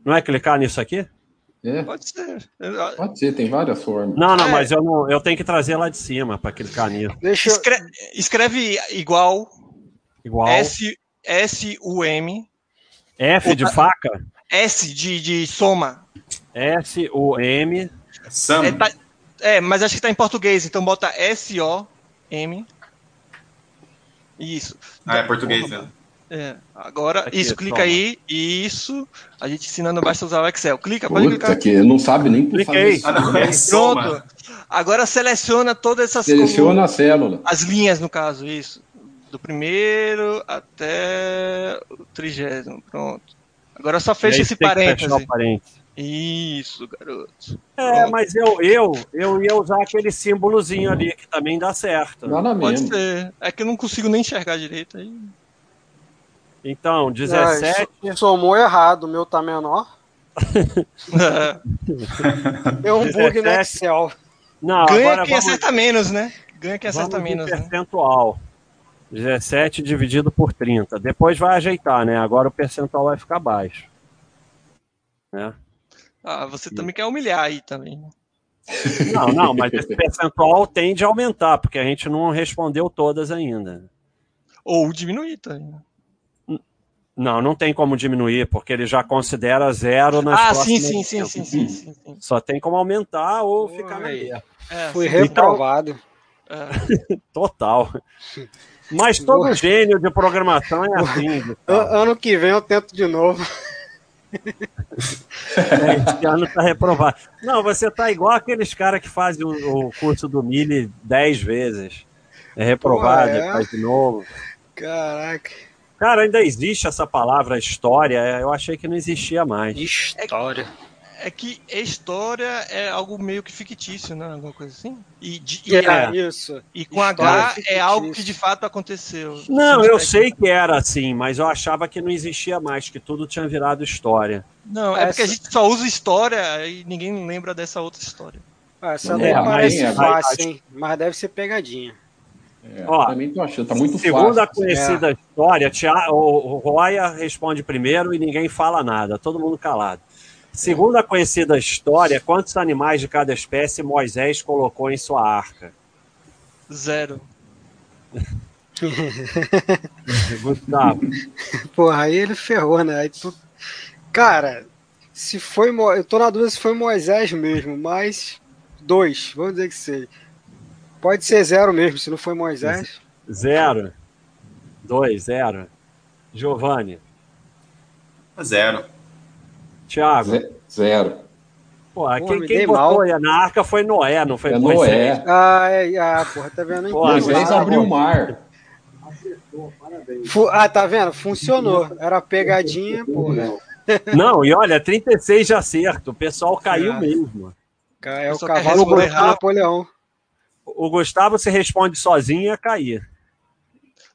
Speaker 1: Não é clicar nisso aqui?
Speaker 3: É,
Speaker 2: pode ser. Eu-
Speaker 3: pode ser, tem várias formas.
Speaker 1: Não, não,
Speaker 2: É.
Speaker 1: mas eu, não, eu tenho que trazer lá de cima para clicar nisso.
Speaker 4: Deixa eu...
Speaker 2: Escre- Escreve igual
Speaker 1: Igual. S,
Speaker 2: S, S, U, M.
Speaker 1: de faca?
Speaker 2: S de, de soma.
Speaker 1: S, U, M.
Speaker 5: Sam,
Speaker 2: É, tá- é, mas acho que tá em português, então bota S, O, M. Isso.
Speaker 5: ah, é português, né?
Speaker 2: É, É, agora,
Speaker 1: Aqui,
Speaker 2: isso, clica
Speaker 1: toma.
Speaker 2: aí, isso. A gente ensinando basta usar o Excel. Clica, pode
Speaker 3: Puta
Speaker 2: clicar.
Speaker 3: que não sabe nem por
Speaker 1: Cliquei.
Speaker 3: fazer isso.
Speaker 5: Ah, não, é soma.
Speaker 2: Pronto. Agora seleciona todas essas colunas.
Speaker 3: Seleciona a célula.
Speaker 2: As linhas, no caso, isso. Do primeiro até o trigésimo, pronto. Agora só
Speaker 1: E
Speaker 2: fecha
Speaker 1: aí
Speaker 2: esse
Speaker 1: tem que fechar
Speaker 2: parêntese.
Speaker 1: o parêntese.
Speaker 2: Isso, garoto.
Speaker 1: É, mas eu, eu, eu ia usar aquele símbolozinho ali, que também dá certo.
Speaker 3: Nada
Speaker 2: Pode
Speaker 3: mesmo.
Speaker 2: ser. É que eu não consigo nem enxergar direito aí.
Speaker 1: Então, 17.
Speaker 4: Ah, so- somou errado, o meu tá menor. Deu um bug no
Speaker 1: 17.
Speaker 4: Excel.
Speaker 2: [laughs]
Speaker 1: Não,
Speaker 2: Ganha
Speaker 1: agora
Speaker 2: quem
Speaker 1: vamos,
Speaker 2: acerta menos, né? Ganha quem acerta
Speaker 1: vamos em
Speaker 2: menos, né?
Speaker 1: percentual. 17 dividido por 30. Depois vai ajeitar, né? Agora o percentual vai ficar baixo. Né?
Speaker 2: Ah, você também quer humilhar aí também. né?
Speaker 1: Não, não, mas esse percentual tende a aumentar, porque a gente não respondeu todas ainda.
Speaker 2: Ou diminuir também. né?
Speaker 1: Não, não tem como diminuir, porque ele já considera zero nas
Speaker 2: Ah,
Speaker 1: próximas
Speaker 2: sim, sim, sim,
Speaker 1: cinco.
Speaker 2: sim, sim, sim, sim.
Speaker 1: Só tem como aumentar ou
Speaker 4: Ué.
Speaker 1: ficar na meia.
Speaker 2: É,
Speaker 4: Fui
Speaker 2: sim.
Speaker 4: reprovado.
Speaker 2: É.
Speaker 1: Total. Mas todo
Speaker 4: Boa.
Speaker 1: gênio de programação é assim. Gustavo.
Speaker 4: An- ano que vem eu tento de novo.
Speaker 1: É, Esse ano tá reprovado. Não, você tá igual aqueles caras que fazem o, o curso do Mille dez vezes. É reprovado,
Speaker 4: Pô, é?
Speaker 1: faz de novo.
Speaker 4: Caraca.
Speaker 1: Cara, ainda existe essa palavra história. é, Eu achei que não existia mais.
Speaker 4: História.
Speaker 2: É que a história é algo meio que fictício, né? Alguma coisa assim. E, de- e
Speaker 1: É.
Speaker 2: a-
Speaker 4: Isso.
Speaker 2: e com H
Speaker 4: História
Speaker 2: é algo que
Speaker 4: fictícia.
Speaker 2: de fato aconteceu.
Speaker 1: Não, eu
Speaker 2: Sim, é
Speaker 1: sei que era assim, mas eu achava que não existia mais, que tudo tinha virado história.
Speaker 2: Não, é porque a
Speaker 4: Essa-
Speaker 2: gente só usa história e ninguém lembra dessa outra história.
Speaker 4: Ah, Essa
Speaker 3: É,
Speaker 4: daí
Speaker 3: mas-
Speaker 4: parece
Speaker 3: mas-
Speaker 4: fácil, hein? Mas deve ser pegadinha.
Speaker 3: É,
Speaker 1: Ó,
Speaker 3: também tô achando, tá muito
Speaker 1: Segundo a
Speaker 3: fácil.
Speaker 1: conhecida história, Tia- o o Roya responde primeiro e ninguém fala nada, todo mundo calado. Segundo a conhecida história, quantos animais de cada espécie Moisés colocou em sua arca?
Speaker 2: Zero.
Speaker 1: Gustavo,
Speaker 4: Porra, aí ele ferrou, né? Aí tu... Cara, se foi. Mo... Eu tô na dúvida se foi Moisés mesmo, mas. Dois, vamos dizer que seja. Pode ser zero mesmo, se não foi Moisés.
Speaker 1: zero. Dois, zero. Giovanni,
Speaker 5: Zero.
Speaker 1: Thiago,
Speaker 3: Ze- Zero.
Speaker 1: pô, quem,
Speaker 4: me
Speaker 1: quem
Speaker 4: dei
Speaker 1: botou
Speaker 4: mal.
Speaker 1: aí na arca foi Noé, não foi
Speaker 3: É
Speaker 1: Moisés?
Speaker 3: Noé.
Speaker 4: Ah, é, ah, porra, tá
Speaker 1: Pô,
Speaker 4: vendo? Então,
Speaker 1: Moisés
Speaker 3: Moisés
Speaker 4: ah,
Speaker 3: abriu o mar.
Speaker 6: Acertou, parabéns.
Speaker 4: fu- Ah, tá vendo? Funcionou. Era pegadinha, porra.
Speaker 1: Não, e olha, 36 de acerto, o pessoal caiu
Speaker 4: É.
Speaker 1: mesmo.
Speaker 4: Ca- É o
Speaker 2: Só quer
Speaker 4: cavalo
Speaker 2: responder
Speaker 4: branco do
Speaker 2: rápido.
Speaker 4: Napoleão.
Speaker 1: O Gustavo se responde sozinho ia cair.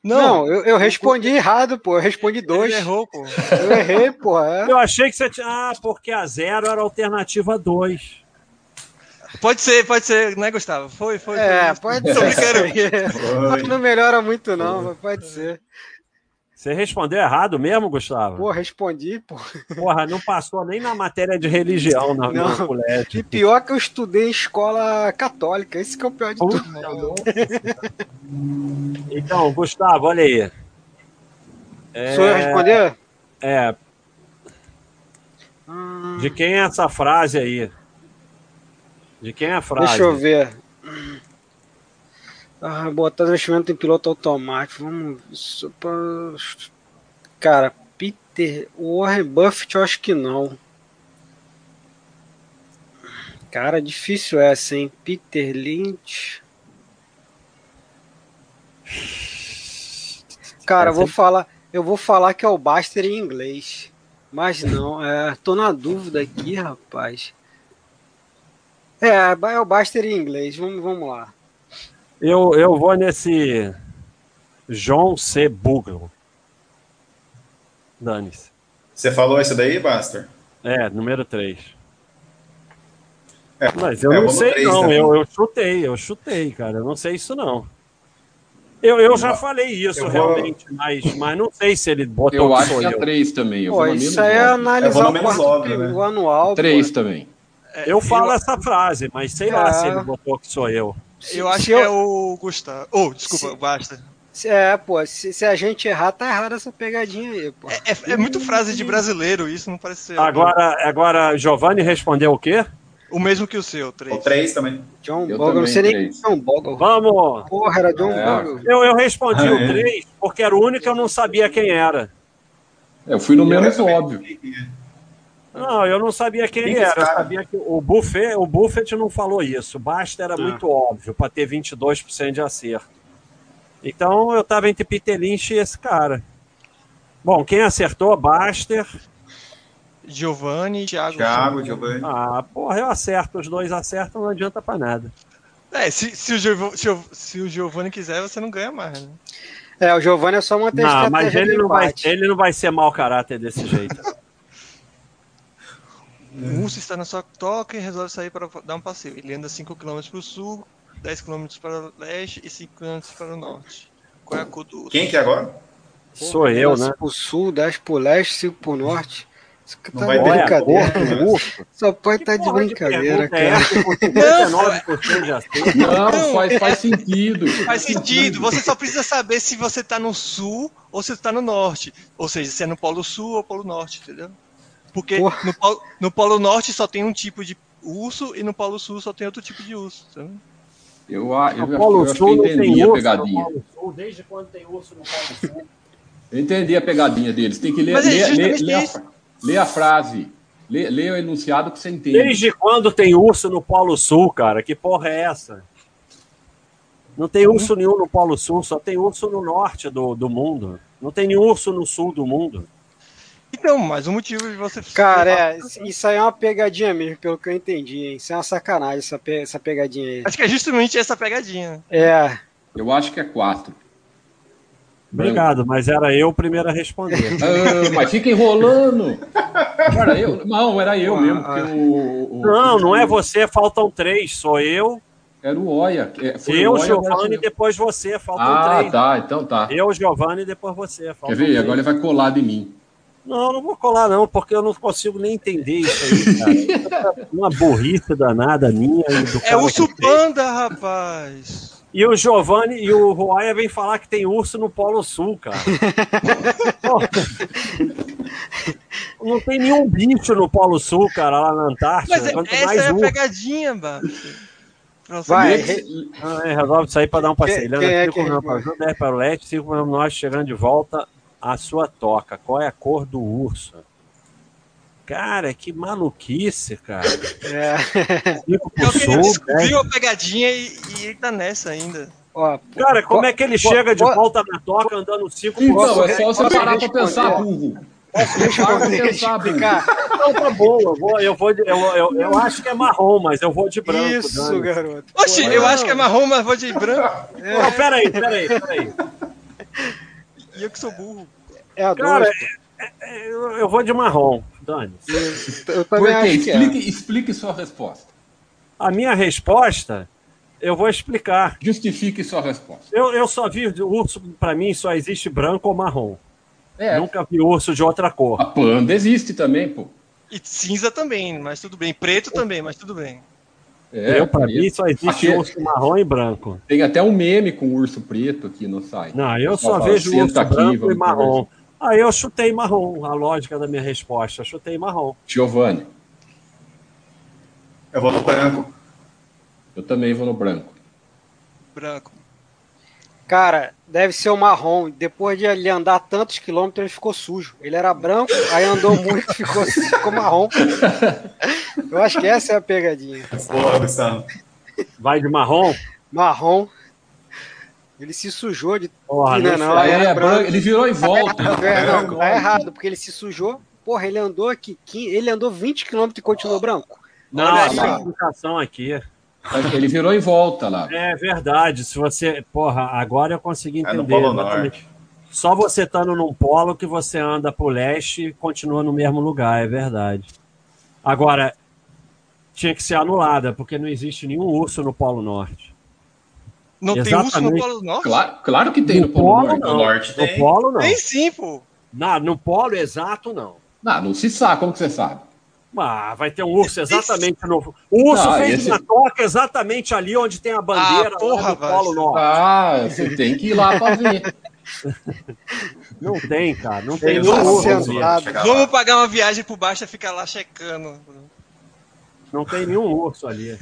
Speaker 4: Não, eu, eu respondi errado, pô. Eu respondi dois.
Speaker 2: Ele errou, pô.
Speaker 4: Eu errei, porra. É.
Speaker 1: Eu achei que você tinha. Ah, porque a zero era a alternativa 2.
Speaker 2: Pode ser, pode ser, né, Gustavo? Foi, foi.
Speaker 4: É, é
Speaker 2: foi.
Speaker 4: pode
Speaker 2: Tô
Speaker 4: ser.
Speaker 2: brincando.
Speaker 4: isso aí.
Speaker 5: Foi.
Speaker 4: Não melhora muito, não, mas pode ser.
Speaker 1: Você respondeu errado mesmo, Gustavo?
Speaker 4: Pô, respondi, pô.
Speaker 1: Porra, não passou nem na matéria de religião na
Speaker 4: Não.
Speaker 1: no colégio.
Speaker 4: E pior que eu estudei em escola católica. Esse que é o pior de tudo.
Speaker 1: Então, Gustavo, olha aí. É,
Speaker 4: Sou eu a responder?
Speaker 1: é,
Speaker 4: Hum.
Speaker 1: de quem é essa frase aí? De quem é a frase?
Speaker 4: Deixa eu ver. Ah, botar investimento em piloto automático. Vamos. só pra- Cara, Peter. Warren Buffett, eu acho que não. Cara, difícil essa, hein? Peter Lynch. Cara, eu
Speaker 3: é
Speaker 4: vou falar. Eu vou falar que é o Baster em inglês. Mas não, é, tô na dúvida aqui, rapaz. É, ba- é o Baster em inglês. Vamos, vamos lá.
Speaker 1: Eu, eu vou nesse. John C. Bugle. Dane-se.
Speaker 5: Você falou isso daí, Buster?
Speaker 1: É, número 3.
Speaker 5: É,
Speaker 1: Mas eu
Speaker 5: é,
Speaker 1: não
Speaker 5: vamos
Speaker 1: sei,
Speaker 5: três,
Speaker 1: não.
Speaker 5: né?
Speaker 1: Eu, eu chutei, eu chutei, cara. Eu não sei isso, não. Eu, eu já
Speaker 5: Não.
Speaker 1: falei isso,
Speaker 5: Eu vou-
Speaker 1: realmente, mas, mas não sei se ele botou
Speaker 3: Eu
Speaker 1: que
Speaker 3: acho
Speaker 1: sou
Speaker 3: que é
Speaker 1: eu.
Speaker 3: três também. Eu
Speaker 4: Pô,
Speaker 3: vou na menos
Speaker 4: isso aí é
Speaker 3: óbvio.
Speaker 5: Eu vou
Speaker 4: analisar
Speaker 5: no
Speaker 4: o,
Speaker 5: menos
Speaker 4: quarto
Speaker 5: óbvio,
Speaker 4: pi-
Speaker 5: né?
Speaker 4: o anual.
Speaker 3: Três também.
Speaker 1: Eu falo essa frase, mas sei lá
Speaker 4: É.
Speaker 1: se ele botou que sou eu.
Speaker 4: pô.
Speaker 2: Eu acho
Speaker 4: Se
Speaker 2: que é o Gustavo. Oh, desculpa,
Speaker 4: Se-
Speaker 2: basta.
Speaker 4: se- É, pô, se, se a gente errar, tá errada essa pegadinha aí, pô.
Speaker 2: É, é- é muito frase de brasileiro, isso não parece ser.
Speaker 1: Agora, agora Giovanni respondeu o quê?
Speaker 2: O mesmo que o seu, três.
Speaker 5: O 3 também.
Speaker 4: John
Speaker 3: Eu
Speaker 4: Bogle, eu não sei nem
Speaker 3: também,
Speaker 4: quem é
Speaker 3: três.
Speaker 4: John Bogle.
Speaker 1: Vamos!
Speaker 4: Porra, era John
Speaker 3: É.
Speaker 4: Bogle.
Speaker 1: Eu, eu respondi
Speaker 5: Ah,
Speaker 1: o
Speaker 5: é?
Speaker 1: 3 porque era o único que eu não sabia quem era.
Speaker 3: Eu fui no
Speaker 5: é
Speaker 3: menos
Speaker 5: [laughs]
Speaker 3: óbvio.
Speaker 1: Não, eu não sabia quem
Speaker 5: Quem
Speaker 1: ele
Speaker 5: que
Speaker 1: era.
Speaker 5: esse
Speaker 1: Eu
Speaker 5: cara?
Speaker 1: sabia que o Buffett, o Buffett não falou isso. Basta
Speaker 5: Tá.
Speaker 1: era muito óbvio para ter 22% de acerto. Então eu estava entre Peter Lynch e esse cara. Bom, quem acertou? Baster.
Speaker 2: Giovanni, Thiago.
Speaker 5: Thiago, Giovanni.
Speaker 1: Ah, porra, eu acerto. Os dois acertam, não adianta para nada.
Speaker 2: É, se, se, o Giov- se o- se o Giovanni quiser, você não ganha mais, né?
Speaker 4: É, o Giovanni é só manter a
Speaker 1: Não,
Speaker 4: estratégia
Speaker 1: mas ele
Speaker 4: do
Speaker 1: não, vai,
Speaker 4: empate.
Speaker 1: ele não vai ser mau caráter desse
Speaker 5: [laughs]
Speaker 1: jeito.
Speaker 5: É.
Speaker 2: Um urso está na sua toca e resolve sair para dar um passeio. Ele anda 5km para o sul, 10km para o leste e 5 km para o norte. Qual é a cor do urso?
Speaker 5: Quem que é agora?
Speaker 1: Sou eu, né?
Speaker 4: Dez pro sul, 10 pro leste, 5 pro norte. Isso que
Speaker 5: Não
Speaker 4: tá
Speaker 5: vai
Speaker 4: de
Speaker 5: ter
Speaker 4: brincadeira.
Speaker 5: corpo, né?
Speaker 4: burro. Só
Speaker 1: Que
Speaker 4: pode estar Tá de
Speaker 1: porra
Speaker 4: brincadeira,
Speaker 1: pergunta é
Speaker 4: cara.
Speaker 1: essa com 59% de acerto?
Speaker 3: Não, faz, faz sentido.
Speaker 2: Faz sentido, você só precisa saber se você está no sul ou se está no norte. Ou seja, se é no Polo Sul ou Polo Norte, entendeu? Porque
Speaker 4: Porra.
Speaker 2: no polo, no Polo Norte só tem um tipo de urso e no Polo Sul só tem outro tipo de urso. entendeu?
Speaker 3: Eu, a- eu,
Speaker 1: No
Speaker 3: acho-
Speaker 1: Polo
Speaker 3: eu acho que
Speaker 1: Sul
Speaker 3: eu
Speaker 1: não
Speaker 3: entendi
Speaker 1: tem
Speaker 3: a
Speaker 1: urso. no
Speaker 3: pegadinha.
Speaker 1: Polo Sul, desde quando tem urso no Polo Sul?
Speaker 3: Eu entendi a pegadinha deles. Tem que ler,
Speaker 2: Mas é
Speaker 3: ler, ler,
Speaker 2: justamente
Speaker 3: ler, a,
Speaker 2: isso.
Speaker 3: fra- ler a frase. Ler, ler o enunciado que você entende.
Speaker 1: Desde quando tem urso no Polo Sul, cara? Que porra é essa? Não tem
Speaker 3: Hum?
Speaker 1: urso nenhum no Polo Sul, só tem urso no norte do, do mundo. Não tem nenhum urso no sul do mundo.
Speaker 2: Então, mais um motivo de você.
Speaker 4: Cara, é, isso aí é uma pegadinha mesmo, pelo que eu entendi, hein? Isso é uma sacanagem, essa, pe- essa pegadinha aí.
Speaker 2: Acho que é justamente essa pegadinha.
Speaker 4: É,
Speaker 3: Eu acho que é quatro.
Speaker 1: Obrigado, mas era eu o primeiro a responder.
Speaker 3: [laughs] Ah, mas fica enrolando. Era eu? Não, era
Speaker 4: Ah,
Speaker 3: eu mesmo. porque o- o-
Speaker 1: Não,
Speaker 3: o-
Speaker 1: não é você, faltam três. Sou eu,
Speaker 3: Era o Oia. É, foi o
Speaker 1: eu,
Speaker 3: Oia,
Speaker 1: Giovanni,
Speaker 3: agora-
Speaker 1: depois você. Faltam
Speaker 3: Ah,
Speaker 1: três.
Speaker 3: tá. Então tá.
Speaker 1: Eu, Giovanni, depois você. faltam
Speaker 3: Quer ver?
Speaker 1: três.
Speaker 3: Agora ele vai colar de mim.
Speaker 1: Não, não vou colar, não, porque eu não consigo nem entender isso aí, cara. Uma burrice danada minha. e do
Speaker 2: É
Speaker 1: cara
Speaker 2: urso
Speaker 1: que fez.
Speaker 2: panda, rapaz.
Speaker 1: E o Giovanni e o Roya vem falar que tem urso no Polo Sul, cara.
Speaker 2: [laughs]
Speaker 1: Pô, não tem nenhum bicho no Polo Sul, cara, lá na Antártida.
Speaker 2: Mas é-
Speaker 1: Quanto
Speaker 2: essa
Speaker 1: mais um,
Speaker 2: é a
Speaker 1: urso,
Speaker 2: pegadinha, Bá. Pra você
Speaker 4: Vai,
Speaker 2: ver.
Speaker 4: re-
Speaker 1: ah, é, resolve sair para dar um passeio.
Speaker 4: Quem-
Speaker 1: Leandro,
Speaker 4: quem é
Speaker 1: cinco
Speaker 4: que
Speaker 1: minutos
Speaker 4: responde?
Speaker 1: para o sul, dez para o leste, cinco para o norte, chegando de volta à sua toca. Qual é a cor do urso? Cara, que maluquice, cara.
Speaker 4: é.
Speaker 1: Cinco né?
Speaker 4: [laughs]
Speaker 2: Eu
Speaker 1: pro
Speaker 2: queria
Speaker 1: sul, dez
Speaker 2: descobrir uma pegadinha e, e ele tá nessa ainda.
Speaker 4: Ó, pô,
Speaker 1: Cara, como é que ele
Speaker 4: Pô,
Speaker 1: chega de
Speaker 4: pô.
Speaker 1: volta na toca andando 5 por
Speaker 3: Então,
Speaker 4: Posso-
Speaker 3: é só você
Speaker 4: posso
Speaker 3: parar pra
Speaker 4: responder?
Speaker 3: pensar, burro.
Speaker 4: posso responder
Speaker 3: Para
Speaker 4: e
Speaker 3: pensar, Bruno.
Speaker 4: explicar?
Speaker 1: Não, tá bom, eu vou, eu vou de, eu, eu, eu acho que é marrom, mas eu vou de branco.
Speaker 4: Isso,
Speaker 1: dane-se.
Speaker 4: garoto.
Speaker 2: Oxi,
Speaker 4: Pô,
Speaker 2: eu acho que é marrom, mas vou de branco.
Speaker 1: Não, peraí, peraí, peraí.
Speaker 2: E eu que sou burro.
Speaker 4: É a
Speaker 1: Cara,
Speaker 4: dois.
Speaker 1: Eu, eu vou de marrom, Dani.
Speaker 4: Eu
Speaker 3: Por
Speaker 4: também
Speaker 3: quê?
Speaker 4: acho que é.
Speaker 3: Explique, explique sua resposta.
Speaker 1: A minha resposta, eu vou explicar.
Speaker 3: Justifique sua resposta.
Speaker 1: Eu, eu só vi de urso, pra mim só existe branco ou marrom.
Speaker 3: É,
Speaker 1: Nunca vi urso de outra cor.
Speaker 3: a panda existe também, pô.
Speaker 2: E cinza também, mas tudo bem. Preto também, mas tudo bem.
Speaker 3: É,
Speaker 1: eu, pra
Speaker 3: preto.
Speaker 1: mim, só existe
Speaker 3: Aqui-
Speaker 1: urso marrom e branco.
Speaker 3: Tem até um meme com o urso preto aqui no site.
Speaker 1: Não, eu
Speaker 3: Pessoal
Speaker 1: só
Speaker 3: fala,
Speaker 1: vejo
Speaker 3: "Senta
Speaker 1: urso
Speaker 3: aqui,
Speaker 1: branco e
Speaker 3: vamos
Speaker 1: marrom.
Speaker 3: conversar."
Speaker 1: Aí eu chutei marrom, a lógica da minha resposta. Chutei marrom.
Speaker 3: Giovanni,
Speaker 5: Eu vou no branco.
Speaker 3: eu também vou no branco.
Speaker 2: Branco.
Speaker 4: Cara, deve ser o marrom. Depois de ele andar tantos quilômetros, ele ficou sujo. Ele era branco, aí andou muito, [laughs] ficou, ficou marrom. Eu acho que essa é a pegadinha.
Speaker 5: Boa, Gustavo.
Speaker 1: Vai de marrom?
Speaker 4: Marrom. Ele se sujou de.
Speaker 1: Porra,
Speaker 4: Não,
Speaker 1: não,
Speaker 4: não,
Speaker 3: Ah,
Speaker 4: é
Speaker 3: é,
Speaker 4: branco.
Speaker 3: branco. Ele virou e volta.
Speaker 4: É, não, tá errado, porque ele se sujou. Porra, ele andou aqui, qui- ele andou 20 km e continuou branco.
Speaker 1: Não,
Speaker 4: Olha
Speaker 1: a
Speaker 4: aí,
Speaker 1: minha
Speaker 4: ó.
Speaker 1: explicação aqui.
Speaker 3: [laughs] ele virou e volta lá.
Speaker 1: É verdade. Se você. Porra, agora eu consegui
Speaker 5: É
Speaker 1: entender.
Speaker 5: no Polo
Speaker 1: exatamente.
Speaker 5: Norte.
Speaker 1: Só você estando num polo que você anda pro leste e continua no mesmo lugar, é verdade. Agora, tinha que ser anulada, porque não existe nenhum urso no Polo Norte.
Speaker 2: Não tem urso no
Speaker 1: Exatamente.
Speaker 2: Polo Norte?
Speaker 3: Claro, claro que tem no, Polo Norte.
Speaker 1: não.
Speaker 5: Norte
Speaker 1: No
Speaker 5: tem.
Speaker 1: Polo não.
Speaker 2: Tem sim, pô.
Speaker 1: Na, no Polo exato, não.
Speaker 3: Ah, Não, não se sabe, como que você sabe?
Speaker 1: Ah, vai ter um urso exatamente no. O urso
Speaker 3: Ah,
Speaker 1: fez
Speaker 3: esse-
Speaker 1: uma toca exatamente ali onde tem a bandeira lá
Speaker 2: porra,
Speaker 1: do Polo
Speaker 2: Vasco.
Speaker 1: Norte.
Speaker 3: Ah, você tem que ir lá pra ver. [laughs]
Speaker 1: Não tem, cara. Não tem
Speaker 5: Tem
Speaker 4: Ele
Speaker 5: um
Speaker 1: nenhum
Speaker 4: tá
Speaker 1: urso.
Speaker 5: urso.
Speaker 4: sentado.
Speaker 5: Chegar lá.
Speaker 2: Vamos pagar uma viagem pro baixo e ficar lá checando.
Speaker 1: Não tem nenhum urso ali.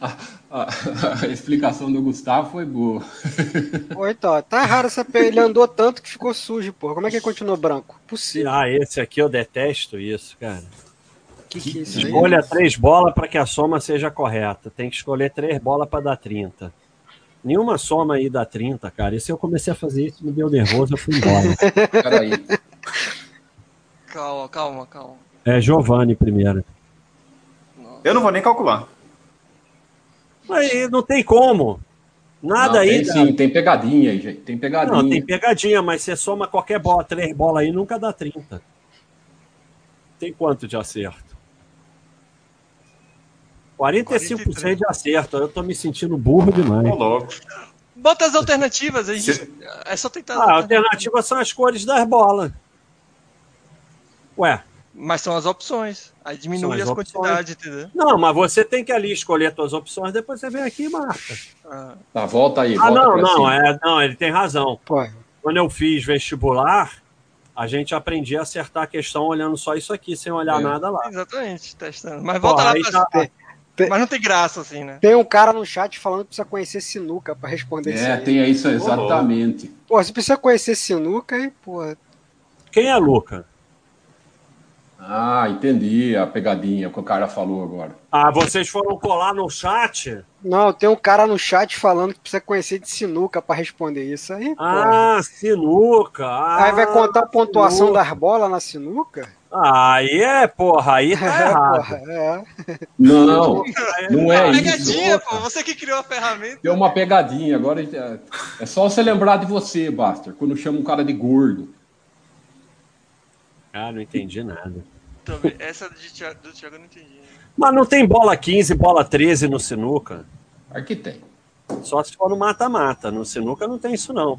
Speaker 3: A, a- a explicação do Gustavo foi boa.
Speaker 4: Pô, então, tá raro essa pele. Ele andou tanto que ficou sujo, porra. Como é que ele continuou branco? Possível.
Speaker 1: Ah, esse aqui eu detesto isso, cara.
Speaker 4: Que que é isso aí?
Speaker 1: Escolha três bolas para que a soma seja correta. Tem que escolher três bolas para dar 30. Nenhuma soma aí dá 30, cara. E se eu comecei a fazer isso, me deu nervoso, eu fui embora.
Speaker 3: Peraí.
Speaker 2: Calma, calma, calma.
Speaker 1: É Giovanni primeiro.
Speaker 2: Não.
Speaker 5: Eu não vou nem calcular.
Speaker 1: Mas não tem como. Nada
Speaker 3: Não, Tem,
Speaker 1: aí.
Speaker 3: sim, tem pegadinha aí, gente. Tem
Speaker 1: dá-
Speaker 3: pegadinha.
Speaker 1: Não, tem pegadinha, mas você soma qualquer bola, três bolas aí, nunca dá 30. Tem quanto de acerto? 45% de acerto. Eu tô me sentindo burro demais.
Speaker 5: Ô, louco.
Speaker 2: Bota as alternativas aí.
Speaker 5: Se-
Speaker 2: É só tentar.
Speaker 1: Ah, a alternativa são as cores das bolas. Ué,
Speaker 2: Mas são as opções. Aí diminui
Speaker 1: São as
Speaker 2: as,
Speaker 1: opções.
Speaker 2: quantidades, entendeu?
Speaker 1: não, mas você tem que ali escolher suas opções, depois você vem aqui e marca.
Speaker 2: Ah,
Speaker 3: Tá, volta aí.
Speaker 1: Ah,
Speaker 3: volta
Speaker 1: não,
Speaker 3: pra
Speaker 1: não,
Speaker 3: cima.
Speaker 1: é, não, ele tem razão.
Speaker 4: Pô,
Speaker 1: Quando eu fiz vestibular, a gente aprendia a acertar a questão olhando só isso aqui, sem olhar
Speaker 3: É.
Speaker 1: nada lá.
Speaker 2: exatamente, testando. Mas volta lá
Speaker 1: Pô, aí
Speaker 2: pra...
Speaker 1: tá-
Speaker 2: Mas não tem graça, assim, né?
Speaker 4: Tem um cara no chat falando que precisa conhecer sinuca pra responder isso
Speaker 3: É,
Speaker 4: aí.
Speaker 3: tem isso exatamente.
Speaker 4: Pô, você precisa conhecer sinuca aí, porra.
Speaker 1: Quem é Luca?
Speaker 3: Ah, entendi a pegadinha que o cara falou agora.
Speaker 1: Ah, vocês foram colar no chat?
Speaker 4: Não, tem um cara no chat falando que precisa conhecer de sinuca pra responder isso aí, porra.
Speaker 1: Ah, sinuca. Ah,
Speaker 4: aí vai contar a pontuação
Speaker 1: sinuca.
Speaker 4: das bolas na sinuca?
Speaker 1: Aí é, porra, aí tá errado.
Speaker 4: porra, [laughs] é.
Speaker 3: Não,
Speaker 1: Aí- tá
Speaker 3: não é isso.
Speaker 2: Ah, Pegadinha, pô. Você que criou a ferramenta.
Speaker 3: Tem uma pegadinha. Agora é- é só você lembrar de você, Buster, quando chama um cara de gordo.
Speaker 1: Ah, não entendi nada.
Speaker 2: Também. Então, Essa de Thiago- do Thiago eu não entendi. né?
Speaker 1: Mas não tem bola 15, bola 13 no sinuca?
Speaker 3: Aqui tem.
Speaker 1: Só se for no mata-mata. No sinuca não tem isso, não.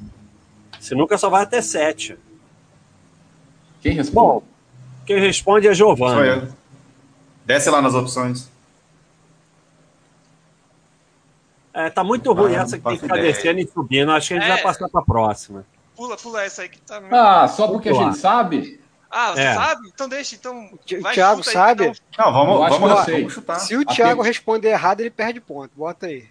Speaker 1: Sinuca só vai até 7.
Speaker 3: Quem
Speaker 1: Bom,
Speaker 3: responde?
Speaker 1: quem responde é
Speaker 5: Sou
Speaker 1: Giovanni.
Speaker 5: eu. Desce lá nas opções.
Speaker 1: É, tá muito ruim
Speaker 5: Ah,
Speaker 1: essa que
Speaker 5: não
Speaker 1: tem que
Speaker 5: faço
Speaker 1: ficar
Speaker 5: ideia.
Speaker 1: descendo e subindo. Acho que a gente
Speaker 2: É.
Speaker 1: vai passar pra próxima.
Speaker 2: Pula, pula essa aí que tá. meio-
Speaker 3: ah, só porque a
Speaker 1: Vamos lá.
Speaker 3: gente sabe?
Speaker 2: Ah, você
Speaker 1: É.
Speaker 2: sabe? Então deixa, então.
Speaker 4: Ti-
Speaker 2: vai,
Speaker 4: Thiago,
Speaker 2: chuta aí,
Speaker 4: sabe?
Speaker 2: então.
Speaker 5: Não,
Speaker 3: Eu
Speaker 5: vamos,
Speaker 3: acho
Speaker 5: vamos,
Speaker 3: que eu
Speaker 5: lá,
Speaker 3: sei.
Speaker 5: vamos chutar.
Speaker 4: Se o
Speaker 3: Até-
Speaker 4: Thiago responder errado, ele perde ponto. Bota aí.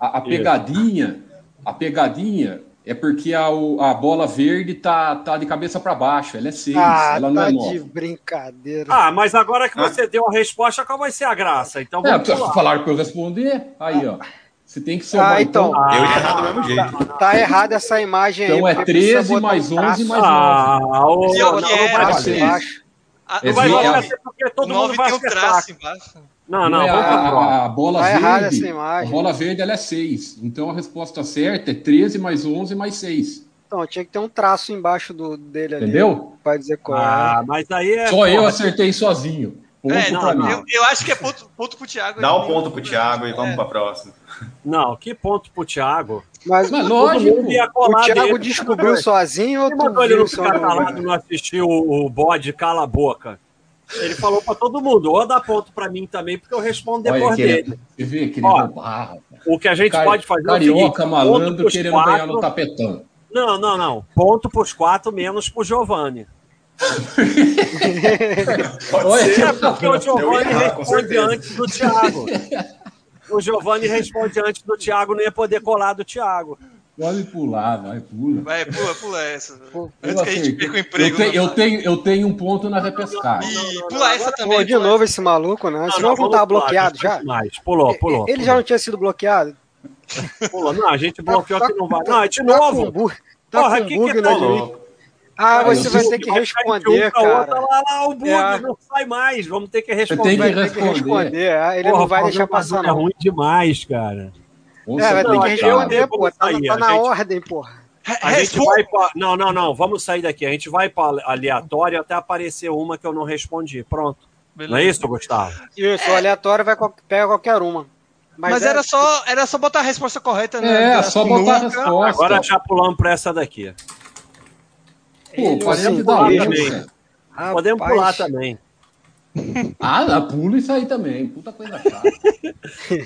Speaker 3: A, a pegadinha, a pegadinha é porque a, o- a bola verde tá, tá de cabeça para baixo. Ela é seis,
Speaker 4: ah,
Speaker 3: ela não
Speaker 4: tá
Speaker 3: é
Speaker 4: de
Speaker 3: nove.
Speaker 4: brincadeira.
Speaker 1: Ah, mas agora que você deu a resposta, qual vai ser a graça? Então
Speaker 3: É,
Speaker 1: vamos pular.
Speaker 3: falaram para eu responder. Aí, ó. Você tem que somar.
Speaker 4: Ah, então.
Speaker 5: Eu ia
Speaker 1: Ah,
Speaker 5: errar do mesmo jeito.
Speaker 4: Tá errada essa imagem
Speaker 3: Então
Speaker 4: aí.
Speaker 3: é
Speaker 4: porque precisa
Speaker 3: 13
Speaker 4: botar um
Speaker 3: mais 11 mais
Speaker 1: Ah,
Speaker 3: 9.
Speaker 1: ô, não,
Speaker 2: E eu
Speaker 1: não
Speaker 2: quero,
Speaker 1: vai
Speaker 4: traço
Speaker 1: valer.
Speaker 3: vocês.
Speaker 4: embaixo. Tá
Speaker 2: Ah,
Speaker 1: Não
Speaker 3: Esse
Speaker 1: vai
Speaker 3: é-
Speaker 1: valer
Speaker 2: nove,
Speaker 1: até porque um todo
Speaker 2: nove
Speaker 1: mundo vai
Speaker 2: tem um
Speaker 1: acertar.
Speaker 2: traço embaixo.
Speaker 1: Ah, Não, não,
Speaker 3: é
Speaker 1: vamos pra próxima.
Speaker 3: a, a bola
Speaker 4: Tá errada essa
Speaker 3: verde. A
Speaker 4: imagem.
Speaker 3: bola verde ela é 6. Então a resposta certa é 13 mais 11 mais 6.
Speaker 4: Então, tinha que ter um traço embaixo do, dele ali.
Speaker 3: Entendeu?
Speaker 4: Pra dizer qual é.
Speaker 1: Ah, mas aí é.
Speaker 3: Só eu acertei sozinho. Ponto
Speaker 2: É,
Speaker 1: não,
Speaker 3: pra mim.
Speaker 1: não.
Speaker 2: eu, eu acho que é ponto, ponto pro
Speaker 1: tá.
Speaker 2: Thiago.
Speaker 5: Dá o
Speaker 2: aí. É.
Speaker 5: ponto pro Thiago e
Speaker 1: É.
Speaker 5: vamos pra próxima.
Speaker 1: Não, que ponto pro Thiago?
Speaker 4: Mas
Speaker 3: Mas
Speaker 1: Todo
Speaker 3: lógico.
Speaker 1: mundo ia
Speaker 4: o
Speaker 1: colar
Speaker 4: Thiago
Speaker 1: dele. [laughs]
Speaker 4: descobriu sozinho ou
Speaker 1: Quem mandou
Speaker 4: tu
Speaker 1: ele
Speaker 4: viu
Speaker 1: não
Speaker 4: só
Speaker 1: ficar
Speaker 4: no
Speaker 1: calado e não assistir o, o bode cala a boca? Ele falou pra todo mundo, ou dá ponto pra mim também, porque eu respondo depois
Speaker 3: Olha,
Speaker 1: dele.
Speaker 3: querendo, você vê, querendo
Speaker 1: Ó,
Speaker 3: roubar. rapaz.
Speaker 1: O que a gente
Speaker 3: Cari-
Speaker 1: pode fazer é o seguinte,
Speaker 3: Carioca,
Speaker 1: ponto
Speaker 3: malandro,
Speaker 1: pros
Speaker 3: querendo ganhar no
Speaker 1: quatro-
Speaker 3: tapetão.
Speaker 1: Não, não, não. Ponto pros quatro, menos pro Giovanni.
Speaker 3: Olha,
Speaker 1: É porque o Giovanni
Speaker 5: Eu ia errar, com
Speaker 1: responde
Speaker 5: certeza.
Speaker 1: antes do Thiago. O Giovanni responde antes do Thiago, não ia poder colar do Thiago.
Speaker 3: pode pular, vai, pula.
Speaker 2: Vai, pula, pula essa.
Speaker 4: Pô,
Speaker 2: Antes que a gente
Speaker 3: acertei.
Speaker 2: perca o emprego. né?
Speaker 3: Eu, tenho- eu
Speaker 2: rapaz.
Speaker 3: tenho, eu tenho um ponto na repescagem.
Speaker 2: E
Speaker 1: não,
Speaker 2: pula essa também.
Speaker 4: Pô, de
Speaker 2: pula
Speaker 4: novo esse maluco, né? Esse maluco não
Speaker 1: vamos pular,
Speaker 4: tava bloqueado
Speaker 1: gostei
Speaker 4: já?
Speaker 1: demais. Pulou, pulou.
Speaker 4: Ele já não tinha sido bloqueado?
Speaker 1: pulou. pulou. Não, a gente bloqueou
Speaker 4: Tá-
Speaker 1: que não vai.
Speaker 4: tá-
Speaker 1: Não, é de
Speaker 4: Tá com,
Speaker 1: novo.
Speaker 4: bu- tá
Speaker 1: Porra,
Speaker 4: com
Speaker 1: que que
Speaker 4: bug
Speaker 5: Ô,
Speaker 4: na direita.
Speaker 5: louco.
Speaker 4: Ah,
Speaker 3: Cara,
Speaker 4: você
Speaker 3: eu
Speaker 4: vai
Speaker 3: sei
Speaker 4: ter que
Speaker 1: Vai cair de um
Speaker 4: responder,
Speaker 1: pra outra,
Speaker 4: cara.
Speaker 1: Lá, lá, o bug
Speaker 4: É.
Speaker 1: não sai mais. Vamos ter que
Speaker 3: Você
Speaker 1: responder.
Speaker 3: tem que
Speaker 4: Vai ter que
Speaker 3: responder.
Speaker 4: responder. ah, Ele
Speaker 1: Porra,
Speaker 4: não vai
Speaker 1: o
Speaker 4: deixar
Speaker 1: programa
Speaker 4: passar,
Speaker 1: é
Speaker 4: não.
Speaker 1: ruim demais, cara.
Speaker 3: Vamos
Speaker 4: É, vai
Speaker 1: não,
Speaker 4: ter
Speaker 1: aí
Speaker 4: que
Speaker 1: eu
Speaker 4: responder,
Speaker 1: devo
Speaker 4: pô. Tá,
Speaker 1: sair,
Speaker 4: tá
Speaker 1: a
Speaker 4: na
Speaker 1: gente-
Speaker 4: ordem, porra.
Speaker 2: essa.
Speaker 1: A gente
Speaker 2: Responde.
Speaker 1: vai pra... Não, não, não. Vamos sair daqui. A gente vai para aleatório até aparecer uma que eu não respondi. Pronto. Não é isso, Gustavo?
Speaker 4: Isso, o aleatório vai qual- pega qualquer uma.
Speaker 2: Mas,
Speaker 4: é-
Speaker 2: era, só, era só botar a resposta correta,
Speaker 3: É,
Speaker 2: né?
Speaker 3: só botar a resposta.
Speaker 1: Agora já pulamos para essa daqui.
Speaker 3: Pô, parece
Speaker 4: Sim,
Speaker 3: da
Speaker 1: pula
Speaker 3: onde,
Speaker 1: também.
Speaker 3: cara?
Speaker 4: Ah, Rapaz,
Speaker 1: Podemos pular tá? também.
Speaker 3: Ah, pula isso aí também. Puta coisa chata.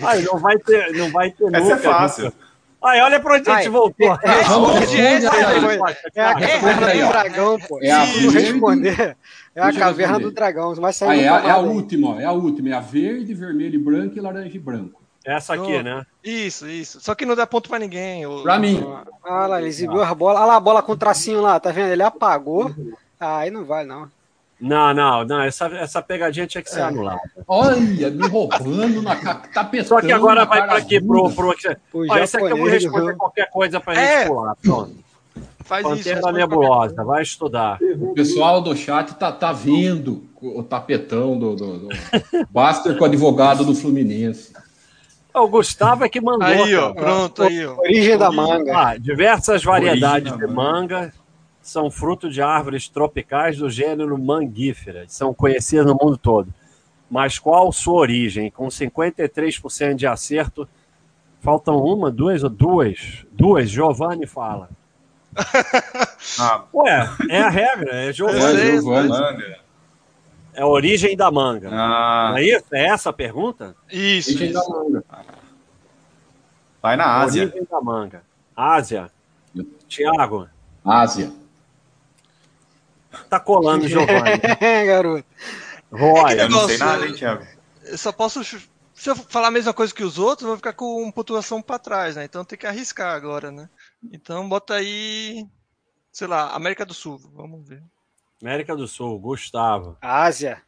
Speaker 1: Ai, não vai ter, não vai ter
Speaker 5: Essa é
Speaker 1: nunca.
Speaker 5: fácil.
Speaker 1: Aí, olha pra onde a gente
Speaker 4: Ai.
Speaker 1: voltou. né?
Speaker 4: É,
Speaker 3: Vamos,
Speaker 2: responde
Speaker 3: responde
Speaker 2: [laughs] essa,
Speaker 4: [laughs]
Speaker 3: essa aí.
Speaker 4: foi- É a
Speaker 2: É,
Speaker 4: caverna
Speaker 3: aí,
Speaker 4: do
Speaker 3: ó.
Speaker 4: dragão, pô.
Speaker 3: É a
Speaker 4: Se
Speaker 3: primeira-
Speaker 4: responder, é a
Speaker 3: Deixa eu
Speaker 4: caverna
Speaker 3: responder.
Speaker 4: do dragão. Mas saiu
Speaker 3: Ah, é, a- é a
Speaker 4: nada.
Speaker 3: última, ó, é a última. É a verde, vermelho e branco e laranja e branco.
Speaker 4: é.
Speaker 1: Essa aqui, né?
Speaker 2: Isso, isso. Só que não dá ponto pra ninguém. ô-
Speaker 3: Pra mim.
Speaker 4: Ah lá, ele exibiu as bolas. Ah lá, a bola com o tracinho lá, tá vendo? Ele apagou. Ah, aí não vale, não.
Speaker 1: Não, não, não. Essa, essa pegadinha tinha que ser
Speaker 4: É.
Speaker 1: anulada.
Speaker 3: Olha, me roubando na ca- tapetando.
Speaker 1: Só que agora
Speaker 3: na
Speaker 1: vai
Speaker 3: cara
Speaker 1: pra aqui, pro.
Speaker 3: dura.
Speaker 1: pro...
Speaker 4: O
Speaker 1: Ó, esse aqui eu vou
Speaker 4: japonês
Speaker 1: responder
Speaker 4: do-
Speaker 1: qualquer coisa pra
Speaker 2: É.
Speaker 1: gente pular. Pronto.
Speaker 2: Faz isso.
Speaker 1: Pantera
Speaker 2: responde pra
Speaker 1: Nebulosa, vai estudar.
Speaker 3: O pessoal do chat tá, tá vendo o tapetão do, do, do Baster com o advogado do Fluminense.
Speaker 1: Ó, O Gustavo é que mandou.
Speaker 2: Aí, ó.
Speaker 1: cara.
Speaker 2: Pronto, aí, ó.
Speaker 4: Origem da manga. [laughs]
Speaker 1: Ah, diversas variedades
Speaker 3: Origem da
Speaker 1: de manga são fruto de árvores tropicais do gênero manguífera. São conhecidas no mundo todo. Mas qual sua origem? Com 53% de acerto, faltam uma, duas ou duas? Duas, Giovanni fala.
Speaker 5: Ah,
Speaker 1: Ué, é a regra, é Giovanni.
Speaker 2: sei,
Speaker 3: É, Giovanni.
Speaker 5: manga.
Speaker 1: É a origem da manga.
Speaker 5: Ah,
Speaker 1: Não é isso? É essa a pergunta?
Speaker 2: Isso,
Speaker 3: Origem da
Speaker 2: isso.
Speaker 3: manga.
Speaker 5: vai na Ásia.
Speaker 1: Origem da manga. Ásia. Tiago,
Speaker 3: Ásia.
Speaker 1: tá colando
Speaker 5: [laughs]
Speaker 1: o Giovanni.
Speaker 4: É, garoto.
Speaker 1: Roy,
Speaker 5: Eu não sei
Speaker 2: Nossa.
Speaker 5: nada, hein, Thiago?
Speaker 2: Eu só posso. chu- Se eu falar a mesma coisa que os outros, eu vou ficar com uma pontuação pra trás, né? Então tem que arriscar agora, né? Então bota aí. Sei lá, América do Sul. Vamos ver.
Speaker 1: América do Sul, Gustavo.
Speaker 4: Ásia.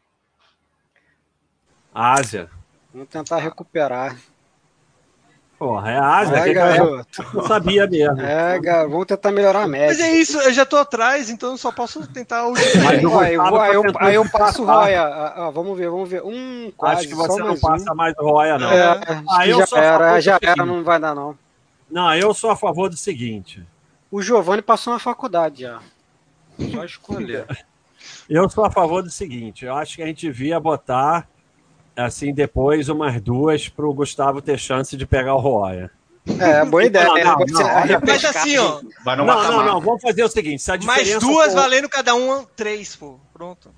Speaker 1: Ásia.
Speaker 4: Vamos tentar recuperar.
Speaker 1: Porra, é Ásia.
Speaker 4: É,
Speaker 1: que eu
Speaker 4: garoto.
Speaker 1: não sabia mesmo.
Speaker 4: É, garoto. Vamos tentar melhorar a
Speaker 2: Mas é
Speaker 4: média.
Speaker 2: isso, eu já tô atrás, então eu só posso tentar o.
Speaker 1: [laughs] Mas o
Speaker 4: Ó, eu
Speaker 1: Gustavo
Speaker 4: vou- aí, eu,
Speaker 1: tá tentando
Speaker 4: aí eu passo
Speaker 1: passar.
Speaker 4: Roya. Ah, ah, vamos ver, vamos ver. Um, quase,
Speaker 1: Acho que você
Speaker 4: só
Speaker 1: não
Speaker 4: mais
Speaker 1: passa mais Roya,
Speaker 4: Um.
Speaker 1: não.
Speaker 4: É,
Speaker 1: Ah, eu
Speaker 4: acho que
Speaker 1: sou
Speaker 4: já
Speaker 1: a
Speaker 4: era,
Speaker 1: favor
Speaker 4: já
Speaker 1: do
Speaker 4: era,
Speaker 1: seguinte.
Speaker 4: não vai dar, não.
Speaker 1: Não, eu sou a favor do seguinte.
Speaker 4: O Giovanni passou na faculdade já. Só escolher.
Speaker 1: Eu sou a favor do seguinte. Eu acho que a gente devia botar, assim, depois umas duas para o Gustavo ter chance de pegar o Roya.
Speaker 4: É, boa ideia.
Speaker 1: Não, não,
Speaker 4: Pode ser-
Speaker 1: não,
Speaker 4: a
Speaker 1: olha-
Speaker 2: Mas assim, ó,
Speaker 5: Vai no
Speaker 1: Não, não,
Speaker 5: mata-mata.
Speaker 1: não. Vamos fazer o seguinte. Se a
Speaker 2: mais
Speaker 1: diferença
Speaker 2: duas
Speaker 1: for-
Speaker 2: valendo cada uma, três, pô. Pronto.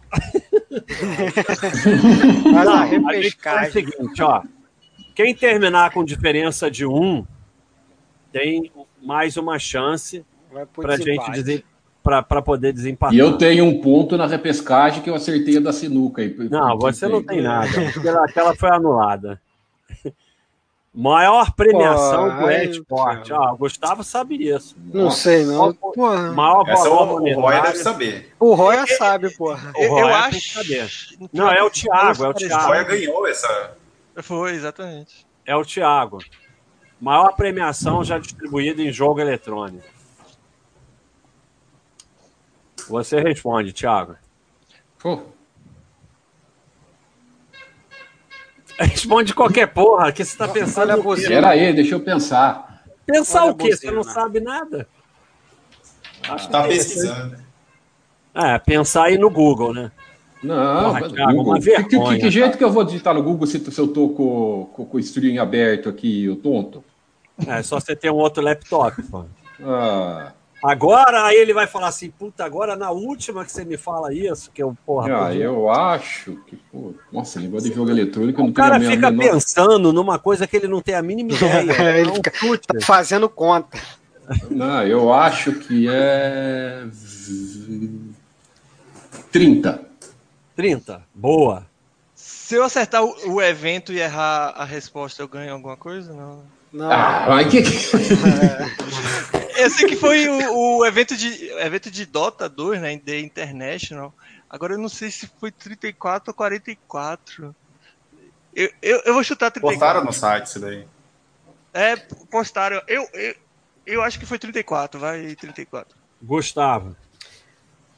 Speaker 4: Mas a
Speaker 1: Não, a gente faz o
Speaker 4: repescagem.
Speaker 1: seguinte, ó. Quem terminar com diferença de um tem mais uma chance
Speaker 4: Vai pro
Speaker 1: para gente
Speaker 4: desempate.
Speaker 1: desem... para poder desempatar.
Speaker 3: E eu tenho um ponto na repescagem que eu acertei a da sinuca. aí.
Speaker 1: Não, você não tem nada. Aquela, aquela foi anulada. Maior premiação
Speaker 4: Pô,
Speaker 1: do
Speaker 4: ai,
Speaker 1: esporte.
Speaker 4: cara.
Speaker 1: Ah, o Gustavo sabe isso.
Speaker 4: Não sei, não. Porra.
Speaker 1: Maior
Speaker 5: Essa é o,
Speaker 1: valor é
Speaker 5: o
Speaker 4: né?
Speaker 5: Roy deve
Speaker 1: monetário.
Speaker 5: saber.
Speaker 4: O Roya sabe, porra.
Speaker 1: O
Speaker 2: Eu, eu
Speaker 1: Roya tem que
Speaker 2: acho.
Speaker 1: saber. Não, é o Thiago, é o
Speaker 5: O
Speaker 4: Ah,
Speaker 1: Thiago.
Speaker 5: Roy ganhou essa.
Speaker 2: Foi, exatamente.
Speaker 1: É o Thiago. Maior premiação já distribuída em jogo eletrônico. Você responde, Thiago. [laughs]
Speaker 3: Pô,
Speaker 1: Responde qualquer porra, que você tá pensando.
Speaker 4: Olha a
Speaker 1: o quê?
Speaker 4: buzina.
Speaker 3: pera aí, deixa eu pensar.
Speaker 1: Pensar
Speaker 4: olha
Speaker 1: o quê?
Speaker 4: a
Speaker 1: Você não
Speaker 4: buzina.
Speaker 1: sabe nada?
Speaker 5: Tá pesquisando.
Speaker 1: É, pensar aí no Google, né?
Speaker 3: Não,
Speaker 1: Porra,
Speaker 3: mas
Speaker 1: Thiago,
Speaker 3: Google.
Speaker 1: uma
Speaker 3: Que- que-
Speaker 1: vergonha,
Speaker 3: que, que jeito que eu vou digitar no Google se, se eu tô com, com, com o stream aberto aqui, o tonto?
Speaker 1: É só você ter um outro laptop. pô.
Speaker 3: Ah,
Speaker 1: Agora aí ele vai falar assim: puta, agora na última que você me fala isso, que eu, porra.
Speaker 3: ah,
Speaker 1: podia-
Speaker 3: eu acho que. Pô, nossa, negócio de jogo eletrônico eu não
Speaker 1: O
Speaker 3: tenho a
Speaker 1: cara
Speaker 3: minha
Speaker 1: fica
Speaker 3: menor-
Speaker 1: pensando numa coisa que ele não tem
Speaker 3: [laughs]
Speaker 1: a mínima ideia.
Speaker 4: Ele
Speaker 1: É um
Speaker 4: fica-
Speaker 1: chute.
Speaker 4: Tá fazendo conta.
Speaker 3: Não, eu acho que é. 30.
Speaker 1: 30. Boa.
Speaker 2: Se eu acertar o, o evento e errar a resposta, eu ganho alguma coisa? Não. né?
Speaker 4: Não.
Speaker 3: Ah, mas que.
Speaker 2: Eu sei que foi o, o evento, de, evento de Dota 2, né? The International. Agora eu não sei se foi 34 ou 44. Eu, eu, eu vou chutar 34.
Speaker 5: Postaram no site isso daí.
Speaker 2: É, postaram. Eu, eu, eu acho que foi 34, vai 34.
Speaker 1: Gustavo.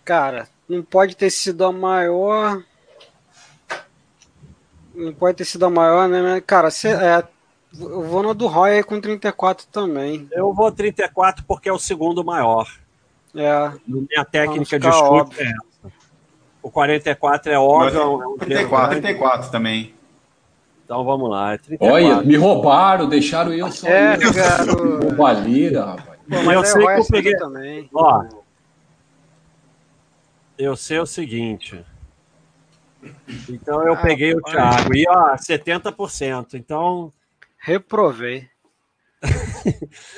Speaker 4: Cara, não pode ter sido a maior. Não pode ter sido a maior, né? mas, Cara, cê, é, eu vou na do Roy aí com 34 também.
Speaker 1: Eu vou 34 porque é o segundo maior.
Speaker 4: É.
Speaker 1: Minha técnica de
Speaker 4: Não, fica
Speaker 1: chute é essa. O 44 é óbvio. é um- é um
Speaker 4: né?
Speaker 5: 34,
Speaker 1: dedo grande.
Speaker 5: 34 também.
Speaker 1: Então vamos lá. É 34.
Speaker 3: Olha, me roubaram, deixaram eu só.
Speaker 4: É,
Speaker 3: eu.
Speaker 4: garoto.
Speaker 3: Roubalheira, rapaz.
Speaker 4: Pô,
Speaker 1: Eu
Speaker 4: aí
Speaker 1: sei
Speaker 4: Roy
Speaker 1: que eu
Speaker 4: acertou
Speaker 1: peguei-
Speaker 4: Também.
Speaker 1: Ó, eu sei o seguinte. Então eu
Speaker 4: Ah,
Speaker 1: peguei o
Speaker 4: rapaz.
Speaker 1: Thiago. E ó, 70%. Então
Speaker 4: Reprovei.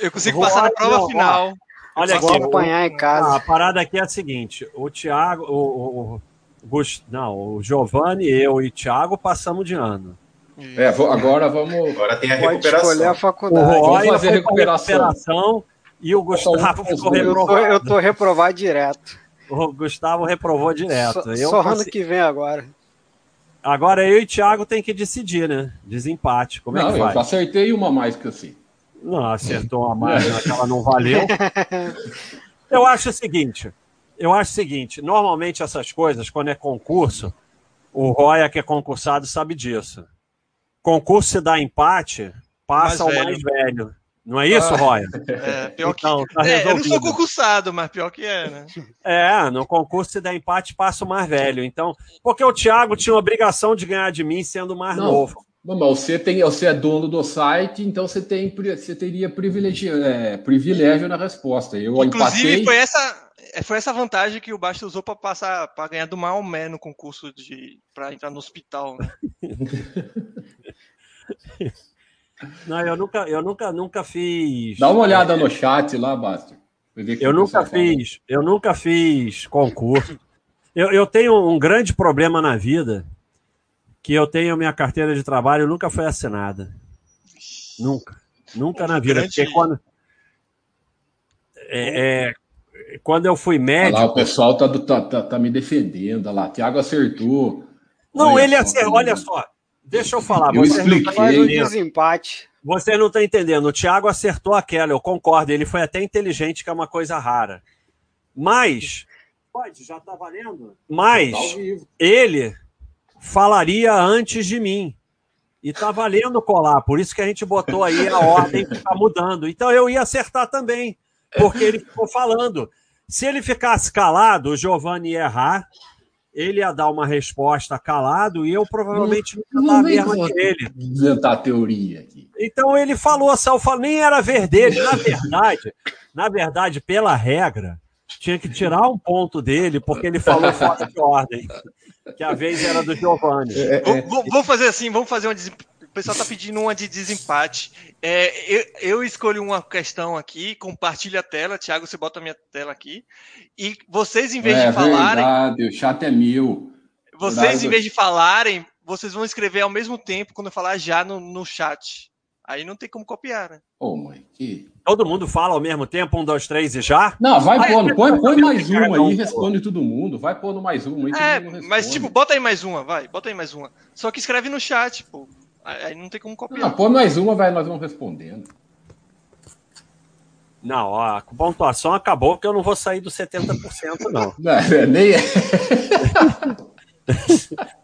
Speaker 2: Eu consigo
Speaker 1: Vou-
Speaker 2: passar na
Speaker 1: olha,
Speaker 2: prova
Speaker 1: não, ó.
Speaker 2: final.
Speaker 1: Olha aqui,
Speaker 2: Eu faço
Speaker 4: Vou
Speaker 2: isso.
Speaker 1: o-
Speaker 4: apanhar em casa.
Speaker 1: a parada aqui é a seguinte: o Thiago, o, o, o Gus- não, o Giovanni, eu e o Thiago passamos de ano.
Speaker 3: É, vou- agora vamos.
Speaker 5: Agora tem a
Speaker 4: Pode escolher a
Speaker 5: recuperação.
Speaker 1: Ah, O
Speaker 4: faculdade.
Speaker 1: Roy
Speaker 3: vamos fazer
Speaker 1: foi pra
Speaker 3: recuperação.
Speaker 1: recuperação e o Gustavo
Speaker 3: Faltam
Speaker 1: ficou
Speaker 3: dois.
Speaker 4: eu, tô, eu
Speaker 1: reprovado.
Speaker 4: tô reprovado direto.
Speaker 1: O Gustavo reprovou direto.
Speaker 4: só
Speaker 1: eu
Speaker 4: só ano
Speaker 1: consegui-
Speaker 4: que vem agora.
Speaker 1: Agora eu e o Thiago tem que decidir, né? Desempate. Como é
Speaker 3: não,
Speaker 1: que
Speaker 3: eu
Speaker 1: faz?
Speaker 3: acertei uma mais que assim.
Speaker 1: Não, acertou uma margem, aquela não valeu. Eu acho o seguinte, eu acho o seguinte, normalmente essas coisas, quando é concurso, o Roya que é concursado sabe disso. Concurso se dá empate, passa o
Speaker 2: Mais velho.
Speaker 1: mais velho. Não é isso,
Speaker 3: Ah.
Speaker 1: Roya?
Speaker 2: É, pior que.
Speaker 1: Então, tá
Speaker 2: É, eu não sou
Speaker 1: resolvido.
Speaker 2: concursado, mas pior que é, né?
Speaker 1: É, no concurso se dá empate, passa o mais velho. Então, porque o Thiago tinha obrigação de ganhar de mim sendo o mais
Speaker 3: Não.
Speaker 1: novo.
Speaker 3: Bom, mas você, tem, você é dono do site, então você, tem, pri- você teria privilegi- é, privilégio na resposta. Eu
Speaker 2: Inclusive,
Speaker 3: empatei.
Speaker 2: foi essa, é, foi essa vantagem que o Basta usou pra passar, para ganhar do Maomé no concurso de para entrar no hospital. né?
Speaker 1: Não, eu nunca, eu nunca, nunca fiz.
Speaker 3: Dá uma olhada no chat lá, Basta. pra ver o que
Speaker 1: Eu
Speaker 3: o
Speaker 1: nunca
Speaker 3: pessoal fala.
Speaker 1: fiz, eu nunca fiz concurso. Eu, eu tenho um grande problema na vida, que eu tenho minha carteira de trabalho nunca foi assinada. Nunca. Nunca na vida.
Speaker 2: grande-
Speaker 1: Porque quando, é, é, quando eu fui
Speaker 3: Olha lá,
Speaker 1: médico.
Speaker 3: o pessoal tá, do- tá- tá- tá me defendendo. Olha lá, Tiago acertou.
Speaker 1: Não,
Speaker 3: Olha
Speaker 1: ele
Speaker 3: só,
Speaker 1: acertou.
Speaker 3: cara.
Speaker 1: Olha só. Deixa eu falar.
Speaker 3: Eu
Speaker 1: vocês não-
Speaker 3: expliquei.
Speaker 4: Mas no
Speaker 1: Beleza.
Speaker 4: um desempate.
Speaker 1: Vocês não estão entendendo. O Thiago acertou aquela, eu concordo. Ele foi até inteligente, que é uma coisa rara. Mas. Pode, já tá valendo? Mas.
Speaker 3: Tá ao vivo.
Speaker 1: ele falaria antes de mim. E tá valendo colar, por isso que a gente botou aí a ordem que tá mudando. Então eu ia acertar também, porque ele ficou falando. Se ele ficasse calado, o Giovanni ia errar, ele ia dar uma resposta calado e eu provavelmente não, ia dar a
Speaker 3: vem
Speaker 1: mesma
Speaker 3: com-
Speaker 1: que ele.
Speaker 3: inventar teoria aqui.
Speaker 1: Então ele falou, Sal, fal- nem era verdejo. Na verdade, na verdade, pela regra, tinha que tirar um ponto dele, porque ele falou fora de ordem. Que a vez era do Giovanni.
Speaker 3: É,
Speaker 2: Vou- vou- Vamos fazer assim, vamos fazer uma desem- O pessoal tá pedindo uma de desempate. É, eu, eu escolho uma questão aqui, compartilho a tela, Thiago, você bota a minha tela aqui. E vocês, em vez
Speaker 3: é
Speaker 2: de né? falarem,
Speaker 3: verdade, o chat é meu.
Speaker 2: vocês, em
Speaker 3: verdade.
Speaker 2: vez de falarem, vocês vão escrever ao mesmo tempo quando eu falar já no, no chat. Aí não tem como copiar, né?
Speaker 3: Ô, mãe, que...
Speaker 1: Todo mundo fala ao mesmo tempo, um, dois, três e já?
Speaker 3: Não, vai
Speaker 1: Ai,
Speaker 3: pondo, põe, põe mais
Speaker 1: cara,
Speaker 3: uma
Speaker 1: não,
Speaker 3: aí,
Speaker 1: pô.
Speaker 3: responde todo mundo. Vai pondo mais uma aí, todo
Speaker 2: É,
Speaker 3: mundo responde.
Speaker 2: mas tipo, bota aí mais uma, vai, bota aí mais uma. Só que escreve no chat, pô. Aí aí não tem como
Speaker 3: Não,
Speaker 2: copiar.
Speaker 3: põe mais uma, vai, nós vamos respondendo. [laughs]
Speaker 1: Não, ó, a pontuação acabou porque eu não vou sair dos 70%, não.
Speaker 3: Não, é, nem é.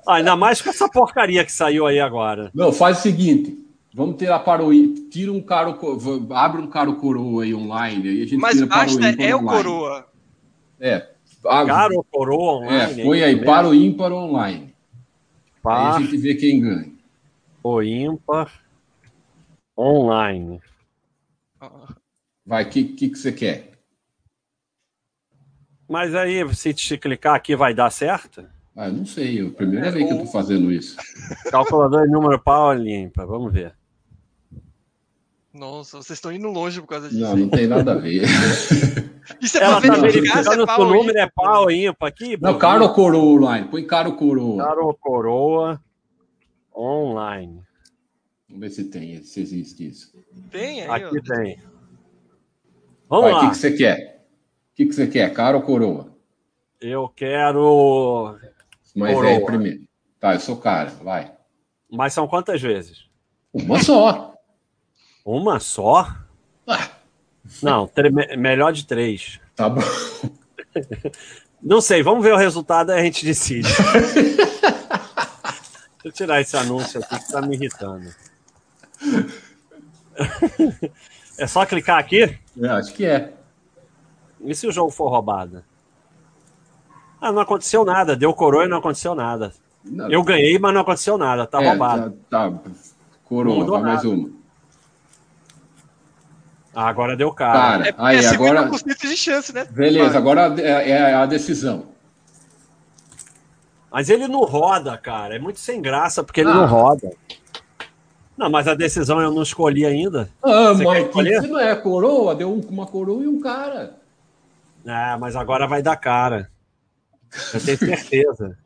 Speaker 1: Ah, ainda mais com essa porcaria que saiu aí agora.
Speaker 3: Não, faz o seguinte. Vamos tirar para o i- tira um caro, co- v- abre um caro coroa aí online, aí a gente
Speaker 2: Mas
Speaker 3: tira para o
Speaker 2: basta
Speaker 3: ímpar
Speaker 2: é o
Speaker 3: online.
Speaker 2: coroa.
Speaker 3: É, abre.
Speaker 1: Caro ou coroa online? né?
Speaker 3: é, põe aí para o ímpar online.
Speaker 1: Par
Speaker 3: Aí a gente vê quem ganha.
Speaker 1: ou ímpar online.
Speaker 2: Ah,
Speaker 3: Vai, o que, que, que você quer?
Speaker 1: Mas aí, se te clicar aqui, vai dar certo?
Speaker 3: Ah, eu não sei, é a primeira
Speaker 2: É,
Speaker 3: vez que eu
Speaker 2: ou-
Speaker 3: tô fazendo isso.
Speaker 1: Calculador de número pau limpa, vamos ver.
Speaker 2: Nossa, vocês estão indo longe por causa disso.
Speaker 3: Não, não tem nada a ver.
Speaker 2: Isso é pra
Speaker 1: Ela tá
Speaker 2: verificar se é
Speaker 1: verificando se
Speaker 2: pau
Speaker 1: o
Speaker 2: ou
Speaker 1: número
Speaker 2: ímpar.
Speaker 1: é pau ímpar aqui.
Speaker 3: [laughs] Não,
Speaker 1: pô.
Speaker 3: caro ou coroa online? Põe caro ou coroa.
Speaker 1: Caro ou coroa online.
Speaker 3: Vamos ver se tem, se existe isso.
Speaker 2: Tem aí, ó.
Speaker 1: Aqui tem. Vamos
Speaker 3: Vai, o
Speaker 1: lá.
Speaker 3: que, que você quer? O que, que você quer, caro ou coroa?
Speaker 1: Eu quero.
Speaker 3: Mas
Speaker 1: Coroa.
Speaker 3: é primeiro. Tá, eu sou cara, vai.
Speaker 1: Mas são quantas vezes?
Speaker 3: Uma só.
Speaker 1: Uma só?
Speaker 3: Ah,
Speaker 1: Não, tre- me- melhor de três.
Speaker 3: tá bom. [laughs]
Speaker 1: Não sei, vamos ver o resultado aí a gente decide. [laughs] Deixa eu tirar esse anúncio aqui que tá me irritando. [laughs] É só clicar aqui?
Speaker 3: É, acho que é.
Speaker 1: E se o jogo for roubado? Ah, não aconteceu nada. Deu coroa e não aconteceu nada.
Speaker 3: Não,
Speaker 1: Eu ganhei, mas não aconteceu nada. Tá
Speaker 3: é,
Speaker 1: roubado.
Speaker 3: Tá, tá.
Speaker 1: Não
Speaker 3: Coroa,
Speaker 1: mudou
Speaker 3: vai mais uma.
Speaker 1: Ah, agora deu cara.
Speaker 3: Cara,
Speaker 2: É,
Speaker 3: aí
Speaker 2: é
Speaker 3: agora.
Speaker 2: 50% de chance, né?
Speaker 3: Beleza, agora é, é a decisão.
Speaker 1: Mas ele não roda, cara. É muito sem graça porque ele
Speaker 3: Ah.
Speaker 1: não roda. Não, mas a decisão eu não escolhi ainda.
Speaker 3: Ah,
Speaker 1: Você quer
Speaker 3: mas
Speaker 1: escolher?
Speaker 3: que você não é coroa? Deu um- uma coroa e um cara.
Speaker 1: Ah, mas agora vai dar cara. Eu tenho certeza.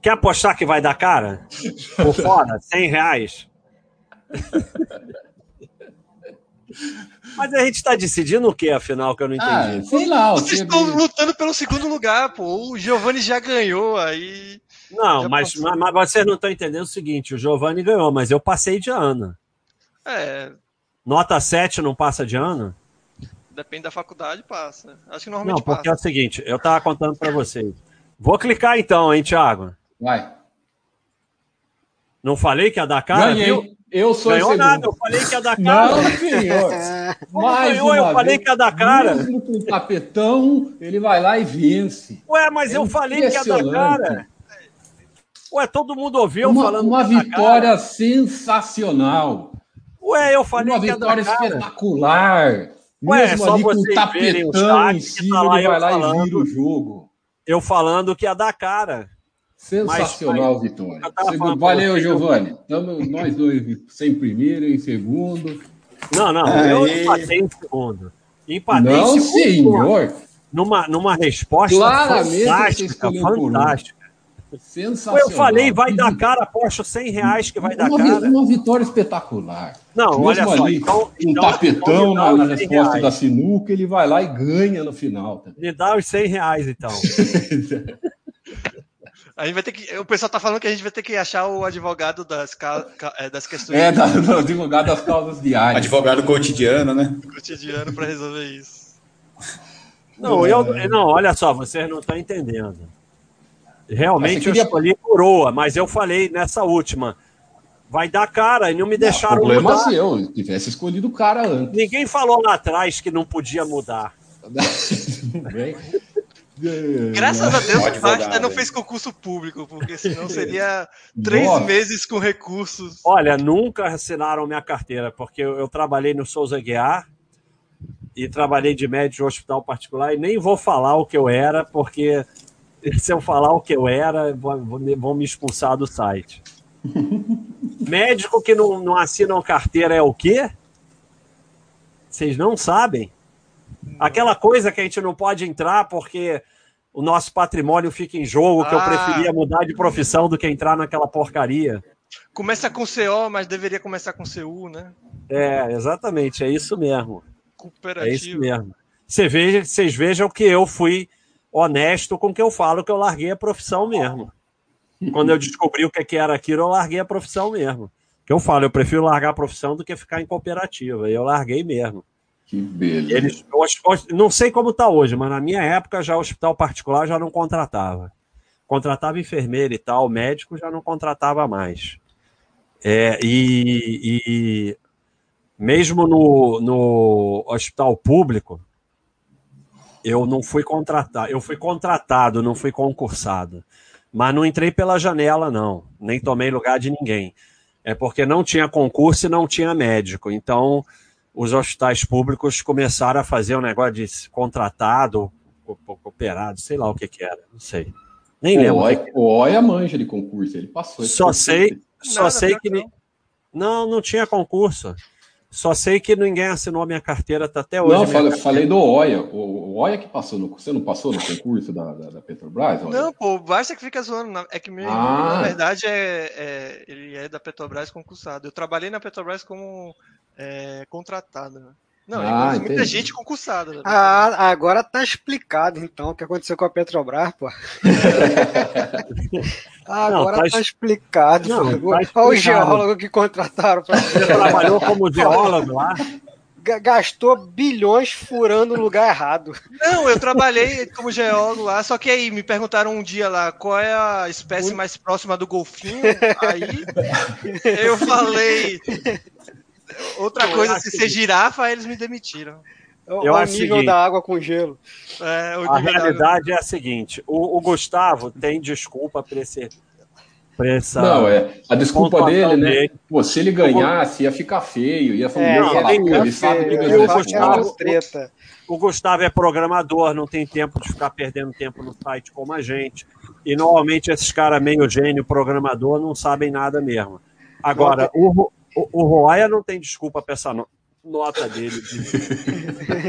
Speaker 1: Quer apostar que vai dar cara? Por fora, 100 reais. Mas a gente está decidindo o que, afinal, que eu não
Speaker 3: Ah,
Speaker 1: entendi.
Speaker 3: sei lá. eu
Speaker 2: Vocês
Speaker 3: tinha
Speaker 2: estão
Speaker 3: visto.
Speaker 2: lutando pelo segundo lugar, pô. O Giovanni já ganhou, aí.
Speaker 1: não,
Speaker 2: já
Speaker 1: mas,
Speaker 2: passou.
Speaker 1: mas, mas vocês não estão entendendo o seguinte: o Giovanni ganhou, mas eu passei de ano.
Speaker 2: É,
Speaker 1: Nota 7 não passa de ano?
Speaker 2: depende da faculdade, passa. Acho que
Speaker 1: Não,
Speaker 2: normalmente
Speaker 1: porque é
Speaker 2: passa.
Speaker 1: o seguinte: eu estava contando para vocês. Vou clicar então, hein, Thiago?
Speaker 3: Vai.
Speaker 1: Não falei que ia dar cara?
Speaker 3: Ganhei.
Speaker 1: viu?
Speaker 3: Eu, sou
Speaker 1: Ganhou
Speaker 3: em segundo.
Speaker 1: nada, eu falei que ia dar cara.
Speaker 3: Não, senhor.
Speaker 1: Como
Speaker 3: Mais
Speaker 1: ganhou, eu
Speaker 3: uma
Speaker 1: falei
Speaker 3: vez, Hum,
Speaker 1: que ia dar cara.
Speaker 3: Mesmo com o tapetão, ele vai lá e vence. É
Speaker 1: Ué, mas eu falei que ia dar
Speaker 3: impressionante.
Speaker 1: cara. Ué, todo mundo ouviu
Speaker 3: Uma,
Speaker 1: falando
Speaker 3: uma
Speaker 1: que ia dar cara.
Speaker 3: vitória sensacional.
Speaker 1: Ué, eu falei
Speaker 3: uma
Speaker 1: que ia dar
Speaker 3: vitória
Speaker 1: cara.
Speaker 3: espetacular.
Speaker 1: Ué,
Speaker 3: Mesmo
Speaker 1: só
Speaker 3: ali com o
Speaker 1: vocês verem o
Speaker 3: tapetão
Speaker 1: chat
Speaker 3: em
Speaker 1: que tá
Speaker 3: cima,
Speaker 1: lá
Speaker 3: ele
Speaker 1: eu
Speaker 3: vai lá e
Speaker 1: falando.
Speaker 3: vira o jogo.
Speaker 1: Eu falando que ia dar cara.
Speaker 3: Sensacional,
Speaker 1: Mas-
Speaker 3: Vitória.
Speaker 1: Eu tava
Speaker 3: Segundo,
Speaker 1: falando
Speaker 3: valeu,
Speaker 1: pra você.
Speaker 3: Giovanni. Estamos nós dois sem primeiro e em segundo.
Speaker 1: Não, não, eu
Speaker 5: Aí.
Speaker 1: empatei em segundo. Empatei
Speaker 3: Não,
Speaker 1: em segundo.
Speaker 3: senhor.
Speaker 1: Numa, numa resposta
Speaker 3: Claramente você
Speaker 1: fantástica,
Speaker 3: escolheu por um.
Speaker 1: fantástica. Ué,
Speaker 3: Sensacional.
Speaker 1: eu falei, vai
Speaker 3: Que
Speaker 1: dar
Speaker 3: vi-
Speaker 1: cara, aposto 100 reais que vai dar
Speaker 3: uma, vi-
Speaker 1: cara.
Speaker 3: uma vitória espetacular.
Speaker 1: Não,
Speaker 3: Mesmo
Speaker 1: olha só.
Speaker 3: ali,
Speaker 1: então-
Speaker 3: um
Speaker 1: então-
Speaker 3: tapetão
Speaker 1: então me
Speaker 3: na,
Speaker 1: dá
Speaker 3: na
Speaker 1: os 100
Speaker 3: resposta
Speaker 1: reais.
Speaker 3: da sinuca, ele vai lá e ganha no final. tá?
Speaker 1: Me dá os 100 reais, então.
Speaker 2: A gente vai ter que. O pessoal tá falando que a gente vai ter que achar o advogado das, ca- ca- é, das questões
Speaker 3: É, da, do advogado das causas diárias.
Speaker 5: Advogado cotidiano, né?
Speaker 2: do cotidiano pra resolver isso.
Speaker 1: Não,
Speaker 3: Né?
Speaker 1: eu não, olha só, vocês não estão entendendo.
Speaker 3: Mas
Speaker 1: Realmente
Speaker 3: você queria-
Speaker 1: eu escolhi coroa, mas eu falei nessa última. Vai dar cara e não me
Speaker 3: O
Speaker 1: deixaram
Speaker 3: problema é
Speaker 1: mudar.
Speaker 3: seu, se eu tivesse escolhido o cara antes.
Speaker 1: Ninguém falou lá atrás que não podia mudar.
Speaker 3: Tudo bem?
Speaker 1: [laughs]
Speaker 3: É,
Speaker 2: Graças a Deus,
Speaker 5: Ó,
Speaker 2: o
Speaker 5: advogado,
Speaker 2: Basta não
Speaker 5: hein?
Speaker 2: fez concurso público, porque senão seria três
Speaker 3: [laughs] Nossa.
Speaker 2: meses com recursos.
Speaker 1: Olha, nunca assinaram minha carteira, porque eu, eu trabalhei no Souza Guiar e trabalhei de médico em hospital particular e nem vou falar o que eu era, porque [laughs] se eu falar o que eu era, vão, vão me- vão me expulsar do site. médico que não, não assinam carteira é o quê? Vocês não sabem? Aquela coisa que a gente não pode entrar porque o nosso patrimônio fica em jogo, que eu
Speaker 2: Ah.
Speaker 1: preferia mudar de profissão do que entrar naquela porcaria.
Speaker 2: Começa com CO, mas deveria começar com CU, né?
Speaker 1: É, exatamente, é isso mesmo. É isso
Speaker 2: Cooperativo.
Speaker 1: mesmo. Você veja, vocês vejam que eu fui honesto com o que eu falo, que eu larguei a profissão mesmo. Quando eu descobri o que que era aquilo, eu larguei a profissão mesmo. Que eu falo, eu prefiro largar a profissão do que ficar em cooperativa. E eu larguei mesmo.
Speaker 3: Que beleza.
Speaker 1: Eles, hoje- hoje- não sei como está hoje, mas na minha época já o hospital particular já não contratava. Contratava enfermeira e tal, médico já não contratava mais. É, e, e mesmo no, no hospital público, eu não fui contratado. Eu fui contratado, não fui concursado. Mas não entrei pela janela, não. Nem tomei lugar de ninguém. É porque não tinha concurso e não tinha médico. Então, os hospitais públicos começaram a fazer um negócio de contratado, co- co- cooperado, sei lá o que que era, não sei. Nem
Speaker 3: O
Speaker 1: lembro.
Speaker 3: Oi- O Oia manja de concurso, ele passou. esse
Speaker 1: Só
Speaker 3: concurso.
Speaker 1: sei- Só
Speaker 2: Nada,
Speaker 1: sei
Speaker 2: pior
Speaker 1: que.
Speaker 2: que
Speaker 1: ni- Não, não tinha concurso. Só sei que ninguém assinou a minha carteira tá até hoje.
Speaker 3: Não, eu
Speaker 1: minha
Speaker 3: falei,
Speaker 1: carteira.
Speaker 3: falei do Oia. O o Oia que passou no. Você não passou no concurso da, da, da Petrobras? Oia?
Speaker 2: Não, pô, o Basta que fica zoando. na- É que meu irmão,
Speaker 3: Ah.
Speaker 2: na verdade, é, é- ele é da Petrobras concursado. Eu trabalhei na Petrobras como é, contratado. né? Não, ele
Speaker 3: Ah,
Speaker 2: conhece muita
Speaker 3: entendi.
Speaker 2: gente concursada. né?
Speaker 4: Ah, agora tá explicado então o que aconteceu com a Petrobras,
Speaker 1: [laughs]
Speaker 4: pô. Agora
Speaker 1: tá
Speaker 4: tá,
Speaker 1: es-
Speaker 4: explicado.
Speaker 1: Não, tá
Speaker 4: pô. Olha
Speaker 1: explicado.
Speaker 4: o geólogo que contrataram pra.
Speaker 1: Você trabalhou como geólogo lá?
Speaker 4: [laughs] Ga- Gastou bilhões furando o lugar errado.
Speaker 2: Não, eu trabalhei como geólogo lá, só que aí me perguntaram um dia lá qual é a espécie mais próxima do golfinho. Aí eu falei outra
Speaker 1: Eu
Speaker 2: coisa,
Speaker 1: acho
Speaker 2: se
Speaker 1: que-
Speaker 2: ser girafa, aí eles me demitiram.
Speaker 4: Olha
Speaker 1: Eu
Speaker 4: É o
Speaker 1: acho o
Speaker 4: nível
Speaker 1: seguinte.
Speaker 4: da água com gelo.
Speaker 2: É, o
Speaker 1: A
Speaker 2: nível da-
Speaker 1: realidade é a seguinte: o, o Gustavo tem desculpa para esse. Pra essa...
Speaker 3: Não, é. A desculpa
Speaker 1: Pontuação
Speaker 3: dele, né?
Speaker 1: dele.
Speaker 3: Pô, se ele ganhasse, ia ficar feio, ia falar,
Speaker 4: É,
Speaker 3: não,
Speaker 4: ia
Speaker 3: falar, pô,
Speaker 4: ficar
Speaker 3: ele sabe que
Speaker 4: feio, né?
Speaker 1: eu
Speaker 3: ganhou
Speaker 4: ia
Speaker 3: essa
Speaker 1: gostava-
Speaker 4: ficar
Speaker 3: porra.
Speaker 4: uma treta.
Speaker 1: O Gustavo é programador, não tem tempo de ficar perdendo tempo no site como a gente. E normalmente esses caras meio gênio, programador, não sabem nada mesmo. Agora, o, Ro- o, o Roaia não tem desculpa pra essa no- nota
Speaker 2: [laughs]
Speaker 1: dele.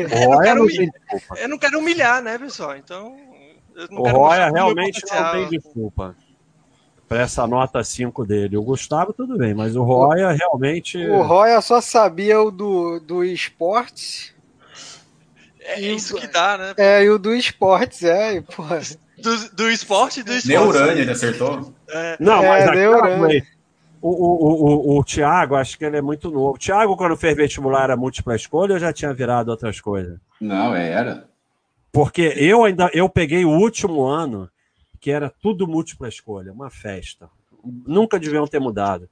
Speaker 1: o Roaia
Speaker 2: um
Speaker 1: não tem desculpa.
Speaker 2: Eu não quero humilhar, né, pessoal? Então. Eu não
Speaker 1: O
Speaker 2: quero
Speaker 1: Roya
Speaker 2: mostrar todo o meu
Speaker 1: realmente não
Speaker 2: potencial.
Speaker 1: tem desculpa para essa nota 5 dele. O Gustavo, tudo bem, mas o Roya realmente.
Speaker 4: O Roya só sabia o do, do esportes.
Speaker 2: É isso que dá, né?
Speaker 4: É, e o do esportes, é, e, porra.
Speaker 2: Do, do esporte do esporte.
Speaker 5: Neurânia, ele acertou?
Speaker 2: É,
Speaker 1: Não, mas
Speaker 4: É,
Speaker 1: aquela
Speaker 4: neurônio.
Speaker 1: vez, o, o, o, o, o Thiago, acho que ele é muito novo. O Thiago, quando fez vestibular, era múltipla escolha ou já tinha virado outras coisas?
Speaker 3: Não, era.
Speaker 1: Porque eu ainda eu peguei o último ano que era tudo múltipla escolha, uma festa. Nunca deviam ter mudado.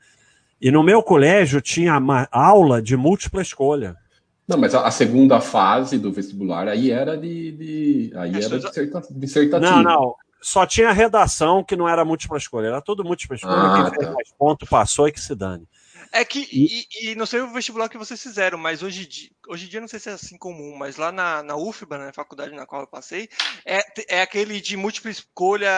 Speaker 1: E no meu colégio tinha uma aula de múltipla escolha.
Speaker 3: Não, mas a, a segunda fase do vestibular aí era de. de- aí
Speaker 2: Acho
Speaker 3: era
Speaker 2: que já-
Speaker 3: disserta, dissertativo.
Speaker 1: É, Não, não. Só tinha redação que não era múltipla escolha, era tudo múltipla escolha.
Speaker 3: Ah,
Speaker 1: Quem fez
Speaker 3: tá.
Speaker 1: mais ponto passou e que se dane.
Speaker 2: é que, e, e não sei o vestibular que vocês fizeram, mas hoje, em di- hoje em dia não sei se é assim comum, mas lá na, na UFBA, na faculdade na qual eu passei, é, é aquele de múltipla escolha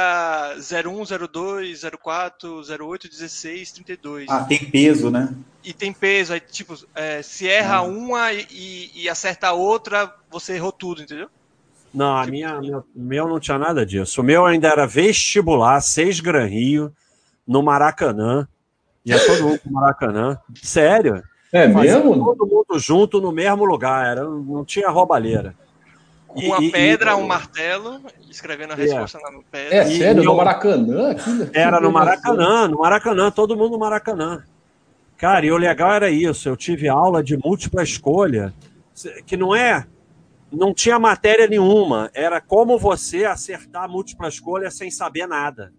Speaker 2: 01, 02, 04, 08, 16, 32.
Speaker 5: Ah, tem peso, né?
Speaker 2: E tem peso, aí tipo, é, se erra uma e- e, e acerta a outra, você errou tudo, entendeu?
Speaker 1: Não, a minha, meu, meu não tinha nada disso. O meu ainda era vestibular, seis Gran Rio, no Maracanã. Ia todo mundo pro Maracanã. Sério?
Speaker 3: É
Speaker 1: Fazia
Speaker 3: mesmo?
Speaker 1: Todo mundo junto no mesmo lugar. Era, não tinha roubalheira. E-
Speaker 2: Uma
Speaker 1: e- e-
Speaker 2: pedra, um martelo, escrevendo
Speaker 1: É.
Speaker 2: a resposta lá no pedra.
Speaker 3: É
Speaker 1: E-
Speaker 3: sério,
Speaker 1: e
Speaker 3: no
Speaker 1: eu-
Speaker 3: Maracanã? Aquilo-
Speaker 1: Era no
Speaker 3: aquilo
Speaker 1: Maracanã, no Maracanã, todo mundo no Maracanã. Cara, e o legal era isso. Eu tive aula de múltipla escolha, que não é. Não tinha matéria nenhuma. Era como você acertar a múltipla escolha sem saber nada.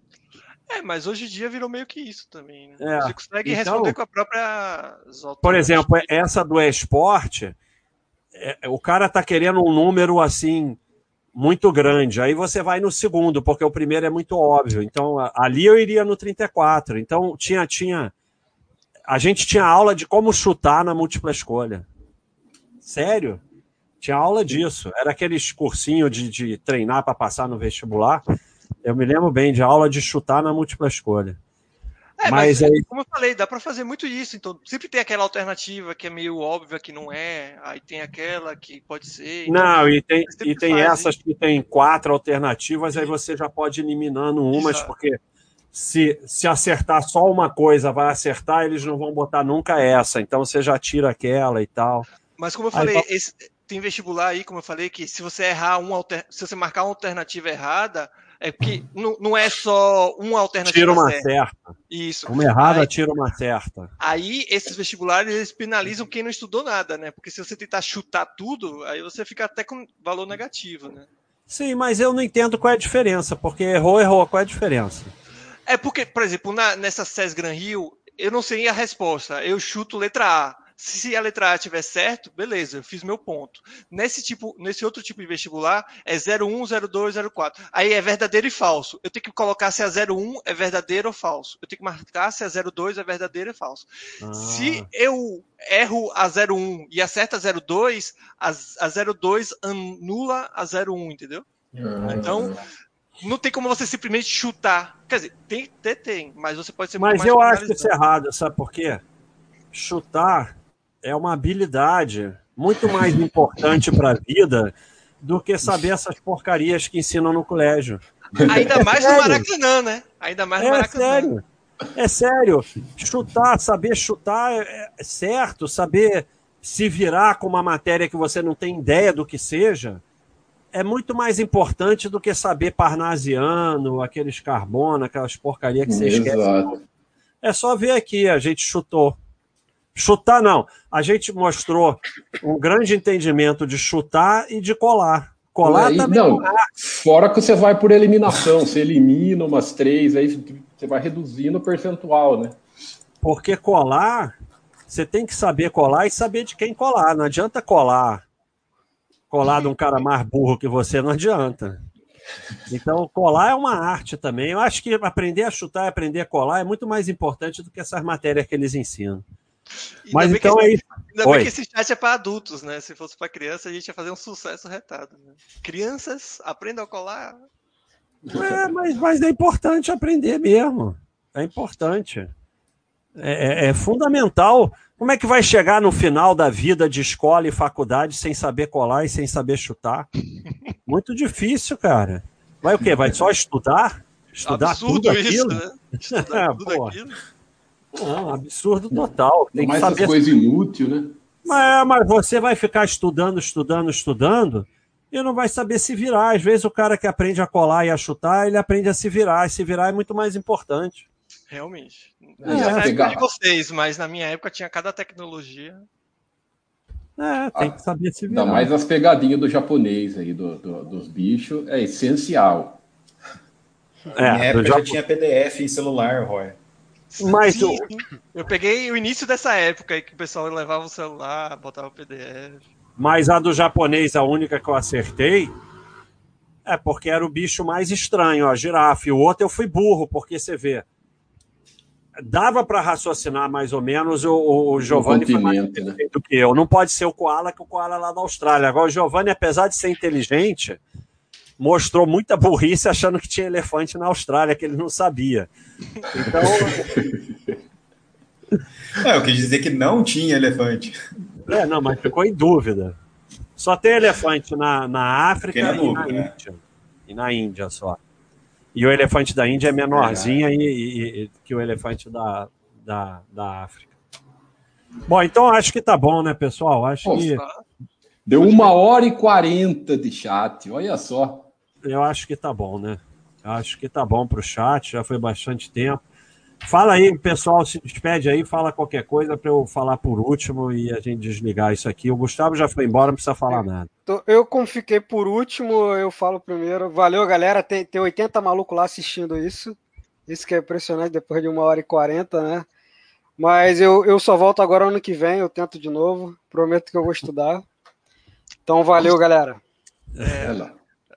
Speaker 2: É, mas hoje em dia virou meio que isso também, né?
Speaker 1: É,
Speaker 2: Você consegue
Speaker 1: então-
Speaker 2: responder com a própria Zoltan.
Speaker 1: Por exemplo, é, essa do esporte, é, o cara tá querendo um número assim muito grande. Aí você vai no segundo, porque o primeiro é muito óbvio. Então, a- ali eu iria no 34. Então, tinha tinha a gente tinha aula de como chutar na múltipla escolha. Sério? Tinha aula disso. Era aqueles cursinho de, de treinar para passar no vestibular. Eu me lembro bem de aula de chutar na múltipla escolha.
Speaker 2: É,
Speaker 1: mas
Speaker 2: mas,
Speaker 1: aí-
Speaker 2: como eu falei, dá pra fazer muito isso. Então, sempre tem aquela alternativa que é meio óbvia que não é, aí tem aquela que pode ser. então-
Speaker 1: Não, e tem,
Speaker 2: Você
Speaker 1: e tem
Speaker 2: faz,
Speaker 1: essas que tem quatro alternativas, aí você já pode ir eliminando umas,
Speaker 2: Exato.
Speaker 1: porque se, se acertar só uma coisa, vai acertar, eles não vão botar nunca essa, então você já tira aquela e tal.
Speaker 2: Mas como eu
Speaker 1: Aí
Speaker 2: falei,
Speaker 1: vai-
Speaker 2: esse- tem vestibular aí, como eu falei, que se você errar uma alter- se você marcar uma alternativa errada, é porque não, não é só uma alternativa
Speaker 1: Tira uma
Speaker 2: certa.
Speaker 1: certa.
Speaker 2: Isso.
Speaker 1: Uma errada,
Speaker 2: Aí-
Speaker 1: tira uma certa.
Speaker 2: Aí, esses vestibulares, eles penalizam quem não estudou nada, né? Porque se você tentar chutar tudo, aí você fica até com valor negativo, né?
Speaker 1: Sim, mas eu não entendo qual é a diferença, porque errou, errou, qual é a diferença?
Speaker 2: É porque, por exemplo, na- nessa SES Gran Rio, eu não sei a resposta. Eu chuto letra A. Se a letra A tiver certo, beleza, eu fiz meu ponto. Nesse tipo, nesse outro tipo de vestibular, é 01, 02, 04. Aí é verdadeiro e falso. Eu tenho que colocar se a 01 é verdadeiro ou falso. Eu tenho que marcar se a 02 é verdadeiro ou falso.
Speaker 1: Ah,
Speaker 2: Se eu erro a 01 e acerta a 02, a, a 02 anula a 01, entendeu?
Speaker 1: Ah,
Speaker 3: certo.
Speaker 2: Então, não tem como você simplesmente chutar. Quer dizer, tem, tem, tem mas você pode ser muito
Speaker 1: Mas
Speaker 2: mais
Speaker 1: eu acho
Speaker 2: penalizado.
Speaker 1: isso é errado, sabe por quê? Chutar é uma habilidade muito mais importante para a vida do que saber essas porcarias que ensinam no colégio. [laughs]
Speaker 2: Ainda mais no
Speaker 1: Sério?
Speaker 2: Maracanã, né? Ainda mais no
Speaker 1: É
Speaker 2: Maracanã.
Speaker 1: sério. É sério. Chutar, saber chutar é é certo, saber se virar com uma matéria que você não tem ideia do que seja é muito mais importante do que saber parnasiano, aqueles carbono, aquelas porcarias que você esquece.
Speaker 3: Exato.
Speaker 1: É só ver aqui, a gente chutou. Chutar não, a gente mostrou um grande entendimento de chutar e de colar. Colar
Speaker 3: Aí,
Speaker 1: também
Speaker 3: não,
Speaker 1: não é.
Speaker 3: fora que você vai por eliminação, você elimina umas três, aí você vai reduzindo o percentual, né?
Speaker 1: porque colar, você tem que saber colar e saber de quem colar. Não adianta colar. Colar de um cara mais burro que você não adianta. Então, colar é uma arte também. Eu acho que aprender a chutar e aprender a colar é muito mais importante do que essas matérias que eles ensinam.
Speaker 2: Ainda
Speaker 1: Mas
Speaker 2: bem
Speaker 1: então
Speaker 2: que,
Speaker 1: é isso.
Speaker 2: Ainda bem
Speaker 1: Oi.
Speaker 2: que esse chat é para adultos, né? Se fosse para criança, a gente ia fazer um sucesso retado. né? Crianças, aprendam a colar.
Speaker 1: É, mas, mas é importante aprender mesmo. É importante. É, é- é fundamental. Como é que vai chegar no final da vida de escola e faculdade sem saber colar e sem saber chutar? Muito difícil, cara. Vai o quê? Vai só estudar? Estudar
Speaker 2: Absurdo
Speaker 1: tudo
Speaker 2: isso,
Speaker 1: aquilo?
Speaker 2: né? Estudar
Speaker 1: [laughs] É,
Speaker 2: tudo
Speaker 1: porra.
Speaker 2: aquilo.
Speaker 1: Não, absurdo total. Tem que
Speaker 3: Mais essas
Speaker 1: saber
Speaker 3: coisas inúteis, né?
Speaker 1: Mas, mas você vai ficar estudando, estudando, estudando e não vai saber se virar. Às vezes o cara que aprende a colar e a chutar, ele aprende a se virar. E se virar é muito mais importante.
Speaker 2: Realmente.
Speaker 3: É,
Speaker 2: Não sei na época
Speaker 3: pegar-
Speaker 2: de vocês, mas na minha época tinha cada tecnologia.
Speaker 1: É, tem que saber se
Speaker 3: Ainda
Speaker 1: virar.
Speaker 3: mais as pegadinhas do japonês aí, do, do- dos bichos, é essencial.
Speaker 5: Na
Speaker 1: É,
Speaker 5: época
Speaker 1: do Japão.
Speaker 5: já tinha PDF em celular, Roy.
Speaker 1: Mas
Speaker 2: Sim,
Speaker 1: o-
Speaker 2: sim. eu peguei o início dessa época aí que o pessoal levava o celular, botava o PDF.
Speaker 1: Mas a do japonês, a única que eu acertei, é porque era o bicho mais estranho, a girafa. E o outro eu fui burro, porque você vê. Dava para raciocinar mais ou menos, o, o, o Giovanni foi mais
Speaker 3: continente, né?
Speaker 1: do que eu. Não pode ser o Koala, que o Koala é lá da Austrália. Agora, o Giovanni, apesar de ser inteligente, mostrou muita burrice achando que tinha elefante na Austrália, que ele não sabia. Então,
Speaker 5: Não, É, eu quis dizer que não tinha elefante.
Speaker 1: é, não, mas ficou em dúvida. Só tem elefante na, na África
Speaker 5: Porque
Speaker 1: e
Speaker 5: é novo,
Speaker 1: na
Speaker 5: né?
Speaker 1: Índia. E na Índia só. E o elefante da Índia é menorzinho e, e- e- que o elefante da, da, da África. Bom, então acho que tá bom, né, pessoal? Acho
Speaker 3: Bom,
Speaker 1: que.
Speaker 3: Deu uma hora e quarenta de chat, olha só.
Speaker 1: Eu acho que tá bom, né? Eu acho que tá bom para o chat, já foi bastante tempo. Fala aí, pessoal, se despede aí, fala qualquer coisa para eu falar por último e a gente desligar isso aqui. O Gustavo já foi embora, não precisa falar nada.
Speaker 4: Então, eu, como fiquei por último, eu falo primeiro. Valeu, galera. Tem, tem 80 malucos lá assistindo isso. Isso que é impressionante depois de uma hora e 40, né? Mas eu, eu só volto agora ano que vem, eu tento de novo. Prometo que eu vou estudar. Então valeu, galera.
Speaker 1: É.
Speaker 3: Olha lá.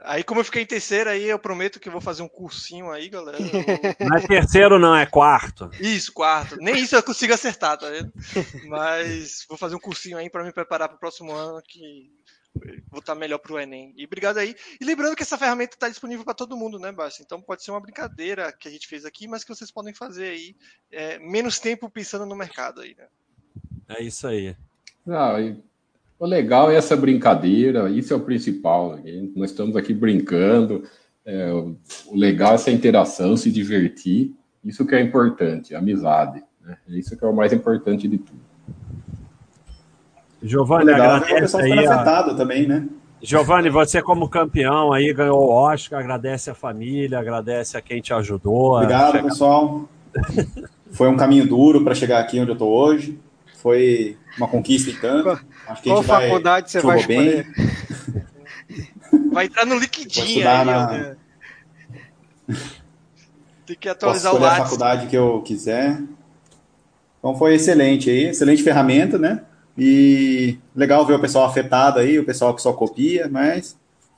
Speaker 2: Aí, como eu fiquei em terceiro, aí eu prometo que eu vou fazer um cursinho aí, galera. Eu-
Speaker 1: Não é terceiro, não, é quarto.
Speaker 2: Isso, quarto. Nem isso eu consigo acertar, tá vendo? Mas vou fazer um cursinho aí pra me preparar pro próximo ano que vou estar melhor pro Enem. E obrigado aí. E lembrando que essa ferramenta tá disponível pra todo mundo, né, Baixa? Então pode ser uma brincadeira que a gente fez aqui, mas que vocês podem fazer aí é, menos tempo pensando no mercado aí, né?
Speaker 1: É isso aí.
Speaker 3: Ah, e- o legal é essa brincadeira, isso é o principal. né? Nós estamos aqui brincando, é, o o legal é essa interação, se divertir, isso que é importante, amizade. Né? Isso que é o mais importante de tudo.
Speaker 1: Giovanni,
Speaker 5: Legal, né? o
Speaker 1: agradece
Speaker 5: pessoal
Speaker 1: aí.
Speaker 5: ficando
Speaker 1: A...
Speaker 5: afetado também, né?
Speaker 1: Giovanni, você como campeão aí ganhou o Oscar, agradece a família, agradece a quem te ajudou. a
Speaker 5: Obrigado,
Speaker 1: chegar-
Speaker 5: pessoal. Foi um caminho duro para chegar aqui onde eu tô hoje. Foi uma conquista e tanto. Acho que a
Speaker 4: Qual
Speaker 5: gente vai,
Speaker 4: faculdade você vai
Speaker 5: jogou
Speaker 4: escolher?
Speaker 5: bem.
Speaker 2: Vai entrar no
Speaker 5: Vou
Speaker 2: LinkedIn aí,
Speaker 5: estudar
Speaker 2: ó.
Speaker 5: na,
Speaker 2: Tem que
Speaker 5: posso
Speaker 2: atualizar o
Speaker 5: escolher a
Speaker 2: Lattes.
Speaker 5: faculdade que eu quiser. Então foi excelente aí, excelente ferramenta, né? E legal ver o pessoal afetado aí, o pessoal que só copia, mas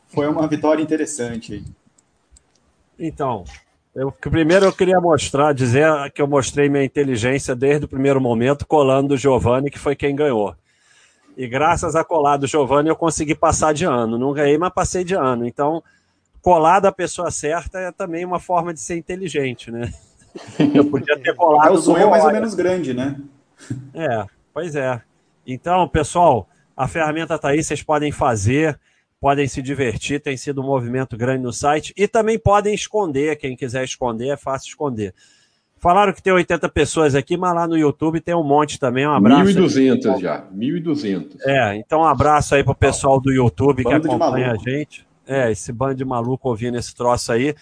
Speaker 5: foi uma vitória interessante aí.
Speaker 1: Então, eu, primeiro eu queria mostrar, dizer que eu mostrei minha inteligência desde o primeiro momento, colando o Giovanni, que foi quem ganhou. E graças a colar do Giovanni, eu consegui passar de ano. Não ganhei, mas passei de ano. Então, colar da pessoa certa é também uma forma de ser inteligente, né? Eu podia ter colado.
Speaker 5: É o
Speaker 1: do
Speaker 5: sonho mais ou
Speaker 1: Roy.
Speaker 5: menos grande, né?
Speaker 1: É, pois é. Então, pessoal, a ferramenta está aí, vocês podem fazer, podem se divertir, tem sido um movimento grande no site e também podem esconder, quem quiser esconder, é fácil esconder. Falaram que tem 80 pessoas aqui, mas lá no YouTube tem um monte também, um abraço.
Speaker 3: 1.200 já, 1.200.
Speaker 1: É, então um abraço aí pro pessoal do YouTube que
Speaker 5: Bando de
Speaker 1: acompanha a
Speaker 5: maluco.
Speaker 1: gente. É, esse bando de maluco ouvindo esse troço aí.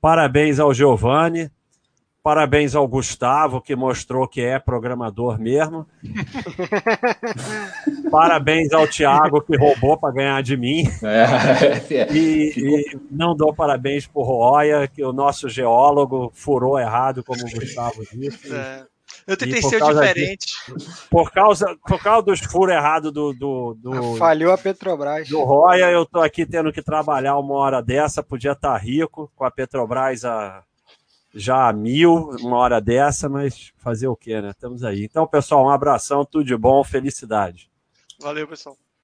Speaker 1: Parabéns ao Giovanni. Parabéns ao Gustavo, que mostrou que é programador
Speaker 5: [laughs]
Speaker 1: mesmo. Parabéns ao Thiago, que roubou para ganhar de mim.
Speaker 3: [laughs] É, é.
Speaker 1: E, e não dou parabéns pro Roya, que o nosso geólogo furou errado, como o Gustavo disse.
Speaker 2: É. Eu tentei
Speaker 1: E por
Speaker 2: ser o
Speaker 1: causa
Speaker 2: diferente.
Speaker 1: Por causa, por causa dos furos errados do, do, do,
Speaker 4: Falhou a Petrobras.
Speaker 1: do Roya, eu tô aqui tendo que trabalhar uma hora dessa, podia estar rico, com a Petrobras a- já a mil, uma hora dessa, mas fazer o quê, né? Estamos aí. Então, pessoal, um abração, tudo de bom, felicidade.
Speaker 2: Valeu, pessoal.